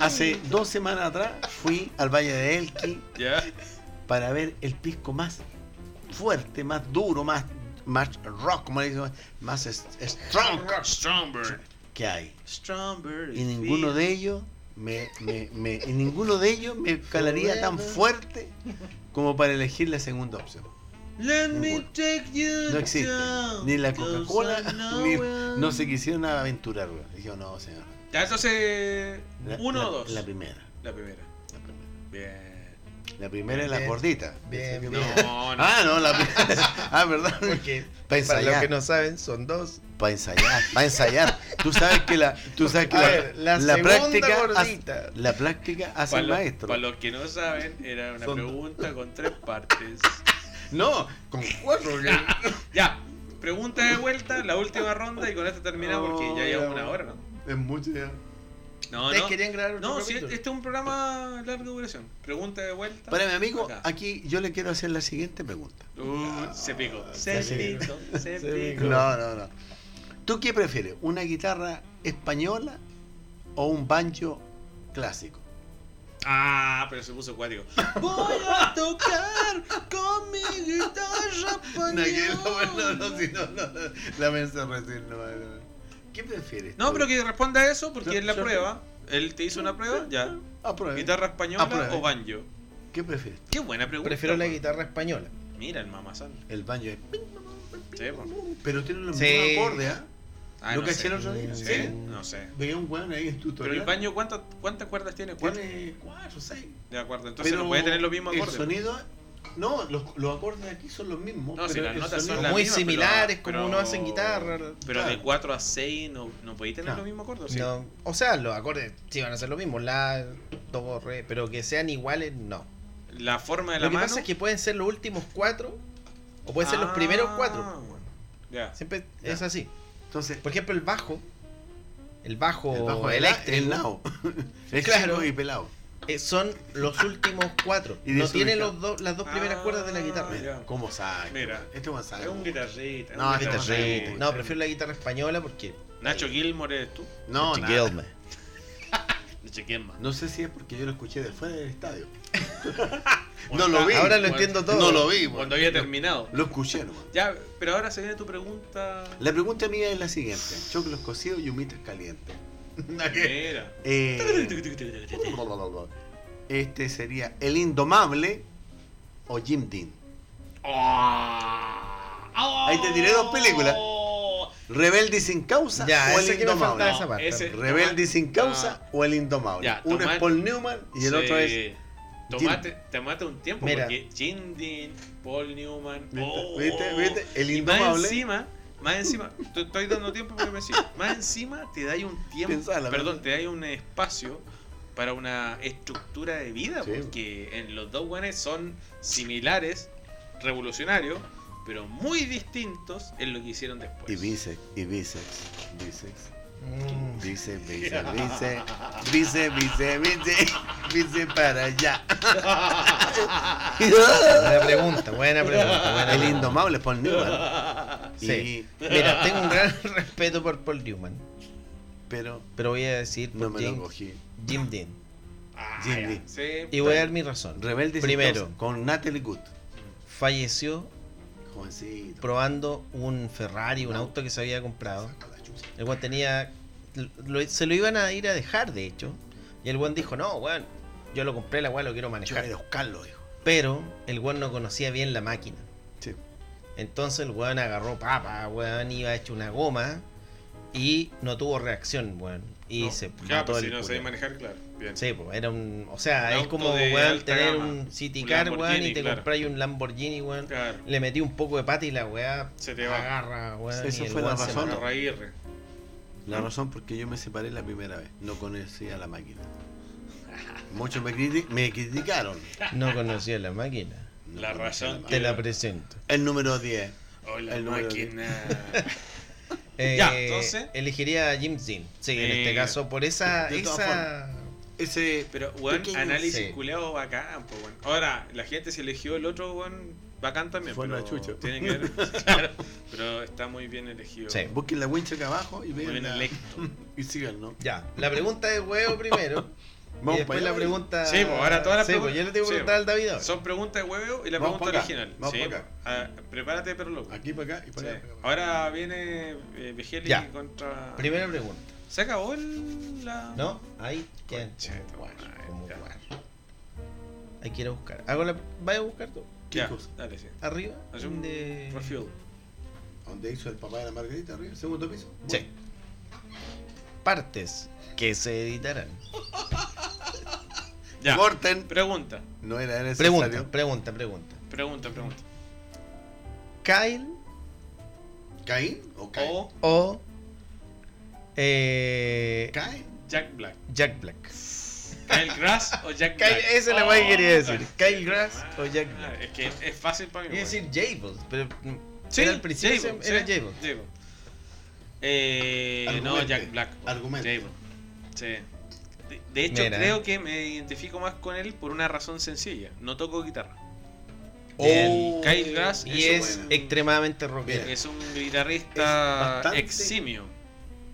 S2: Hace dos semanas atrás fui al Valle de Elqui
S3: Ya.
S2: para ver el pisco más fuerte, más duro, más, más rock, como le dicen, más es- strong
S3: Stromberg.
S2: que hay.
S3: Stromberg.
S2: Y ninguno de ellos me, me- me- y ninguno de ellos me calaría tan fuerte como para elegir la segunda opción.
S3: Let me
S2: Ninguno.
S3: take you
S2: No existe.
S3: down,
S2: Ni la
S3: cause
S2: Coca-Cola,
S3: I know
S2: ni,
S3: it.
S2: no se quisieron aventurar, güey. Dijeron, no, señor.
S3: Ya, entonces.
S2: La-
S3: uno
S2: la-
S3: o dos.
S2: La primera.
S3: La primera.
S2: La primera.
S3: Bien.
S2: La primera es la
S4: Bien.
S2: gordita.
S4: Bien, bien.
S3: No, no.
S2: Ah, no, la primera. Ah, verdad.
S4: Porque
S2: Para
S4: para los
S2: ensayar.
S4: que no saben, son dos.
S2: Para ensayar. Para ensayar. Tú sabes que la, tú sabes que
S4: A
S2: la,
S4: ver, la segunda gordita.
S2: hace- la práctica hace
S3: Para
S2: el
S3: los,
S2: maestro.
S3: pa' los que no saben, era una
S2: Son-
S3: pregunta con tres partes.
S2: No, con cuatro. güey.
S3: Ya, pregunta de vuelta, la última ronda y con esto terminamos porque ya
S2: Oh,
S3: llevamos
S2: ya,
S3: una
S2: bueno.
S3: hora, ¿no?
S2: Es mucho ya.
S3: No,
S4: Ustedes
S3: no.
S4: querían grabar otro
S3: No, si
S4: capítulo.
S3: este es un programa de larga duración. Pregunta de vuelta.
S2: Para mi amigo,
S3: Acá.
S2: aquí yo le quiero hacer la siguiente pregunta.
S3: Uh, se picó. Se
S2: sí.
S3: picó. Se
S4: Se picó.
S3: picó.
S2: No, no, no. ¿Tú qué prefieres? ¿Una guitarra española o un banjo clásico?
S3: Ah, pero se puso cuático. Voy a tocar con mi guitarra española.
S2: no, no, La mensa recién no, ¿Qué prefieres?
S3: No, pero que responda a eso porque
S2: Yo-
S3: es la
S2: yo-
S3: prueba. Él te hizo una prueba, ya. ¿Guitarra española
S2: Apruebe.
S3: o banjo?
S2: Ah, ¿eh? ¿Qué prefieres?
S3: Qué buena pregunta.
S4: Prefiero la
S3: man.
S4: guitarra española.
S3: Mira el mamazán.
S2: El banjo es.
S3: Sí, po.
S2: Pero tiene los
S4: Sí.
S2: mismos acordes, ¿ah?
S3: Ah,
S2: ¿Lo
S3: no
S2: caché
S3: sé.
S2: el otro día?
S3: Sí,
S2: ¿Sí?
S3: No sé.
S2: Veía un weón ahí en tu
S3: Pero el baño, ¿cuántas, ¿cuántas cuerdas tiene? Cuatro.
S2: Tiene cuatro, seis.
S3: De acuerdo. Entonces no puede tener los mismos acordes.
S2: El sonido. No, los, los acordes aquí son los mismos.
S3: No, si
S2: pero
S3: las
S2: el
S3: notas son
S2: sonido-
S3: las
S4: Muy
S3: mismas,
S4: similares,
S3: pero-
S4: como uno hace en guitarra.
S3: Pero de
S2: Claro.
S3: 4 a 6 no, no podéis tener
S2: Claro.
S3: los mismos acordes. ¿sí?
S4: No, o sea, los acordes sí van a ser lo mismo, la, do, re, pero que sean iguales, no.
S3: La forma de la
S4: Lo que
S3: mano.
S4: pasa es que pueden ser los últimos cuatro, o pueden ser los
S3: Ah,
S4: primeros cuatro.
S3: bueno. Ya.
S4: Siempre
S2: Ya.
S4: es así.
S2: Entonces,
S4: Por ejemplo, el bajo. El bajo,
S2: el bajo el,
S4: eléctrico.
S2: Oh, el nao. Es
S4: Claro.
S2: chico y pelado.
S4: eh, son los últimos cuatro.
S2: Y
S4: no
S2: desubicado.
S4: tiene los dos las dos primeras
S3: Ah,
S4: cuerdas de la guitarra.
S3: ya.
S2: Mira, ¿cómo sabe?
S3: Mira.
S2: Este es
S3: Es un guitarrita. es
S2: No,
S3: un
S2: es
S4: Guitarra,
S2: guitarrita.
S4: No, prefiero la guitarra española porque.
S3: Nacho Gilmore eres tú.
S2: No,
S4: Nacho
S2: nada.
S4: Gilmour.
S3: Nacho Gilmore.
S2: No sé si es porque yo lo escuché de fuera del estadio.
S3: Bueno,
S2: no lo vi.
S4: Ahora lo
S3: Bueno,
S4: entiendo todo.
S2: No lo vi. bueno.
S3: Cuando había
S2: Lo-
S3: terminado.
S2: Lo escuché nomás.
S3: Ya, pero ahora se viene tu pregunta.
S2: La pregunta mía es la siguiente: choclos cocidos y humitas calientes. Nada que-
S3: Mira.
S2: Eh, este sería El Indomable o Jim Dean.
S3: ¡Oh!
S2: Ahí te tiré dos películas. Rebelde sin causa
S4: Ya,
S2: o
S4: esa
S2: El
S4: que me faltaba
S2: Indomable.
S4: esa parte.
S3: Ese-
S2: Rebelde sin causa o El Indomable.
S3: Ah. Ya,
S2: Uno
S3: tomar-
S2: es Paul Newman y el otro es.
S3: Tomate, tomate un tiempo
S4: Mira.
S3: porque Jim Dean, Paul Newman.
S2: ¿Viste?
S3: oh.
S2: ¿Viste? ¿Viste? El
S3: Y más
S2: Indomable.
S3: encima, más encima, te estoy dando tiempo porque me sigas. Más encima te dais un tiempo,
S2: Pensala,
S3: perdón,
S2: pensala.
S3: te dais un espacio para una estructura de vida,
S2: Sí.
S3: porque en los dos guanes son similares, revolucionarios, pero muy distintos en lo que hicieron después.
S2: Y biceps, y biceps, biceps,
S4: Mm.
S2: biceps, biceps, biceps, biceps, biceps, biceps, biceps para allá.
S4: Buena pregunta, buena pregunta. buena
S2: El
S4: pregunta.
S2: indomable es Paul Newman.
S4: Sí.
S2: Y-
S4: Mira, tengo un gran respeto por Paul Newman.
S2: pero
S4: Pero voy a decir por
S2: no me lo
S4: Jim,
S2: cogí.
S4: Jim Dean.
S3: Ah,
S2: Jim
S3: ya,
S2: Dean.
S3: sí,
S4: Y voy a dar mi razón.
S2: Rebelde sin
S4: Primero.
S2: causa, con Natalie Good.
S4: Falleció
S2: Jovencito.
S4: probando un Ferrari, un
S2: No.
S4: auto que se había comprado.
S2: Saca la chucha.
S4: El weón tenía. lo- se lo iban a ir a dejar, de hecho. Y el weón dijo: No, weón, yo lo compré, la weón lo quiero
S2: Yo
S4: manejar.
S2: voy a buscarlo, hijo.
S4: Pero el weón no conocía bien la máquina.
S2: Sí.
S4: Entonces el weón agarró papa, weón, iba hecho una goma y no tuvo reacción, weón. Y
S3: No,
S4: se
S3: Ya,
S4: mató
S3: pues si
S4: el
S3: no
S4: culiao.
S3: sabéis manejar, claro. Bien.
S4: Sí, pues era un. O sea,
S3: Un
S4: es
S3: auto
S4: como,
S3: de
S4: weón,
S3: alta
S4: tener
S3: gama.
S4: un City
S3: Un
S4: Car, weón, y
S3: Lamborghini,
S4: te
S3: claro.
S4: compráis un Lamborghini, weón.
S3: Claro.
S4: Le metí un poco de pata y la weá
S3: Se te va.
S4: agarra, weón.
S2: Esa
S4: y el
S2: fue la
S4: weón se
S2: razón.
S4: mató.
S3: Bueno, Raguirre.
S4: ¿Mm?
S2: La razón por qué yo me separé la primera vez. No conocía la máquina. Muchos me, criti- me criticaron.
S4: No conocía la máquina.
S2: No
S3: La
S2: conocía
S3: razón
S4: Te
S2: máquina.
S4: la presento.
S2: El número 10.
S3: Hola,
S2: El número diez.
S3: máquina.
S4: Eh,
S3: entonces.
S4: Elegiría a Jim Zinn. Sí, en este
S3: Eh,
S4: caso, por esa.
S2: de todas
S4: esa...
S2: Ese
S3: Pero, weón,
S2: Pequeño,
S3: análisis
S4: sí.
S3: culeado bacán, po, weón. Ahora, la gente se eligió el otro, weón, bacán también.
S2: Fue
S3: pero
S2: una chucha.
S3: Tiene que ver, claro. Pero está muy bien elegido.
S4: Sí.
S2: Busquen la wincha acá abajo y
S3: Muy
S2: vean
S3: bien
S2: la-
S3: electo.
S2: y sigan, ¿no?
S4: Ya, la pregunta es huevo primero. y
S2: Vamos
S4: después
S2: para
S4: la
S2: allá.
S4: pregunta.
S3: Sí, pues, ahora todas las
S4: Sí, pues,
S3: preguntas-
S4: yo le tengo que
S3: sí,
S4: preguntar al David ahora.
S3: Son preguntas de hueveo y la
S2: Vamos
S3: pregunta
S2: pa' acá,
S3: original.
S2: vamos
S3: sí,
S2: pa' acá.
S3: ah, prepárate, pero loco.
S2: Aquí para acá y
S3: Sí.
S2: para acá.
S3: Ahora viene eh, Vigeli
S4: Ya.
S3: contra.
S4: Primera pregunta.
S3: ¿Se acabó el, la.?
S4: ¿No? Ahí. ya.
S3: Concha de tu madre,
S4: Como
S3: ya.
S4: guar. Hay que ir a buscar. Hago la... ¿Vaya a buscar tú?
S2: ¿Qué
S3: Ya,
S2: cosa?
S3: dale, sí.
S4: Arriba.
S3: Haz un
S4: de-
S3: Refuel.
S2: Donde hizo el papá de la Margarita arriba, segundo piso.
S4: Sí. Partes que se editarán.
S3: Ya.
S2: Corten.
S3: Pregunta,
S2: No era necesario.
S4: Pregunta, pregunta, pregunta.
S3: pregunta, pregunta.
S4: Kyle
S2: ¿Caín o Caín?
S3: O
S4: o eh,
S2: ¿Caín?
S3: Jack Black.
S4: Jack Black.
S3: ¿Kyle Grass o Jack Black?
S4: Kyle, esa es
S3: Oh,
S4: la
S3: Ah,
S4: weá que quería decir.
S3: concha
S4: Kyle
S3: de
S4: Grass
S3: tu
S4: o Jack
S3: madre.
S4: Black.
S3: Es que es fácil para mí.
S4: Quiere
S3: weón.
S4: decir Jables, pero mm,
S3: Sí,
S4: era al principio
S3: Jable,
S4: era
S3: sí,
S4: Jables.
S3: Jable. Eh, no,
S2: Argumente,
S3: Jack Black.
S2: argumente.
S3: Jable. Sí. De, de hecho,
S4: Mira.
S3: creo que me identifico más con él por una razón sencilla. No toco guitarra.
S4: Bien.
S3: Kyle Grass
S4: Y
S3: es,
S4: es
S3: un,
S4: extremadamente rockero.
S3: es un guitarrista
S2: Es bastante-
S3: eximio.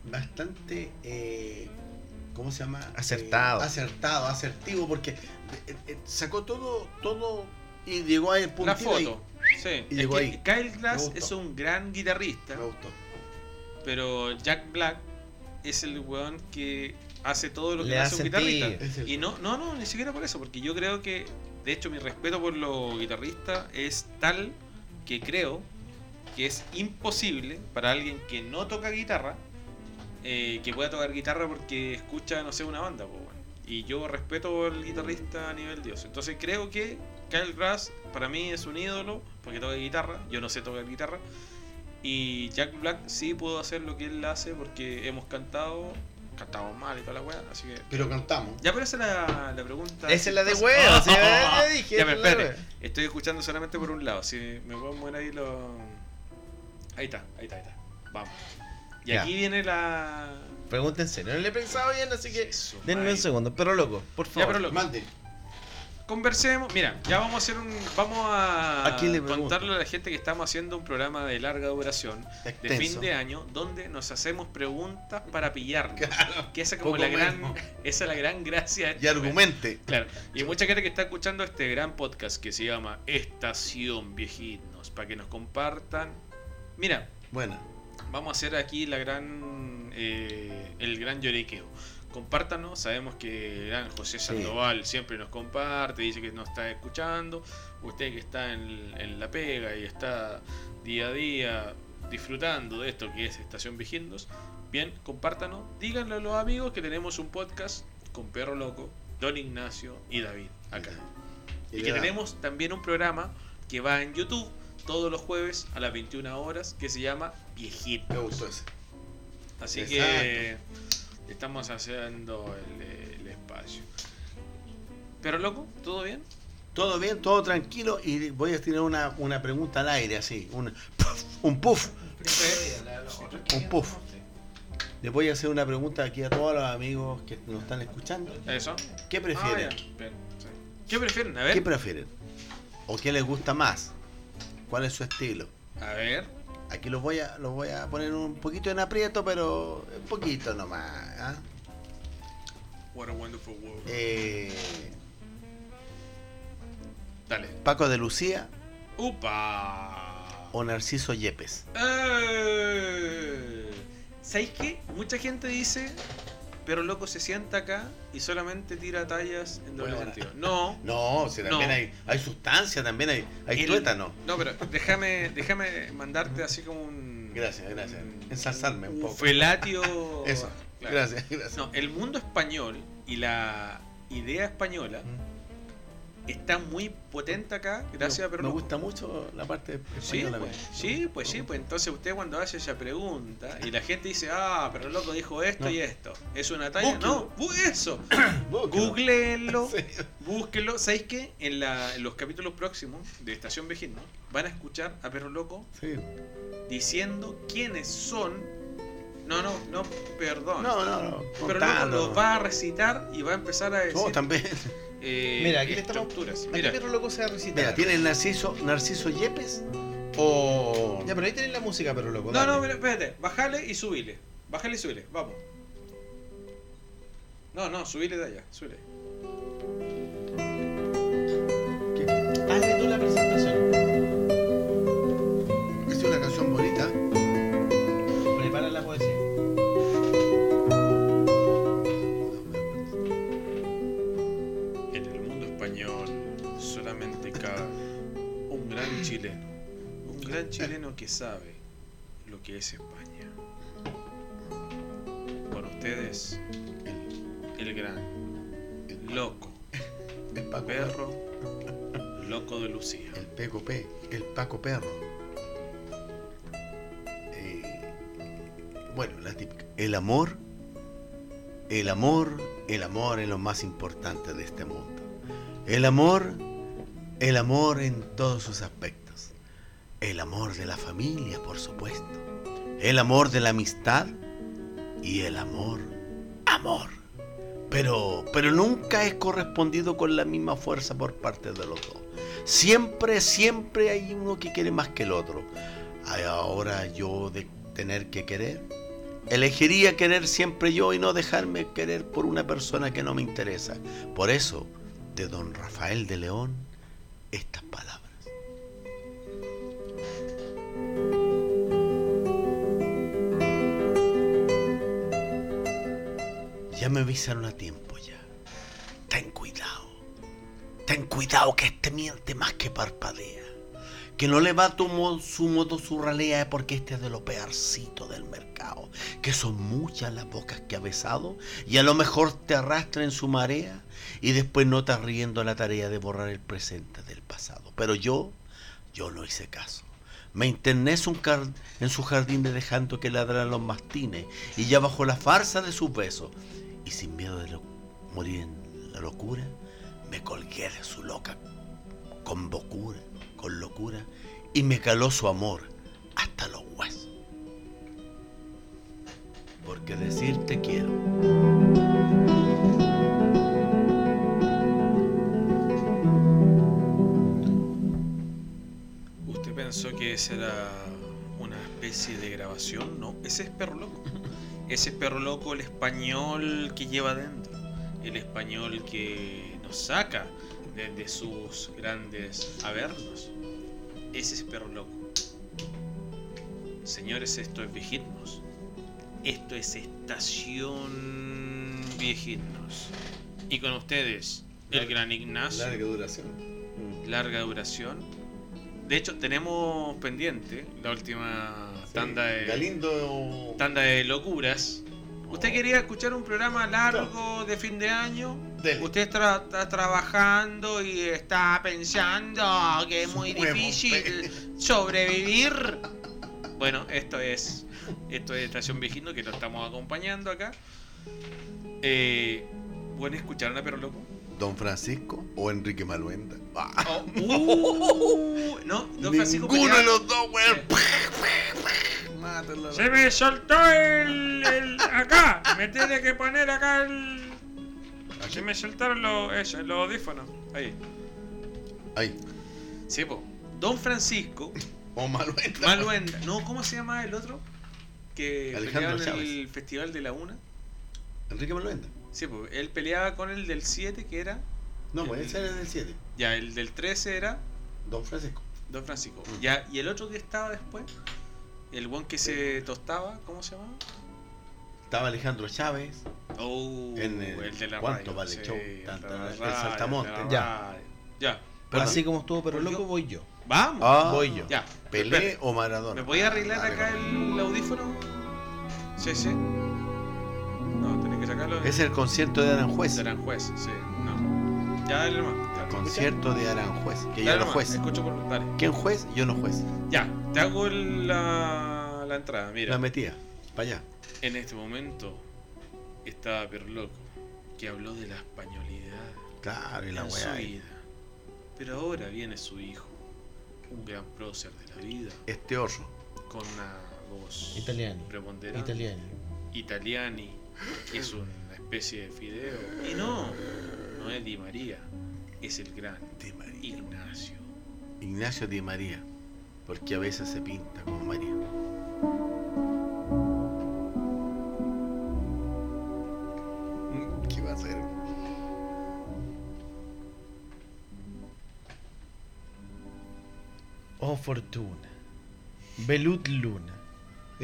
S2: Bastante. eh, ¿Cómo se llama?
S4: Acertado.
S2: Eh, acertado, asertivo, porque eh, eh, sacó todo, todo y llegó al punto.
S3: La foto. Sí.
S2: Y
S3: Es
S2: llegó
S3: que
S2: ahí.
S3: Kyle
S2: Me
S3: Glass
S2: gustó.
S3: es un gran guitarrista.
S2: Me gustó.
S3: Pero Jack Black es el weón que hace todo lo que
S4: Le
S3: no hace
S4: da
S3: un guitarrista.
S4: sentido.
S2: Es el-
S3: Y no, no, no, ni siquiera por eso, porque yo creo que, de hecho, mi respeto por los guitarristas es tal que creo que es imposible para alguien que no toca guitarra eh, que pueda tocar guitarra porque escucha, no sé, una banda. po, weón. Y yo respeto al guitarrista a nivel dios. Entonces creo que Kyle Grass para mí es un ídolo porque toca guitarra. Yo no sé tocar guitarra. Y Jack Black sí puedo hacer lo que él hace porque hemos cantado, cantamos mal y toda la weá. Así que
S2: Pero cantamos.
S3: ya, pero esa es la, la pregunta.
S4: Esa es la de
S3: chistosa.
S4: huevo, sí, ya te
S3: Ah, Ya,
S4: dije, esa
S3: pero
S4: es la
S3: espérate. Estoy escuchando solamente por un lado. Si me puedo mover ahí los. Ahí está, ahí está, ahí está. Vamos. Y
S4: Ya.
S3: aquí viene la.
S4: Pregúntense, no le he pensado bien, así que
S3: Eso,
S4: denme un
S3: madre.
S4: segundo. Pero loco, por
S3: Ya,
S4: favor.
S3: pero loco,
S5: Mande.
S3: conversemos. Mira, ya vamos a hacer un. Vamos a,
S4: ¿A quién le pregunto?
S3: contarle a la gente que estamos haciendo un programa de larga duración, de
S4: Está extenso.
S3: fin de año, donde nos hacemos preguntas para pillarnos. que esa es como
S5: poco
S3: la gran.
S5: menos.
S3: Esa es la gran gracia de
S4: Y
S3: este momento.
S4: argumente.
S3: Claro, y mucha gente que está escuchando este gran podcast que se llama Estación Viejitos, para que nos compartan. Mira,
S2: Bueno,
S3: vamos a hacer aquí la gran eh, el gran lloriqueo. Compártanos, sabemos que el gran José Sandoval siempre nos comparte, dice que nos está escuchando. Usted que está en, en la pega y está día a día disfrutando de esto que es Estación Vigindos, bien, compártanos, díganle a los amigos que tenemos un podcast con Perro Loco, Don Ignacio y David acá. Y que tenemos también un programa que va en YouTube todos los jueves a las 21 horas que se llama Viejito.
S5: Me gustó ese.
S3: Así que estamos haciendo el, el espacio. Pero loco, ¿todo bien?
S2: todo bien, todo tranquilo y voy a tirar una, una pregunta al aire así, un, un puff. Un puff. Les voy a hacer una pregunta aquí a todos los amigos que nos están escuchando.
S3: Eso.
S2: ¿Qué prefieren?
S3: Ah, ya. ¿Eh? Bien, sí. ¿Qué prefieren? A ver.
S2: ¿Qué prefieren? ¿O qué les gusta más? ¿Cuál es su estilo?
S3: a ver.
S2: Aquí los voy a los voy a poner un poquito en aprieto, pero un poquito nomás. ¿ah?
S3: What a wonderful world.
S2: Eh,
S3: Dale.
S2: Paco de Lucía
S3: ¡Upa!
S2: o Narciso Yepes.
S3: Eh, ¿Sabéis qué? Mucha gente dice, pero loco se sienta acá y solamente tira tallas en doble
S2: Bueno,
S3: sentido. No,
S2: No, si también
S3: No.
S2: hay, hay sustancia, también hay, hay
S3: El-
S2: tuétano.
S3: no, pero déjame, déjame mandarte así como un.
S2: Gracias, gracias.
S3: un-
S2: Ensalzarme un
S3: un
S2: poco.
S3: Felatio.
S2: Eso,
S3: Claro.
S2: gracias, gracias.
S3: No, el mundo español y la idea española está muy potente acá, gracias,
S2: Me-
S3: pero
S2: Mm. Me
S3: no.
S2: gusta mucho la parte
S3: Sí,
S2: española.
S3: pues,
S2: me-
S3: sí, pues sí, pues entonces usted cuando hace esa pregunta y la gente dice, ah, pero loco dijo esto
S2: No.
S3: y esto, es una talla,
S2: Búsquelo.
S3: no, bu- eso,
S2: Búsquelo.
S3: googleenlo,
S2: Sí.
S3: búsquenlo, ¿sabéis qué? En, la- en los capítulos próximos de Estación Vejino van a escuchar a Perro Loco
S2: Sí.
S3: diciendo quiénes son, no, no, no, perdón,
S2: No, no, no.
S3: pero loco
S2: contalo.
S3: los va a recitar y va a empezar a decir
S2: No, también.
S3: eh,
S4: Mira, aquí le estamos.
S3: estructuras.
S4: Aquí
S3: Mira,
S4: Perro Loco se va a recitar.
S2: Mira, tiene el Narciso, Narciso Yepes o.
S4: Ya, pero ahí tenés la música, Perro Loco.
S3: no,
S4: dale.
S3: no, mira, espérate, bajale y subile, bajale y subile, vamos. No, no, subile de allá, subile.
S4: Hazle tú la presentación.
S2: Es una canción bonita.
S4: Prepara la poesía.
S3: En el mundo español solamente cabe un gran chileno. Un gran chileno que sabe lo que es España. Con ustedes, el gran, loco,
S2: El Paco
S3: perro, loco de Lucía.
S2: El Peco P, el Paco Perro. Eh, bueno, la típica. El amor, el amor, el amor es lo más importante de este mundo. El amor, el amor en todos sus aspectos. El amor de la familia, por supuesto. El amor de la amistad y el amor, amor. Pero, pero nunca es correspondido con la misma fuerza por parte de los dos. Siempre, siempre hay uno que quiere más que el otro. Ay, Ahora yo de tener que querer, elegiría querer siempre yo y no dejarme querer por una persona que no me interesa. Por eso, de don Rafael de León, estas palabras. Ya me avisaron a tiempo ya. Ten cuidado. Ten cuidado que este miente más que parpadea. Que no le va a tu mo- su moto su ralea porque este es de lo peorcito del mercado. Que son muchas las bocas que ha besado y a lo mejor te arrastra en su marea y después no estás riendo a la tarea de borrar el presente del pasado. Pero yo, yo no hice caso. Me interné en su car- en su jardín de dejando que ladran los mastines y ya bajo la farsa de sus besos y sin miedo de lo- morir en la locura, me colgué de su loca con locura, con locura, y me caló su amor hasta los huesos. que decir te quiero.
S3: Usted pensó que esa era una especie de grabación. No, ese es perro loco. Ese es perro loco, el español que lleva dentro. El español que nos saca de, de sus grandes avernos. Ese es perro loco. Señores, esto es Viejitnos. Esto es Estación Viejitnos. Y con ustedes, el gran Ignacio
S5: Larga duración. Mm.
S3: larga duración. De hecho, tenemos pendiente la última tanda, de,
S5: Galindo.
S3: tanda de locuras. Usted quería escuchar un programa largo de fin de año.
S5: Dele.
S3: Usted está, está trabajando y está pensando "Oh, que es muy
S5: Huevo,
S3: difícil sobrevivir. Bueno, esto es esto es Estación Viejino que lo estamos acompañando acá. Eh, bueno, escucharon a Perro Loco.
S2: Don Francisco o Enrique Maluenda. Ah,
S3: Oh, uh, no, don Francisco
S2: ninguno
S3: Peña-
S2: de los dos, weón. Mátalo.
S3: Se me soltó el, el- acá, me tiene que poner acá el. Se me soltaron los, eso, los audífonos. Ahí.
S2: Ay,
S3: Sí, po. Don Francisco,
S2: o Maluenda.
S3: Maluenda. No, ¿cómo se llama el otro? Que
S2: Alejandro
S3: peleaba en el Festival de la Una.
S2: Enrique Maluenda.
S3: Sí, po. Él peleaba con el del 7, que era.
S2: No, pues ese era del 7.
S3: Ya, el del 13 era
S2: Don Francisco.
S3: Don Francisco.
S2: Mm.
S3: Ya, y el otro que estaba después, el buen que se tostaba, ¿cómo se llamaba?
S2: Estaba Alejandro Chávez.
S3: Oh,
S2: En el-
S3: el de la
S2: ¿cuánto
S3: radio,
S2: vale el show?
S3: el de la
S2: Tanta- el
S3: radio,
S2: saltamonte.
S3: el de la
S4: Ya.
S3: radio. Ya.
S2: Perdón.
S4: Así como estuvo, pero
S3: Pues
S4: loco
S3: yo-
S4: voy yo.
S3: Vamos.
S2: Ah,
S4: Voy yo.
S3: Ya.
S2: Pelé
S3: Espera,
S2: o Maradona.
S3: ¿Me podía arreglar
S2: Dale,
S3: acá
S2: vale.
S3: el audífono? Sí, sí. No, tenés que sacarlo.
S2: Es
S3: de
S2: el concierto de Aranjuez.
S3: Aranjuez, sí. No. Ya, dale nomás.
S2: El
S3: Ya.
S2: concierto de Aranjuez. Que
S3: Dale
S2: yo no
S3: nomás,
S2: juez.
S3: Escucho por. Dale.
S2: ¿Quién juez? Yo no juez.
S3: Ya. Te hago el- la, la entrada. Mira.
S2: La metía. Para allá.
S3: En este momento estaba Perloco, que habló de la españolidad.
S2: Claro, y la
S3: en su
S2: weá. eh. ahí.
S3: vida. Pero ahora viene su hijo, un gran prócer de la vida,
S2: Este oso.
S3: con una voz
S4: Italiani.
S3: preponderante.
S4: Italiano.
S3: Italiani, que es una especie de fideo. Y no, no es Di María, es el gran
S2: Di María.
S3: Ignacio.
S2: Ignacio Di María. Porque a veces se pinta como María. ¿Qué va a hacer?
S4: Oh fortuna, velut luna,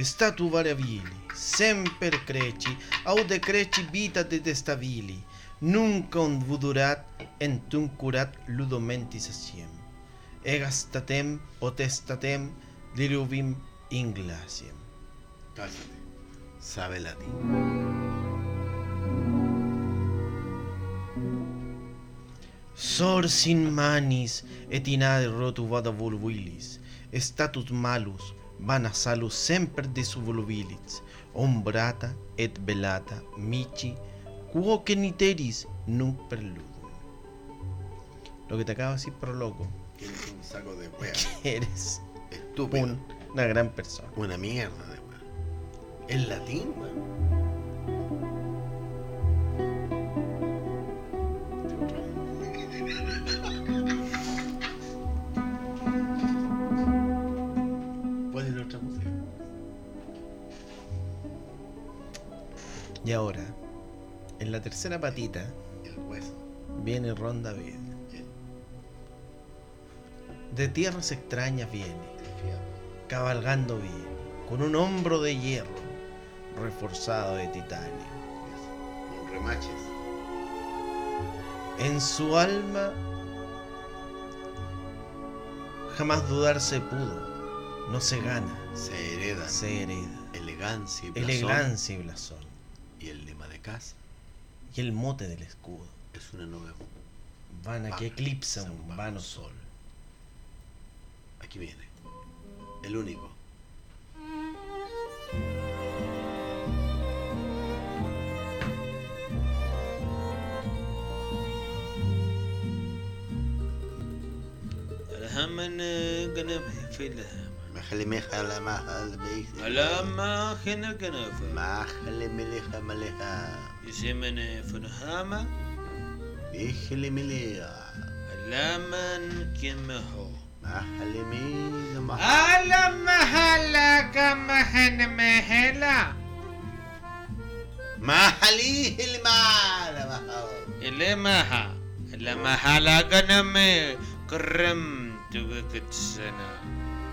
S4: sta tu varavili, semper creci, aude creci vita detestabili, nunca onvudurat entuncurat ludomentis asiem, egastatem potestatem diluvim inglasiem.
S2: Cállate. Sabe latín.
S4: Sors in manis et in aero tu vada volvilis, status malus, vana salus semper de volvilis, ombrata et velata michi, quo niteris nunc perludum. Lo que te acabo de decir, pero loco,
S2: Eres un saco de wea.
S4: eres
S2: Estúpido.
S4: un- una gran persona.
S2: Una mierda de wea. ¿Es latín, weón? ¿Cuál es la otra música?
S4: Y ahora, en la tercera patita,
S2: El hueso.
S4: viene Ronda Verde. De tierras extrañas viene. cabalgando bien, con un hombro de hierro, reforzado de titanio.
S2: Con remaches.
S4: En su alma jamás dudar se pudo, no se gana,
S2: Se hereda
S4: se hereda.
S2: elegancia y
S4: El
S2: blasón.
S4: elegancia y blasón,
S2: Y el lema de casa
S4: y el mote del escudo,
S2: es una nueva.
S4: vana que
S2: Vana,
S4: eclipsa
S2: un
S4: un
S2: vano
S4: vano sol.
S2: Aquí viene. El único.
S3: Alhamane
S2: Májale, mejala, májale, me- Májale, meleja, maleja. Déjele, meleja. Májale, meleja,
S3: Ah.
S2: májale. Májale, el mala, májale.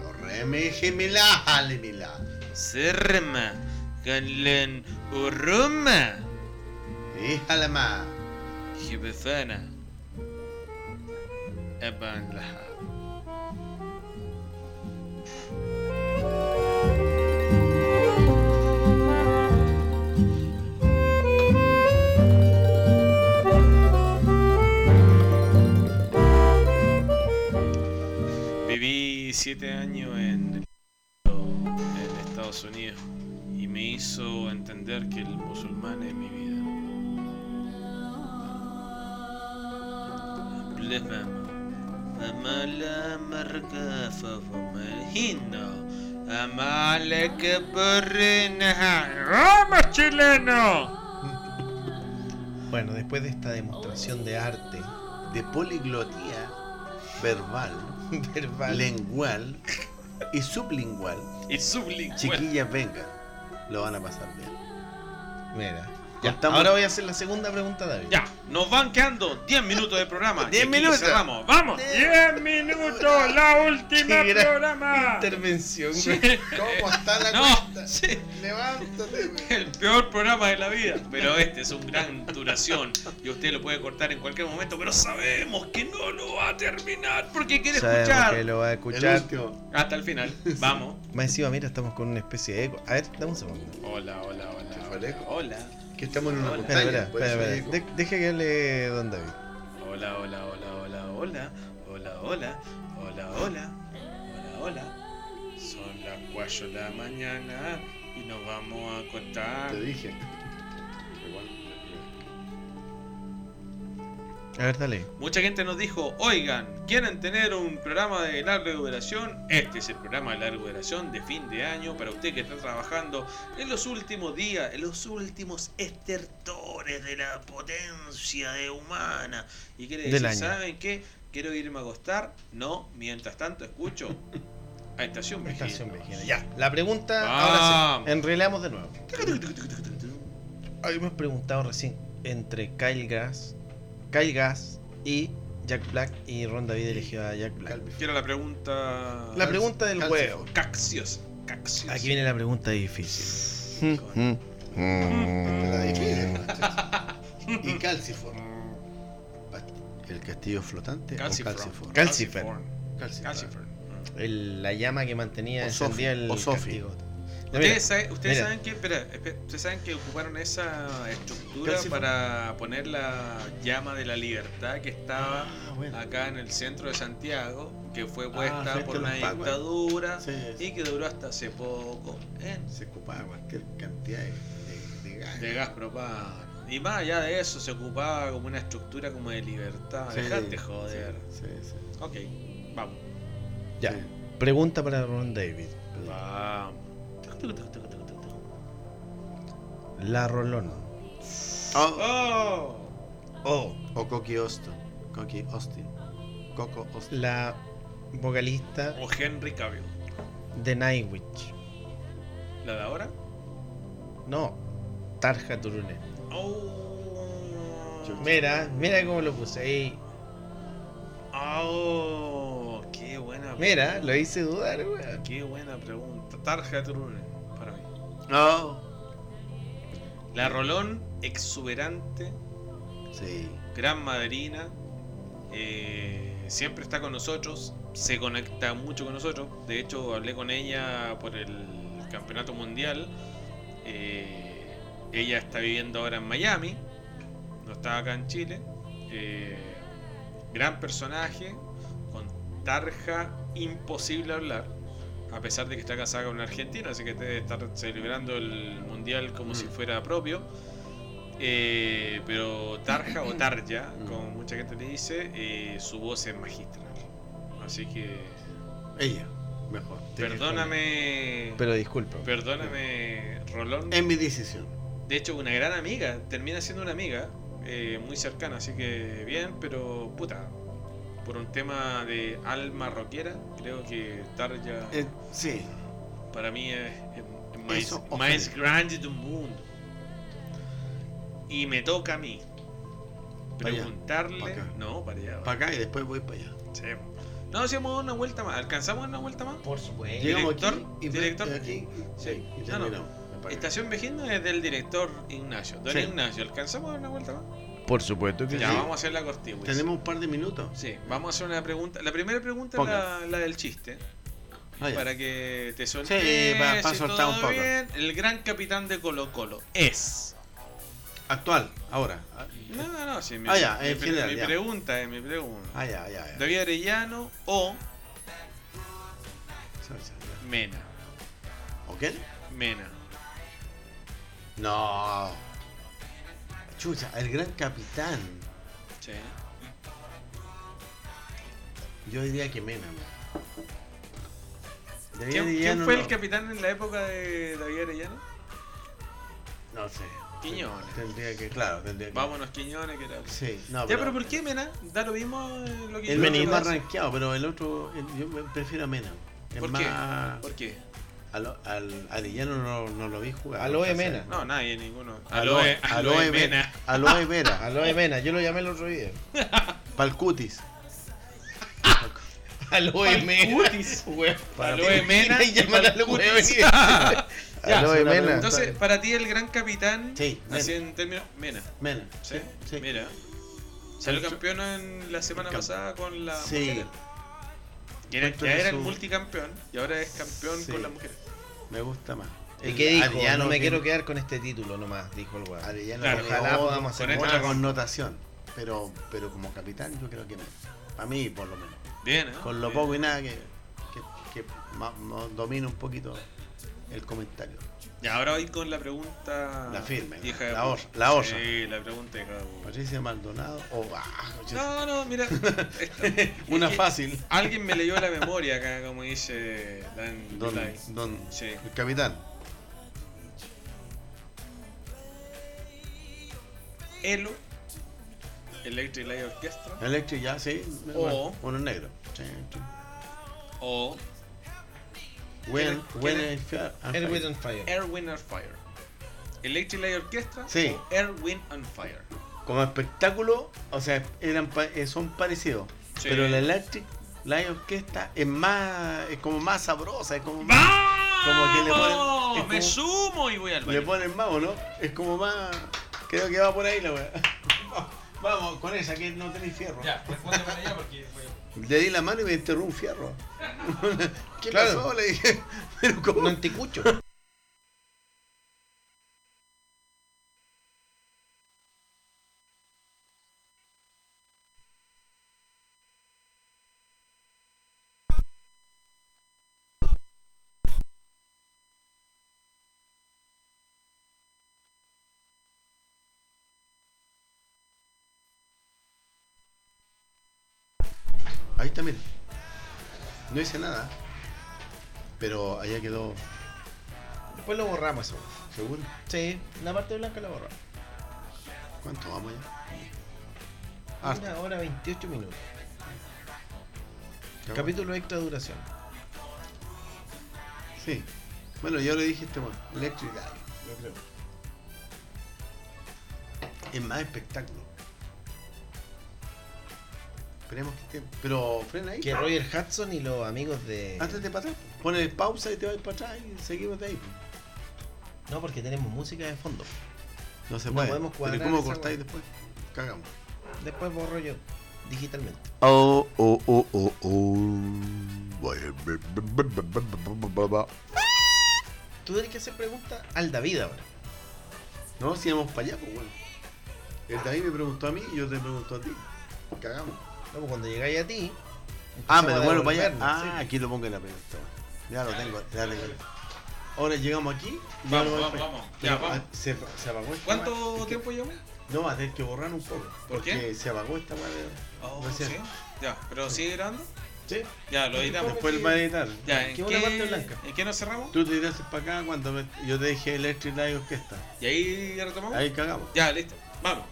S2: Correme, gemela, jale, mela.
S3: Sirma, Ganlen Uruma,
S2: Déjala más.
S3: Hibifana, Eban Laha. Viví siete años en, en Estados Unidos y me hizo entender que el musulmán es mi vida. لمم فما لا مرقى فهم الهينو أما لك برنها ¡Vamos, chileno!
S4: Bueno, después de esta demostración de arte
S2: De poliglotía verbal,
S4: verbal,
S2: lengual y sublingual.
S3: Y sublingüe.
S2: Chiquillas, vengan. Lo van a pasar bien.
S4: mira. ya,
S2: Contamos-
S4: Ahora voy a hacer la segunda pregunta, David.
S3: Ya, nos van quedando 10 minutos de programa.
S4: 10
S3: Y aquí
S4: minutos.
S3: Cerramos. ¡Vamos! 10 minutos, la última
S4: Qué gran
S3: programa.
S4: Intervención,
S3: Sí.
S4: güey. ¿Cómo está la
S3: No, sí,
S4: Levántate, güey.
S3: el peor programa de la vida. Pero este es un gran duración. Y usted lo puede cortar en cualquier momento. Pero sabemos que no lo va a terminar porque quiere
S4: Sabemos
S3: escuchar.
S4: que lo va a
S2: El
S4: escuchar.
S2: último.
S3: Hasta el final. Vamos.
S4: Más encima, mira, estamos con una especie de eco. A ver, dame un segundo.
S3: Hola, hola, hola.
S2: fue el eco?
S3: Hola.
S2: Que estamos en una
S3: Hola.
S4: Espera, espera,
S2: montaña. por
S4: espera.
S2: eso
S4: espera.
S2: hay eco.
S4: De- deja que hable Don David.
S3: Hola, hola, hola, hola, hola. Hola, hola. Hola, hola. Hola, hola. Son las 4 de la mañana y nos vamos a acostar.
S2: Te dije.
S4: A ver, dale.
S3: Mucha gente nos dijo, oigan, ¿quieren tener un programa de larga duración? Este es el programa de larga duración de fin de año para usted que está trabajando en los últimos días, en los últimos estertores de la potencia de humana. Y quiere
S4: Del
S3: decir,
S4: año.
S3: ¿saben qué? ¿Quiero irme a acostar? No, mientras tanto escucho a Estación Vegeta.
S4: Estación Vegina. Ya, la pregunta ahora
S3: Vamos.
S4: sí. Enrelamos de nuevo. Habíamos preguntado recién entre Kyle Gas, Kyle Gas y Jack Black y Ron David eligió a Jack Black.
S2: Calvi.
S3: Quiero la pregunta...
S4: La pregunta del
S2: Calcio.
S4: huevo.
S3: Caxiosa. Caxiosa.
S4: Aquí viene la pregunta difícil.
S2: La difícil, muchachos. Y calciform. El castillo flotante.
S3: Calciform.
S2: O calciform.
S4: Calcifer.
S2: Calciform.
S3: Calcifer.
S4: El- la llama que mantenía
S2: O Sofi,
S4: encendida el
S2: o Sofi.
S4: castigo. Ya, mira,
S3: Ustedes, saben, ustedes
S4: mira.
S3: saben que, espera, espera, ustedes saben que ocuparon esa estructura
S4: Casi fue.
S3: para poner la llama de la libertad que estaba
S2: Ah, bueno.
S3: acá en el centro de Santiago, que fue puesta
S2: frente
S3: por
S2: a los
S3: una
S2: pagos.
S3: dictadura
S2: Se,
S3: y que duró hasta hace poco en-
S2: se ocupaba cualquier cantidad de, de, de gas.
S3: de gas propano. Y más allá de eso, se ocupaba como una estructura como de libertad.
S2: Sí,
S3: Dejate joder.
S2: Sí, sí.
S3: Ok, vamos.
S4: ya.
S2: Sí.
S4: Pregunta para Ron David.
S3: Vamos.
S4: La Rolón.
S2: O,
S3: ¡Oh!
S4: O
S2: oh. o Coqui Austin. Coqui Austin. Coco Austin.
S4: la vocalista
S3: O Henry Cavill.
S4: de Nightwish.
S3: ¿La de ahora?
S4: No, Tarja Turunen.
S3: Oh.
S4: Mira, mira cómo lo puse ahí.
S3: Oh, qué buena.
S4: Mira, lo
S3: pregunta.
S4: hice dudar, weón.
S3: Qué buena pregunta. Tarja Turunen para mí.
S2: No.
S3: La Rolón exuberante,
S2: Sí.
S3: gran maderina. eh, siempre está con nosotros, se conecta mucho con nosotros. De hecho, hablé con ella por el campeonato mundial. Eh, ella está viviendo ahora en Miami, no está acá en Chile. Eh, gran personaje, con tarja imposible hablar, a pesar de que está casada con un argentino, así que debe estar celebrando el mundial como si fuera propio. Eh, pero Tarja o Tarja,
S2: Mm.
S3: como mucha gente le dice, eh, su voz es magistral. Así que
S2: Ella, mejor. Tenés
S3: Perdóname.
S4: Pero disculpa.
S3: Perdóname, Rolón.
S2: razón. Es mi decisión.
S3: De hecho, una gran amiga. Termina siendo una amiga. eh, muy cercana, así que bien, pero puta. Por un tema de alma rockera, creo que estar ya.
S2: Eh, sí,
S3: Para mí es, es- es más,
S2: Eso ofende.
S3: más grande del mundo. Y me toca a mí
S2: Pa' allá,
S3: preguntarle.
S2: pa' acá.
S3: no, para allá.
S2: para acá y después voy para allá.
S3: sí. No, hacemos una vuelta más. ¿Alcanzamos una vuelta más?
S4: Por supuesto.
S2: Llegamos
S3: Director,
S2: aquí y
S3: director.
S2: ve- aquí
S3: Sí.
S2: y
S3: Ah, no.
S2: terminamos. Pa' acá.
S3: Estación Vejina es del director Ignacio. Don
S2: Sí.
S3: Ignacio, ¿alcanzamos una vuelta más?
S4: Por supuesto que
S3: Ya,
S4: sí.
S3: vamos a hacer la cortina. Wilson.
S2: Tenemos un par de minutos.
S3: Sí, vamos a hacer una pregunta. La primera pregunta es la, la del chiste.
S2: Ah, ya.
S3: Para que te suelte.
S2: Sí, va- va a soltar un poco.
S3: El gran capitán de Colo Colo es.
S2: Actual, ahora.
S3: Ah, No, no, no, sí, mi,
S2: Ah, ya,
S3: mi
S2: en
S3: pre-
S2: general,
S3: mi
S2: ya.
S3: pregunta es mi pregunta.
S2: Ah, ya, ya, ya.
S3: David Arellano o
S2: Ya, ya, ya.
S3: Mena.
S2: ¿Ok?
S3: Mena.
S2: No. Chucha, el gran capitán.
S3: Sí.
S2: Yo diría que Mena. man. David
S3: ¿Quién, quién
S2: Arellano,
S3: fue
S2: no.
S3: el capitán en la época de David Arellano?
S2: No sé.
S3: Quiñones.
S2: Tendría que, claro, tendría que.
S3: Vámonos, Quiñones, que era.
S2: Sí, no,
S3: ya, pero ¿por qué Mena? Da lo mismo eh, lo que
S2: Ah, El otro es
S3: Mena
S2: más ranqueado, pero el otro, el- yo me- prefiero a Mena. Es
S3: ¿Por qué?
S2: más,
S3: ¿Por qué?
S2: al, al Arellano no, no lo vi jugar.
S4: Aloe
S2: no sé.
S4: Mena.
S3: No, nadie, ninguno.
S2: Aloe, aloe, Vera. Aloe Vera.
S4: Aloe Mena, yo lo llamé el otro día.
S2: Palcutis.
S4: Aloe Mena. Weón.
S3: Aloe Mena.
S4: Y llaman a Aloe
S3: Mena.
S4: Ya,
S2: Aloe
S4: suena
S2: Mena.
S3: Entonces, para ti el gran capitán,
S2: Sí,
S3: así
S2: Mena.
S3: en términos, Mena.
S2: Mena.
S3: Sí,
S2: Sí.
S3: mira. Salió
S2: Salió-
S3: campeón en la semana
S2: Cam-
S3: pasada con la
S2: Sí.
S3: mujer. Que era,
S2: Encuentro
S3: ya
S2: que
S3: era el
S2: su-
S3: multicampeón y ahora es campeón
S2: Sí.
S3: con las mujeres.
S2: Me gusta más.
S4: ¿Y
S2: El
S4: qué dijo?
S2: Arellano
S4: no me
S2: que-
S4: quiero quedar con este título nomás, dijo el weón.
S2: Arellano
S3: Claro,
S2: tiene
S4: ojalá
S2: otra-
S4: podamos hacer
S3: con
S2: otra
S3: esta-
S2: connotación. Pero, pero como capitán, yo creo que Mena. Para mí, por lo menos.
S3: Bien, ¿eh?
S2: Con lo
S3: Bien.
S2: poco y nada que, que, que ma- ma- domina un poquito el comentario.
S3: Y ahora voy con la pregunta.
S2: La firme,
S3: hija de
S2: la
S3: puta.
S2: osa- la osa.
S3: Sí, la pregunta hija de puta.
S2: Patricia Maldonado o ah,
S3: No, no, mira. esta-
S2: Una
S3: es que
S2: fácil.
S3: Alguien me leyó la memoria acá, como dice Dan
S2: Don,
S3: Yulai.
S2: don
S3: Sí.
S2: el capitán.
S3: Elo, Electric Light Orchestra,
S2: Electric ya, sí.
S3: O-
S2: bueno, Uno es negro. Sí, sí.
S3: o
S2: When,
S3: ¿Quién-
S2: when
S3: quién
S2: I feel- I'm
S4: Air,
S2: fine.
S4: Wind on Fire.
S3: Air, Wind and Fire. Electric Light Orchestra,
S2: Sí.
S3: o Air, Wind and Fire.
S2: Como espectáculo, o sea, eran pa- eh, son parecidos.
S3: Sí.
S2: Pero la Electric Light Orquesta es más, es como más sabrosa, es como más,
S3: ¡Vamos!
S2: Como que le ponen- es
S3: Me
S2: como-
S3: sumo y voy al
S2: le
S3: baño.
S2: ponen más, ¿o ¿no? Es como más, creo que va por ahí la weá. Vamos, con esa que no tenéis fierro.
S3: responde para allá porque fue...
S2: Le di la mano y me enterró un fierro. ¿Qué
S4: Claro.
S2: pasó? Le dije, pero ¿cómo?
S4: Un anticucho.
S2: Ahí está, mira. No hice nada. Pero allá quedó
S4: Después lo borramos eso.
S2: seguro.
S4: Sí, la parte blanca la borramos.
S2: ¿Cuánto vamos ya? Harto.
S4: Una hora 28 minutos.
S2: Ya
S4: Capítulo extra duración.
S2: vamos. Sí. Bueno, yo le dije este bueno. Electric Light, yo creo. Es más espectáculo. Esperemos que esté. Pero frena ahí.
S4: Que Roger Hudson y los amigos de.
S2: Antes de pasar. Pones pausa y te vas para atrás y seguimos de ahí. pues.
S4: No, porque tenemos música de fondo.
S2: No se
S4: No
S2: puede.
S4: podemos
S2: Pero ¿y
S4: cuadrar
S2: cómo
S4: esa
S2: cortáis
S4: weá.
S2: después? Cagamos.
S4: Después borro yo digitalmente.
S2: Oh, oh, oh, oh, oh.
S4: Tú tienes que hacer preguntas al David ahora.
S2: No, si vamos para allá, pues bueno. El David me preguntó a mí y yo te pregunto a ti. Cagamos.
S4: No, pues cuando llegáis a ti.
S2: Ah,
S4: empezamos
S2: me
S4: a
S2: devuelvo para allá.
S4: devolvernos,
S2: Ah,
S4: sí.
S2: aquí lo pongo en la pregunta. Ya lo tengo, ya lo tengo. Ahora llegamos aquí. y ya
S3: Vamos,
S2: lo
S3: vamos,
S2: a-
S3: vamos. Ya,
S2: Pero,
S3: vamos.
S2: ah, Se, se apagó esta weá. Es
S3: ¿Cuánto
S2: que-
S3: tiempo llevamos?
S2: No, vas a tener que borrar un poco.
S3: ¿Por qué?
S2: Porque se apagó esta weá. de-
S3: Oh,
S2: No sé.
S3: sí. Ya, pero sigue grabando.
S2: Sí.
S3: Ya, lo editamos.
S2: Después el va a editar.
S3: Ya, ¿en
S4: Que
S3: qué,
S4: una parte blanca.
S3: ¿En qué nos cerramos?
S2: Tú te tiraste para acá cuando me- yo te dejé Electric Light Orquesta.
S3: Y ahí ya retomamos.
S2: Ahí cagamos.
S3: Ya, listo. Vamos.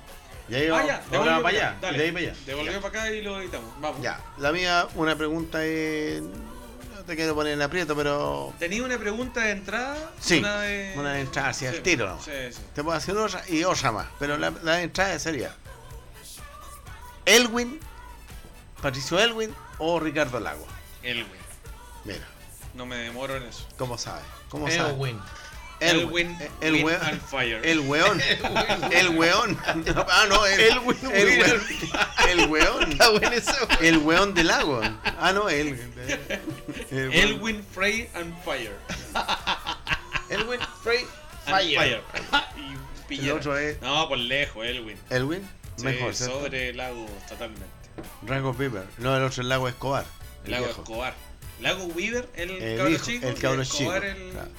S2: Y ahí
S3: Ah,
S2: vamos.
S3: ya,
S2: Ahora
S3: devolvió
S2: va para
S3: para
S2: allá.
S3: allá,
S2: y
S3: dale.
S2: de ahí para allá.
S3: Devolvió para acá y lo editamos. Vamos.
S2: Ya. La mía, una pregunta es. No te quiero poner en aprieto, pero.
S3: ¿Tenía una pregunta de entrada?
S2: Sí,
S3: Una de,
S2: una de entrada hacia el tiro, ¿no?
S3: Sí, sí.
S2: Te puedo hacer otra y otra más. Pero la, la entrada sería. Elwin, Patricio Elwin o Ricardo Lago.
S3: El güey.
S2: Mira,
S3: No me demoro en eso.
S2: ¿cómo sabes? ¿Cómo
S4: Pero
S2: sabes?
S4: bueno.
S3: Elwin.
S2: eh, El,
S3: Win
S2: weón.
S3: and Fire.
S2: El weón. El weón. Ah, no, el, el weón. El weón. El weón. del lago. Ah, no, el. El,
S3: Elwin Frey and Fire.
S2: Elwin Frey.
S3: Fire. y
S2: El
S3: pillera.
S2: otro es.
S3: No, por lejos, Elwin.
S2: Elwin.
S3: Sí,
S2: Mejor, ¿cierto?
S3: sobre el lago, totalmente.
S2: Rango Piper. No, el otro es el lago Escobar.
S3: El lago
S2: viejo.
S3: Escobar. Lago Weaver, el,
S2: El
S3: cabro
S2: viejo,
S3: chico.
S2: el
S3: y
S2: cabro
S3: Escobar,
S2: chico,
S3: el-
S2: claro.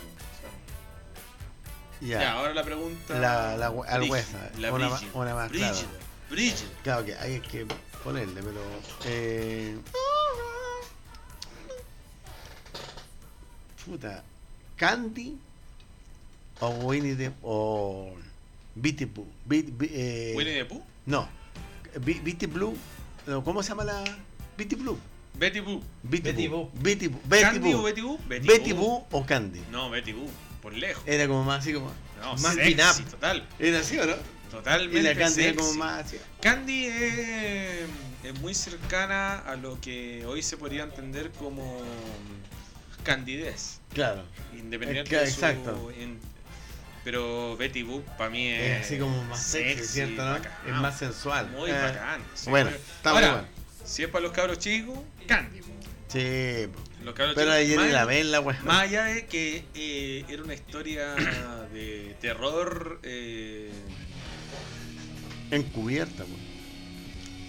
S3: Ya.
S2: Ya.
S3: ahora la pregunta.
S2: La, la, we- al
S3: Brígida,
S2: huesa.
S3: La
S2: una, ma-
S3: Brígida.
S2: una más
S3: Brígida,
S2: clara.
S3: Brígida.
S2: Claro que hay que ponerle, pero. Eh... Puta. Candy o Winnie the. o. Bitty Blue. Bit- bi- eh,
S3: Winnie the Pooh.
S2: No. Bi- Bitty Blue. no, ¿Cómo se llama la. Bitty Blue?
S3: Betty Boo.
S2: Bitty
S4: Betty
S2: Boo.
S4: Boo.
S2: Betty Boo. Betty
S3: ¿Candy o
S2: Boo.
S3: Betty Boo?
S2: Betty Boo o Candy.
S3: No, Betty Boo. Por lejos.
S2: Era como más así como.
S3: No,
S4: más
S3: sexy,
S4: pin-up.
S3: total.
S2: Era así o no?
S3: Totalmente
S2: Y la Candy
S3: sexy.
S2: era como más así.
S3: Candy es, es muy cercana a lo que hoy se podría entender como candidez.
S2: Claro.
S3: Independiente
S2: Es que-
S3: de su-
S2: exacto.
S3: en- pero Betty Boop para mí es,
S2: Es así como más Eh, sexy, ¿cierto? No?
S3: bacán,
S2: Es más sensual.
S3: muy
S2: Eh,
S3: bacán. sí,
S2: Bueno,
S3: pero-
S2: está muy
S3: Ahora,
S2: bueno.
S3: Si es para los cabros chicos, Candy. po.
S2: Sí,
S3: Los cabros
S2: pero
S3: chicos,
S2: ayer
S3: más,
S2: en la vela, weón.
S3: más allá de que eh, era una historia de terror eh,
S2: Encubierta, weón.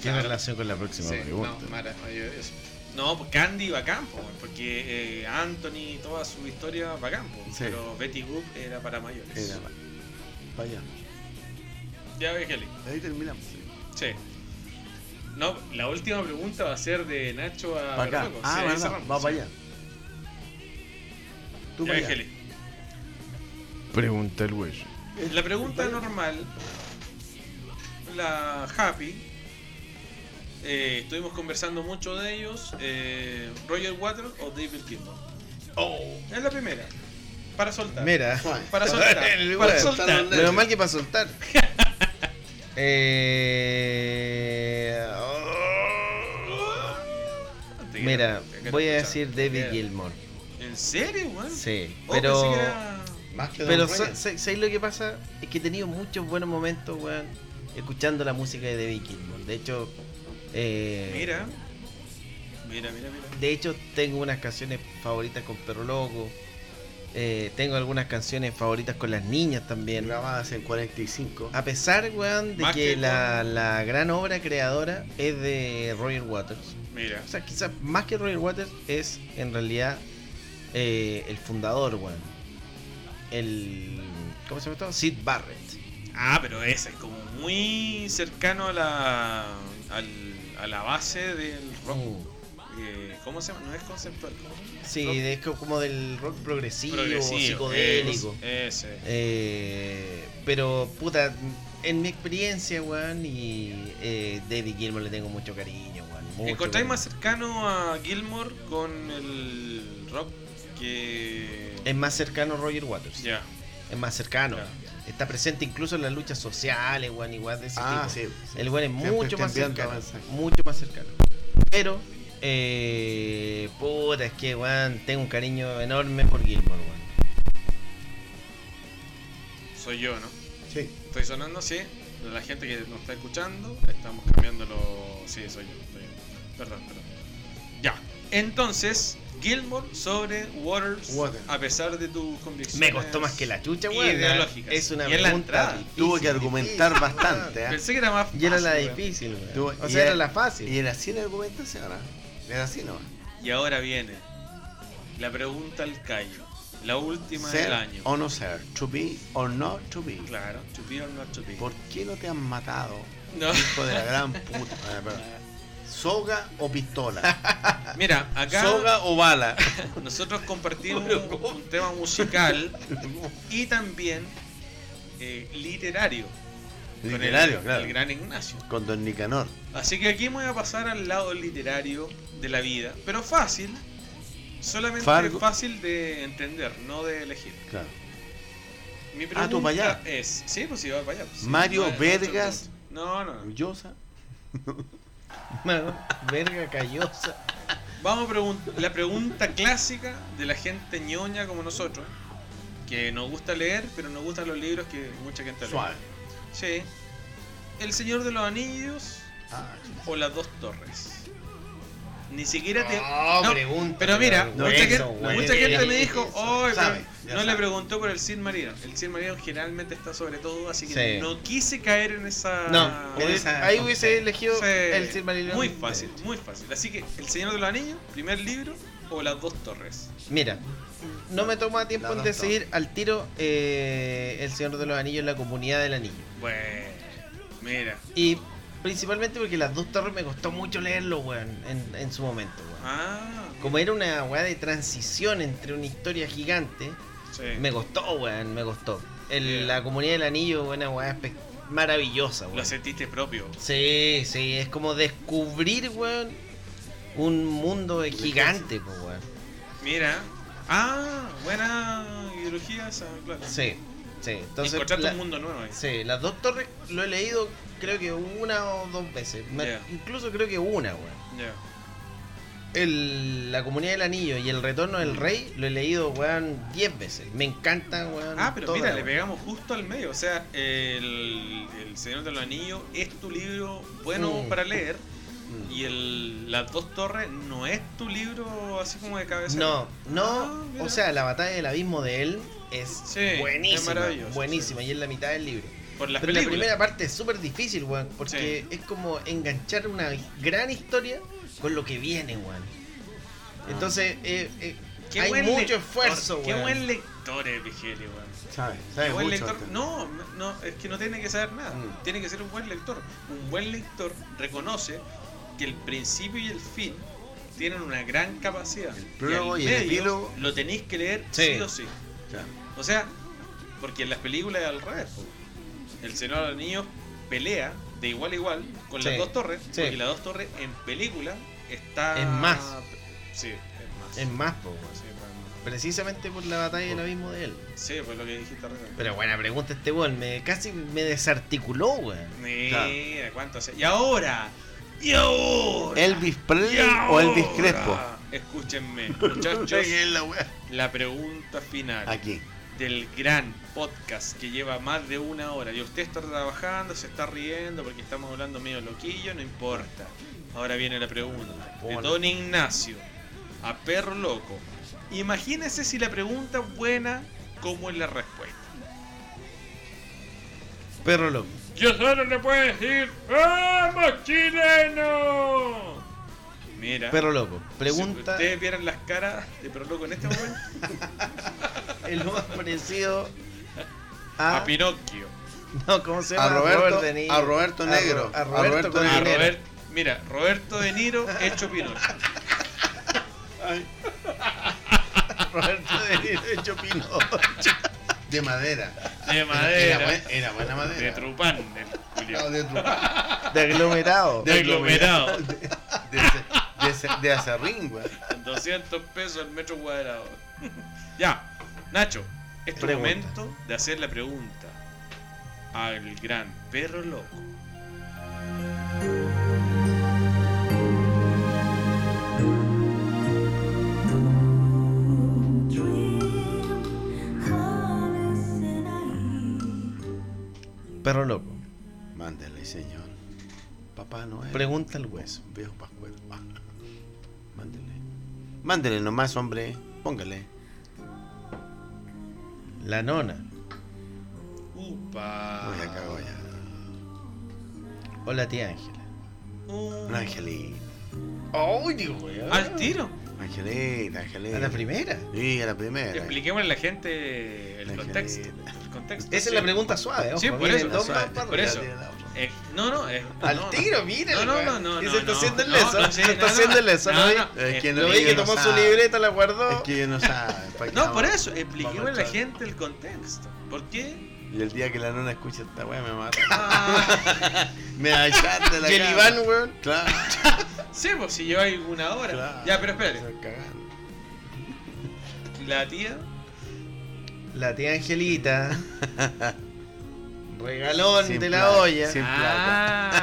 S4: Tiene relación con la próxima
S5: Sí,
S4: pregunta.
S5: no, Mara, oye, eso.
S3: No, pues Candy bacán, po, porque eh, Anthony y toda su historia bacán, po,
S2: Sí.
S3: pero Betty Boop era para mayores.
S2: Era para allá.
S3: Ya ves, Kelly.
S2: Ahí terminamos.
S3: Sí. No, la última pregunta va a ser de Nacho a
S2: Para acá.
S3: Berloco, sí,
S2: Ah,
S3: ahí
S2: verdad.
S3: cerramos,
S2: Va
S3: sí.
S2: para allá. Tú
S3: Ya
S2: para
S3: ves,
S2: allá.
S3: Kelly.
S4: Pregunta el güey.
S3: La pregunta normal, la Happy, eh, estuvimos conversando mucho de ellos, eh, Roger Waters o David Kimball. Es la primera, para soltar.
S4: Oh. Mira.
S3: Para soltar, para soltar.
S4: Menos mal que para soltar. eh... oh.
S3: Te
S4: Mira,
S3: quiero- te quiero
S4: voy a
S3: escuchar.
S4: decir David
S3: Te quiero.
S4: Gilmour.
S3: ¿En serio, weón?
S4: Sí,
S3: Oh,
S4: pero...
S3: pensé que era-
S2: Más que
S4: Pero
S2: Don
S4: sa-
S2: Ryan.
S4: sa- ¿sabes lo que pasa? Es que he tenido muchos buenos momentos, weón, escuchando la música de David Gilmour. De hecho, eh,
S3: Mira, mira, mira, mira.
S4: de hecho tengo unas canciones favoritas con Perro Loco. Eh, tengo algunas canciones favoritas con las niñas también.
S2: Grabadas en 45.
S4: A pesar, weón, de
S3: Más
S4: que
S3: que
S4: la, la gran obra creadora es de Roger Waters.
S3: Mira,
S4: O sea, quizás más que Roger Waters es en realidad eh, el fundador, weón. El... ¿Cómo se llama esto? Sid Barrett.
S3: Ah, pero ese es como muy cercano a la, al- a la base del rock. Eh, ¿Cómo se llama? No es conceptual. ¿cómo se llama?
S4: Sí,
S3: Rock
S4: de- es co- como del rock progresivo,
S3: progresivo, eh,
S4: psicodélico.
S3: es- ese.
S4: Eh, pero, puta, en mi experiencia, weón, y eh, David Gilmour le tengo mucho cariño, weón. mucho
S3: ¿Encontráis
S4: cariño.
S3: más cercano a Gilmore con el rock que.
S4: Es más cercano a Roger Waters.
S3: Ya.
S4: Es más cercano.
S3: Ya.
S4: Está presente incluso en las luchas sociales, weón, igual de ese
S2: Ah,
S4: tipo.
S2: sí. sí.
S4: El weón es
S2: Siempre
S4: mucho
S2: está
S4: más
S2: enviando
S4: cercano.
S2: mensajes.
S4: Mucho más cercano. Pero, eh, puta, es que, weón, tengo un cariño enorme por Gilmour, weón.
S3: Soy yo, ¿no?
S2: Sí.
S3: Estoy sonando, sí. La gente que nos está escuchando, estamos cambiándolo. Sí, soy yo. Estoy... Perdón, perdón. Ya. Entonces, Gilmore sobre Waters,
S2: Waters.
S3: a pesar de tus convicciones.
S4: Me costó más que la chucha, weón. ¿eh?
S3: Ideológicas.
S4: Es una
S3: Y en la
S4: pregunta
S3: entrada.
S4: difícil.
S2: Tuve que argumentar bastante. ¿ah?
S3: Pensé que era más fácil.
S4: Y era la
S3: weón.
S4: difícil, weón.
S2: Tuve-
S4: O
S2: y
S4: sea, era
S2: era-
S4: la fácil.
S2: Y era así la argumentación, ¿ah? Era así nomás.
S3: Y ahora viene la pregunta al callo. La última
S2: Ser
S3: del año.
S2: o no ser. To be or not to be.
S3: Claro, to be or not to be.
S2: ¿Por qué no te han matado?
S3: No.
S2: Hijo de la gran puta. Ah, perdón. ¿Soga o pistola?
S3: Mira, acá
S2: ¿Soga o bala?
S3: nosotros compartimos un, un tema musical y también eh, literario. con el-
S2: Literario,
S3: el
S2: claro.
S3: gran Ignacio.
S2: Con Don Nicanor.
S3: Así que aquí me voy a pasar al lado literario de la vida, pero fácil, solamente
S2: Fargo.
S3: fácil de entender, no de elegir.
S2: Claro.
S3: Mi pregunta
S2: Ah, ¿tú para allá?
S3: es, sí, pues sí, va para allá. pues, sí.
S2: Mario
S3: No, no, no,
S2: Vergas.
S3: No, no, no.
S2: Yosa.
S4: Verga callosa.
S3: Vamos a pregun- la pregunta clásica de la gente ñoña como nosotros, que nos gusta leer, pero nos gustan los libros que mucha gente lee.
S2: Suave.
S3: Sí. El Señor de los Anillos
S2: Ah,
S3: o las dos torres. Ni siquiera te,
S4: No,
S3: No,
S4: pregunta.
S3: Pero mira,
S4: pero
S3: mucha,
S4: eso,
S3: gente,
S4: güey.
S3: mucha gente me dijo, "Ay, pero
S2: Sabe, ya
S3: no
S2: sabe.
S3: le preguntó por el Sin Marino. El Sin Marino generalmente está sobre todo, así que
S4: Sí.
S3: no quise caer en esa...
S4: No,
S3: Ah,
S4: eh,
S3: en
S4: en
S3: esa-
S4: esa-
S5: Ahí hubiese elegido
S3: Sí.
S5: el Silmarillion.
S3: Muy fácil, muy fácil. Así que, El Señor de los Anillos, primer libro o Las Dos Torres.
S4: Mira, no me toma tiempo
S2: La
S4: en
S2: dos
S4: decidir al tiro eh, El Señor de los Anillos, la comunidad del anillo.
S3: Bueno, mira.
S4: Y principalmente porque las dos torres me costó mucho leerlo, weón, en, en su momento, weón.
S3: Ah,
S4: Como era una weá de transición entre una historia gigante,
S3: sí.
S4: me costó, weón, me costó. El-
S3: Yeah.
S4: La comunidad del anillo, weón, una weá espe- maravillosa,
S3: Lo
S4: weón.
S3: sentiste propio.
S4: Sí, sí, es como descubrir, weón, un mundo gigante, po, weón.
S3: Mira. Ah, buena ideología esa, claro.
S4: Sí, sí. Entonces,
S3: Encontraste
S4: la-
S3: un mundo nuevo ahí.
S4: Sí, las dos torres lo he leído creo que una o dos veces. Me-
S3: Ya.
S4: Incluso creo que una, weón.
S3: Ya.
S4: El- La comunidad del anillo y el retorno del rey lo he leído, weón, diez veces. Me encanta, weón.
S3: Ah, pero
S4: toda,
S3: mira, le
S4: weón.
S3: pegamos justo al medio. O sea, el, el Señor de los Anillos es tu libro bueno
S4: Mm.
S3: para leer
S2: mm.
S3: y el Las Dos Torres no es tu libro así como de cabeza.
S4: No,
S3: Ah,
S4: no,
S3: mira.
S4: o sea, la batalla del abismo de él es
S3: Sí, es
S4: buenísima,
S3: maravilloso,
S4: buenísima, y es la mitad del libro.
S3: Por las
S4: Pero la
S3: películas.
S4: primera parte es súper difícil, weón, porque es como enganchar una gran historia con lo que viene, weón. Entonces, eh, eh,
S3: Qué
S4: hay
S3: buen
S4: mucho
S3: lector,
S4: esfuerzo,
S3: Qué
S4: weón.
S3: buen lector es Vigeli, weón.
S2: Sabe,
S3: Qué
S2: sabe
S3: buen
S2: mucho.
S3: lector.
S2: este.
S3: No, no, es que no tiene que saber nada.
S2: Mm.
S3: Tiene que ser un buen lector. Un buen lector reconoce que el principio y el fin tienen una gran capacidad. El
S2: prólogo y el epílogo.
S3: lo tenéis que leer
S4: Sí.
S3: sí o sí.
S2: Claro.
S3: O sea, porque en las películas es al revés. po. El Señor de los Anillos pelea de igual a igual con las
S4: Sí,
S3: dos torres.
S4: sí.
S3: Porque las dos torres en película está.
S4: Es más.
S3: Sí, es más.
S4: es más, po, weón.
S3: Sí, pues,
S4: Precisamente por la batalla del abismo de él.
S3: Sí, pues lo que dijiste recién.
S4: Pero buena pregunta este weón, me casi me desarticuló, weón.
S3: Mira, cuánto hace. Y ahora. Y ahora.
S2: ¿Elvis
S3: y
S2: Presley o Elvis
S3: ahora.
S2: Crespo?
S3: Escúchenme, muchachos.
S2: Es la wea.
S3: la pregunta final.
S2: Aquí.
S3: del gran podcast que lleva más de una hora y usted está trabajando, se está riendo porque estamos hablando medio loquillo, no importa. Ahora viene la pregunta de Don Ignacio a Perro Loco. Imagínese si la pregunta es buena, ¿cómo es la respuesta?
S4: Perro loco.
S3: Yo solo le puedo decir ¡Vamos, chileno! Mira,
S4: Perro loco.
S3: si
S4: Pregunta
S3: ustedes vieran las caras de Perro Loco en este momento,
S4: el más parecido
S3: a,
S2: Ah.
S4: a,
S3: Pinocchio.
S4: no, ¿cómo se llama?
S2: A Roberto,
S4: De Niro.
S2: a Roberto
S4: A Ro-
S2: Negro.
S4: A, Roberto,
S2: Ah,
S4: con
S3: A
S4: dinero.
S3: Robert, mira, Roberto De Niro hecho Pinocchio.
S2: Roberto de Niro hecho Pinocho. De madera.
S3: De
S2: Era,
S3: madera.
S2: buen- era buena
S3: De
S2: madera.
S3: trupán, del
S2: No,
S3: Julio.
S2: de trupa.
S4: De aglomerado.
S3: De aglomerado.
S2: De, ace- de, ace- de acerrín, güey.
S3: 200 pesos el metro cuadrado. ya, Nacho, es tu
S4: Pregunta.
S3: momento de hacer la pregunta al gran perro loco.
S4: Perro loco.
S2: Mándale, señor. Papá no es.
S4: Pregunta al hueso.
S2: Eso, viejo pascuero. Ah. Mándele. Mándele nomás, hombre. Póngale.
S4: La nona
S3: Upa.
S2: Voy a cago ya.
S4: o la tía Ángela.
S3: Uh,
S2: Angelita.
S3: Ah, al tiro.
S2: Angelita, Angelita.
S4: A la primera.
S2: Sí, a la primera.
S3: Expliquemos a la gente el
S2: Angelita.
S3: contexto. El contexto.
S4: Esa es
S3: sí.
S4: la pregunta suave, ojo.
S3: Sí, por
S4: vienen
S3: eso,
S4: dos
S3: suave,
S4: más para
S3: por
S4: arriba.
S3: eso. Eh, no, no, eh,
S5: Al
S3: no,
S5: tiro, mira.
S3: No, no, no, no.
S5: Y
S3: no,
S5: se
S3: no,
S5: está haciendo el
S3: no,
S5: leso.
S3: no, sí,
S5: se
S3: no,
S5: está
S3: no,
S5: haciendo el leso.
S3: no,
S5: ¿no?
S3: no.
S2: Es que
S5: Lo vi que
S2: no
S5: tomó su
S4: ah.
S2: sabe.
S5: libreta, la guardó.
S2: Es que ellos no saben. ¿para qué
S3: No,
S2: vamos?
S3: por eso,
S2: Vamos
S3: expliquemos a
S2: a
S3: la
S2: echar-
S3: gente el contexto. ¿Por qué?
S2: Y el día que la nona escuche esta weá me mata.
S3: Ah,
S2: Me va a echar de la
S5: Y el
S2: cama.
S5: Iván, weón.
S2: Claro,
S3: sí, pues si lleváis una hora.
S2: claro.
S3: Ya, pero espere.
S2: Están cagando.
S3: La tía.
S5: La tía Angelita. Regalón
S2: Sin
S5: de la
S2: plata,
S5: olla.
S2: sin-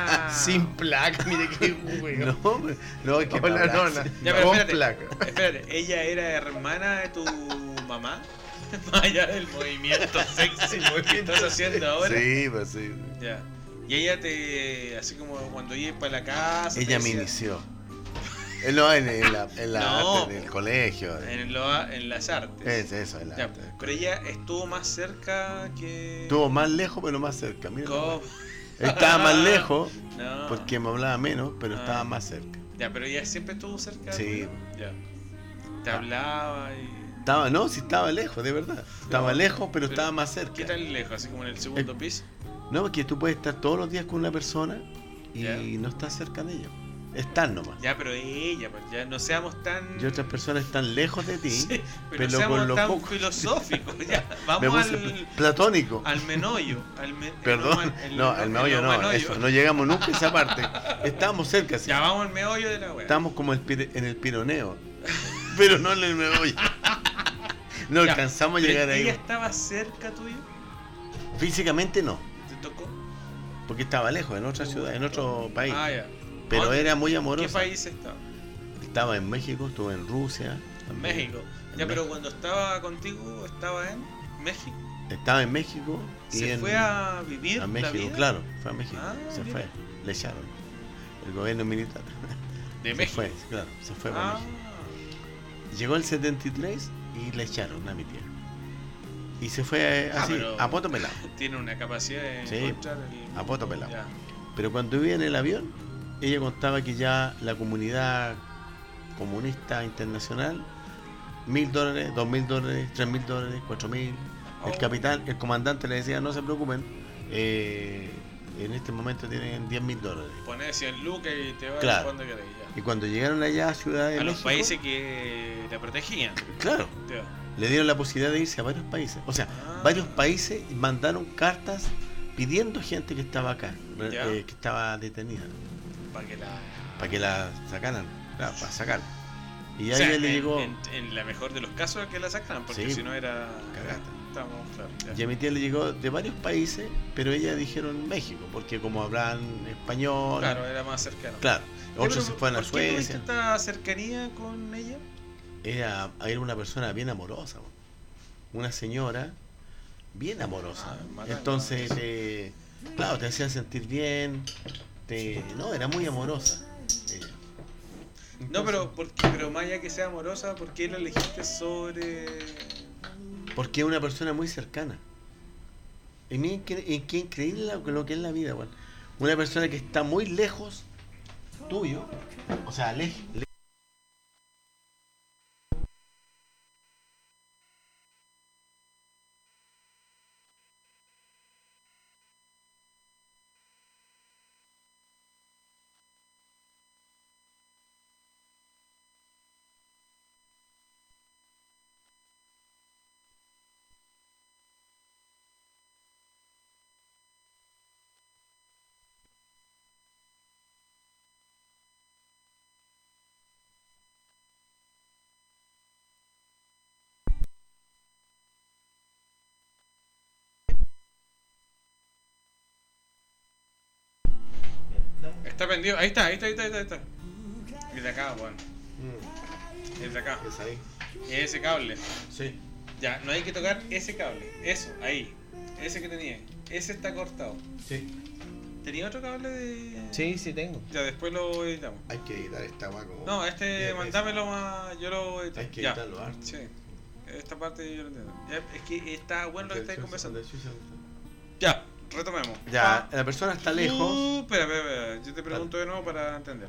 S3: Ah.
S5: Sin placa, mire qué weón.
S2: No, pues, no, es que
S5: Hola,
S2: para-
S5: nona.
S3: Ya, pero
S5: Con
S3: espérate.
S5: placa.
S3: Espérate, ¿ella era hermana de tu mamá? Más allá del movimiento sexy que estás haciendo ahora.
S2: Sí, pues sí.
S3: Ya. Y ella te. Así como cuando ibas para la casa.
S2: Ella
S3: te
S2: me
S3: decía-
S2: inició. Eh, No, en, en la, en, la
S3: No.
S2: arte, en el colegio.
S3: En, lo- en las artes.
S2: Es eso, el
S3: Ya,
S2: arte.
S3: pero ella estuvo más cerca que.
S2: Estuvo más lejos, pero más cerca. Mira,
S3: ¿Cómo?
S2: estaba más lejos
S3: No.
S2: porque me hablaba menos, pero
S3: Ah.
S2: estaba más cerca.
S3: Ya, pero ella siempre estuvo cerca.
S2: Sí.
S3: tuyo. Ya. Te
S2: Ah.
S3: hablaba y.
S2: Estaba, no, sí estaba lejos, de verdad. Estaba lejos, pero estaba más cerca.
S3: ¿Qué tan lejos? Así como en
S2: Eh,
S3: el segundo piso.
S2: No, porque tú puedes estar todos los días con una persona y
S3: Ya.
S2: no estás cerca de ella. Estás nomás.
S3: Ya, pero ella, pues ya no seamos tan.
S2: Y otras personas están lejos de ti.
S3: Sí, pero,
S2: pero
S3: no seamos
S2: por lo
S3: tan
S2: poco.
S3: filosóficos. Ya,
S2: Me
S3: vamos
S2: puse
S3: al,
S2: platónico.
S3: al menollo. Al me-
S2: Perdón.
S3: al- al-
S2: No, al meollo no.
S3: manollo.
S2: Eso, no llegamos nunca a esa parte. Estábamos cerca, sí.
S3: Ya vamos al meollo de la wea.
S2: Estamos como el pire- en el pironeo. Pero no en el meollo. No
S3: Ya,
S2: alcanzamos a
S3: Pero
S2: llegar
S3: Ella
S2: ahí.
S3: estaba cerca tuyo.
S2: Físicamente no.
S3: ¿Te tocó?
S2: Porque estaba lejos, en otra ciudad, en otro país.
S3: Ah, ya.
S2: Pero
S3: ¿Dónde?
S2: era muy
S3: ¿Qué
S2: amorosa.
S3: país estaba?
S2: Estaba en México, estuve en Rusia.
S3: En
S2: también.
S3: México.
S2: En
S3: Ya, pero
S2: México.
S3: cuando estaba contigo, estaba en México.
S2: Estaba en México y
S3: ¿Se
S2: en,
S3: fue a vivir
S2: a
S3: la
S2: México,
S3: vida
S2: claro, fue a México,
S3: Ah,
S2: se
S3: mira.
S2: fue, le echaron. El gobierno militar.
S3: de
S2: se
S3: México?
S2: fue, claro, se fue para
S3: Ah,
S2: México. Llegó el 73 y le echaron a mi tía. Y se fue eh,
S3: Ah,
S2: así,
S3: pero-
S2: a poto pelado.
S3: tiene una capacidad de
S2: Sí,
S3: encontrar el...
S2: a poto pelado.
S3: Ya.
S2: Pero cuando vivía en el avión, ella contaba que ya la comunidad comunista internacional, mil dólares, dos mil dólares, tres mil dólares, cuatro mil. El
S3: Oh.
S2: capitán, el comandante le decía, no se preocupen, eh, en este momento tienen diez mil dólares.
S3: Poner 100 lucas y te vas
S2: Claro.
S3: cuando querés. ya.
S2: Y cuando llegaron allá a Ciudad de
S3: A los
S2: México,
S3: países que la protegían.
S2: claro,
S3: Ya.
S2: le dieron la posibilidad de irse a varios países. O sea,
S3: Ah.
S2: varios países mandaron cartas pidiendo gente que estaba acá, re-
S3: Ya.
S2: eh, que estaba detenida,
S3: Para que la.
S2: para que la sacaran, claro, para sacar. Y
S3: O
S2: ahí
S3: sea,
S2: le
S3: en,
S2: llegó,
S3: En, en la mejor de los casos que la sacaran, porque
S2: Sí.
S3: si no era.
S2: Cagata.
S3: Estamos, claro. ya.
S2: y a mi tía le llegó de varios países, pero ella dijeron México, porque como hablan español,
S3: Claro, era más cercano.
S2: claro.
S3: Oye,
S2: otros
S3: pero
S2: se fueron a
S3: ¿por qué tuviste
S2: Suecia.
S3: esta cercanía con ella?
S2: Era, era una persona bien amorosa, po. una señora bien amorosa.
S3: Ah, matar,
S2: Entonces,
S3: no.
S2: te- claro, te hacía sentir bien. te- no, era muy amorosa. Eh, ella.
S3: No, pero, ¿por qué? pero más allá que sea amorosa, ¿por qué la elegiste sobre.
S2: Porque es una persona muy cercana. Y miren qué, y qué increíble lo, que- lo que es la vida, weón. Una persona que está muy lejos tuyo, o sea, lej- le-
S3: Está pendido. Ahí está, ahí está, ahí está, ahí está. El de acá, bueno. El de acá.
S2: Mm. Es ahí.
S3: Ese cable.
S2: Sí.
S3: Ya, no hay que tocar ese cable. Eso, ahí. Ese que tenía. Ese está cortado.
S2: Sí.
S3: ¿Tenía otro cable de.?
S4: Sí, sí tengo.
S3: Ya, después lo editamos.
S2: Hay que editar esta guaco.
S3: No, este,
S2: Bien,
S3: mandámelo más. Yo lo edito.
S2: Hay que
S3: Ya.
S2: editarlo harto.
S3: Sí. Esta parte yo lo entiendo. Ya, es que está bueno lo que estáis conversando.
S2: conversando.
S3: Ya, retomemos.
S2: Ya, la persona está lejos.
S3: Uh, espera, espera, espera. Yo te pregunto de nuevo para entender.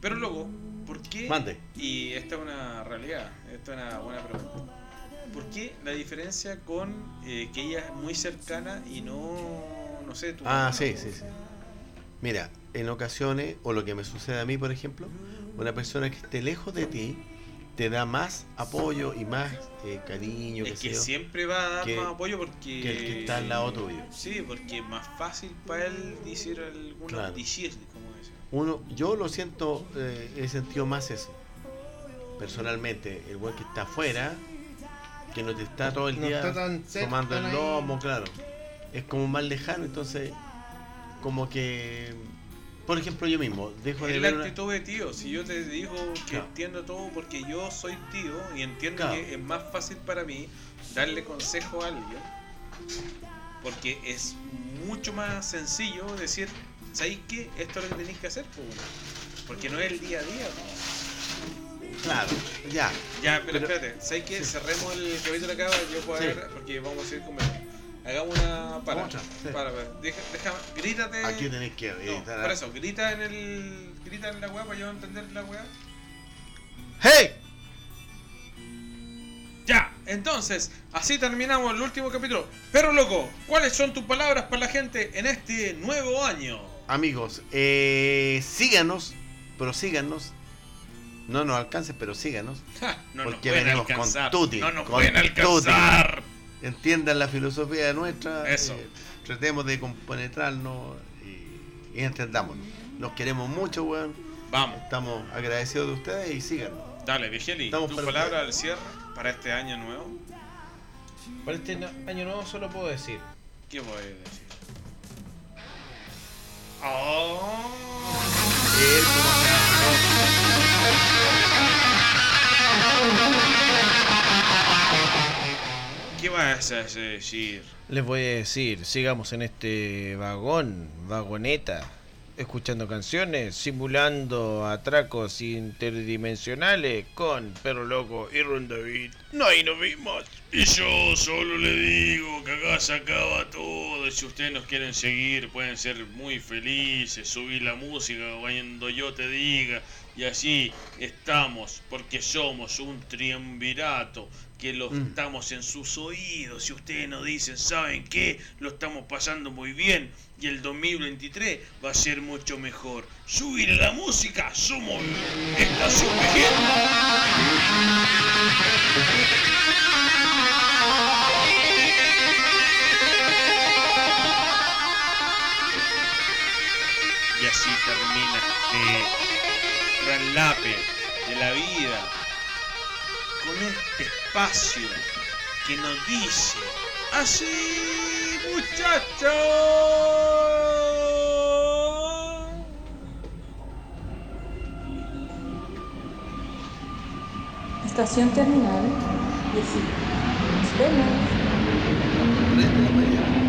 S3: Pero luego, ¿por qué?
S2: Mande.
S3: Y esta es una realidad, esta es una buena pregunta. ¿Por qué la diferencia con eh, que ella es muy cercana y no, no no sé, tu
S2: Ah, sí, sí, sí. Mira, en ocasiones, o lo que me sucede a mí, por ejemplo, una persona que esté lejos de ti te da más apoyo y más eh, cariño, qué
S3: Es
S2: sé
S3: que
S2: yo,
S3: siempre va a dar
S2: que-
S3: más apoyo porque.
S2: que el que está al lado tuyo.
S3: Sí, porque es más fácil para él decir alguna
S2: Claro.
S3: decir, como decir.
S2: Uno, yo lo siento, eh, he sentido más eso. Personalmente, el buen que está afuera, que no te está todo el
S5: No
S2: día
S5: está tan cerca,
S2: tomando
S5: tan
S2: el
S5: ahí.
S2: lomo, claro. Es como más lejano, entonces, como que. Por ejemplo, yo mismo, dejo de
S3: Es la
S2: ver. una-
S3: actitud de tío. Si yo te digo que
S2: Eh, Claro.
S3: entiendo todo porque yo soy tío y entiendo
S2: Claro.
S3: que es más fácil para mí darle consejo a alguien. Porque es mucho más sencillo decir, ¿sabéis qué? Esto es lo que tenéis que hacer, pues, bueno". Porque no es el día a día, pues.
S2: Claro, ya,
S3: Ya, pero,
S2: Pero-
S3: espérate, ¿sabéis qué? Cerremos el capítulo acá para que yo pueda
S2: Sí.
S3: ver, porque vamos a seguir conversando. Hagamos una para.
S2: Otra, sí.
S3: Para, para. Deja, deja, grítate.
S2: aquí eh, tenés que
S3: Eh, No,
S2: editar.
S3: por eso, grita en el. Grita en la weá para yo entender la weá.
S4: ¡Hey!
S3: Ya, entonces, así terminamos el último capítulo. Pero loco, ¿cuáles son tus palabras para la gente en este nuevo año?
S2: Amigos, eh, síganos, prosíganos. No nos alcancen, pero síganos.
S3: Ja, no nos
S2: Porque
S3: pueden
S2: venimos con
S3: alcanzar.
S2: tutti,
S3: no nos
S2: con
S3: pueden alcanzar.
S2: entiendan la filosofía de nuestra.
S3: Eso.
S2: eh, tratemos de compenetrarnos y, y entendámonos. Los queremos mucho, weón.
S3: Vamos,
S2: Estamos agradecidos de ustedes y síganos.
S3: dale, Vigeli,
S2: Estamos
S3: tus
S2: para
S3: palabras
S2: ustedes.
S3: al cierre para este año nuevo.
S4: Para este no- año nuevo solo puedo decir.
S3: ¿Qué voy a decir? Oh. ¿Qué vas a decir?
S4: Les voy a decir, sigamos en este vagón, vagoneta, escuchando canciones, simulando atracos interdimensionales con Perro Loco y Ron David. No, ahí nos vimos.
S3: Y yo solo le digo que acá se acaba todo. Y si ustedes nos quieren seguir, pueden ser muy felices, subir la música cuando yo te diga. Y así estamos, porque somos un triunvirato que lo
S2: Mm.
S3: estamos en sus oídos. Si ustedes nos dicen, ¿saben qué? Lo estamos pasando muy bien. Y el 2023 va a ser mucho mejor. Subir la música, somos Estación Vigente. Y así termina este traslape de la vida con este espacio que nos dice así muchachos.
S9: Estación terminal. Y sí. Nos vemos.
S2: Por esta mañana.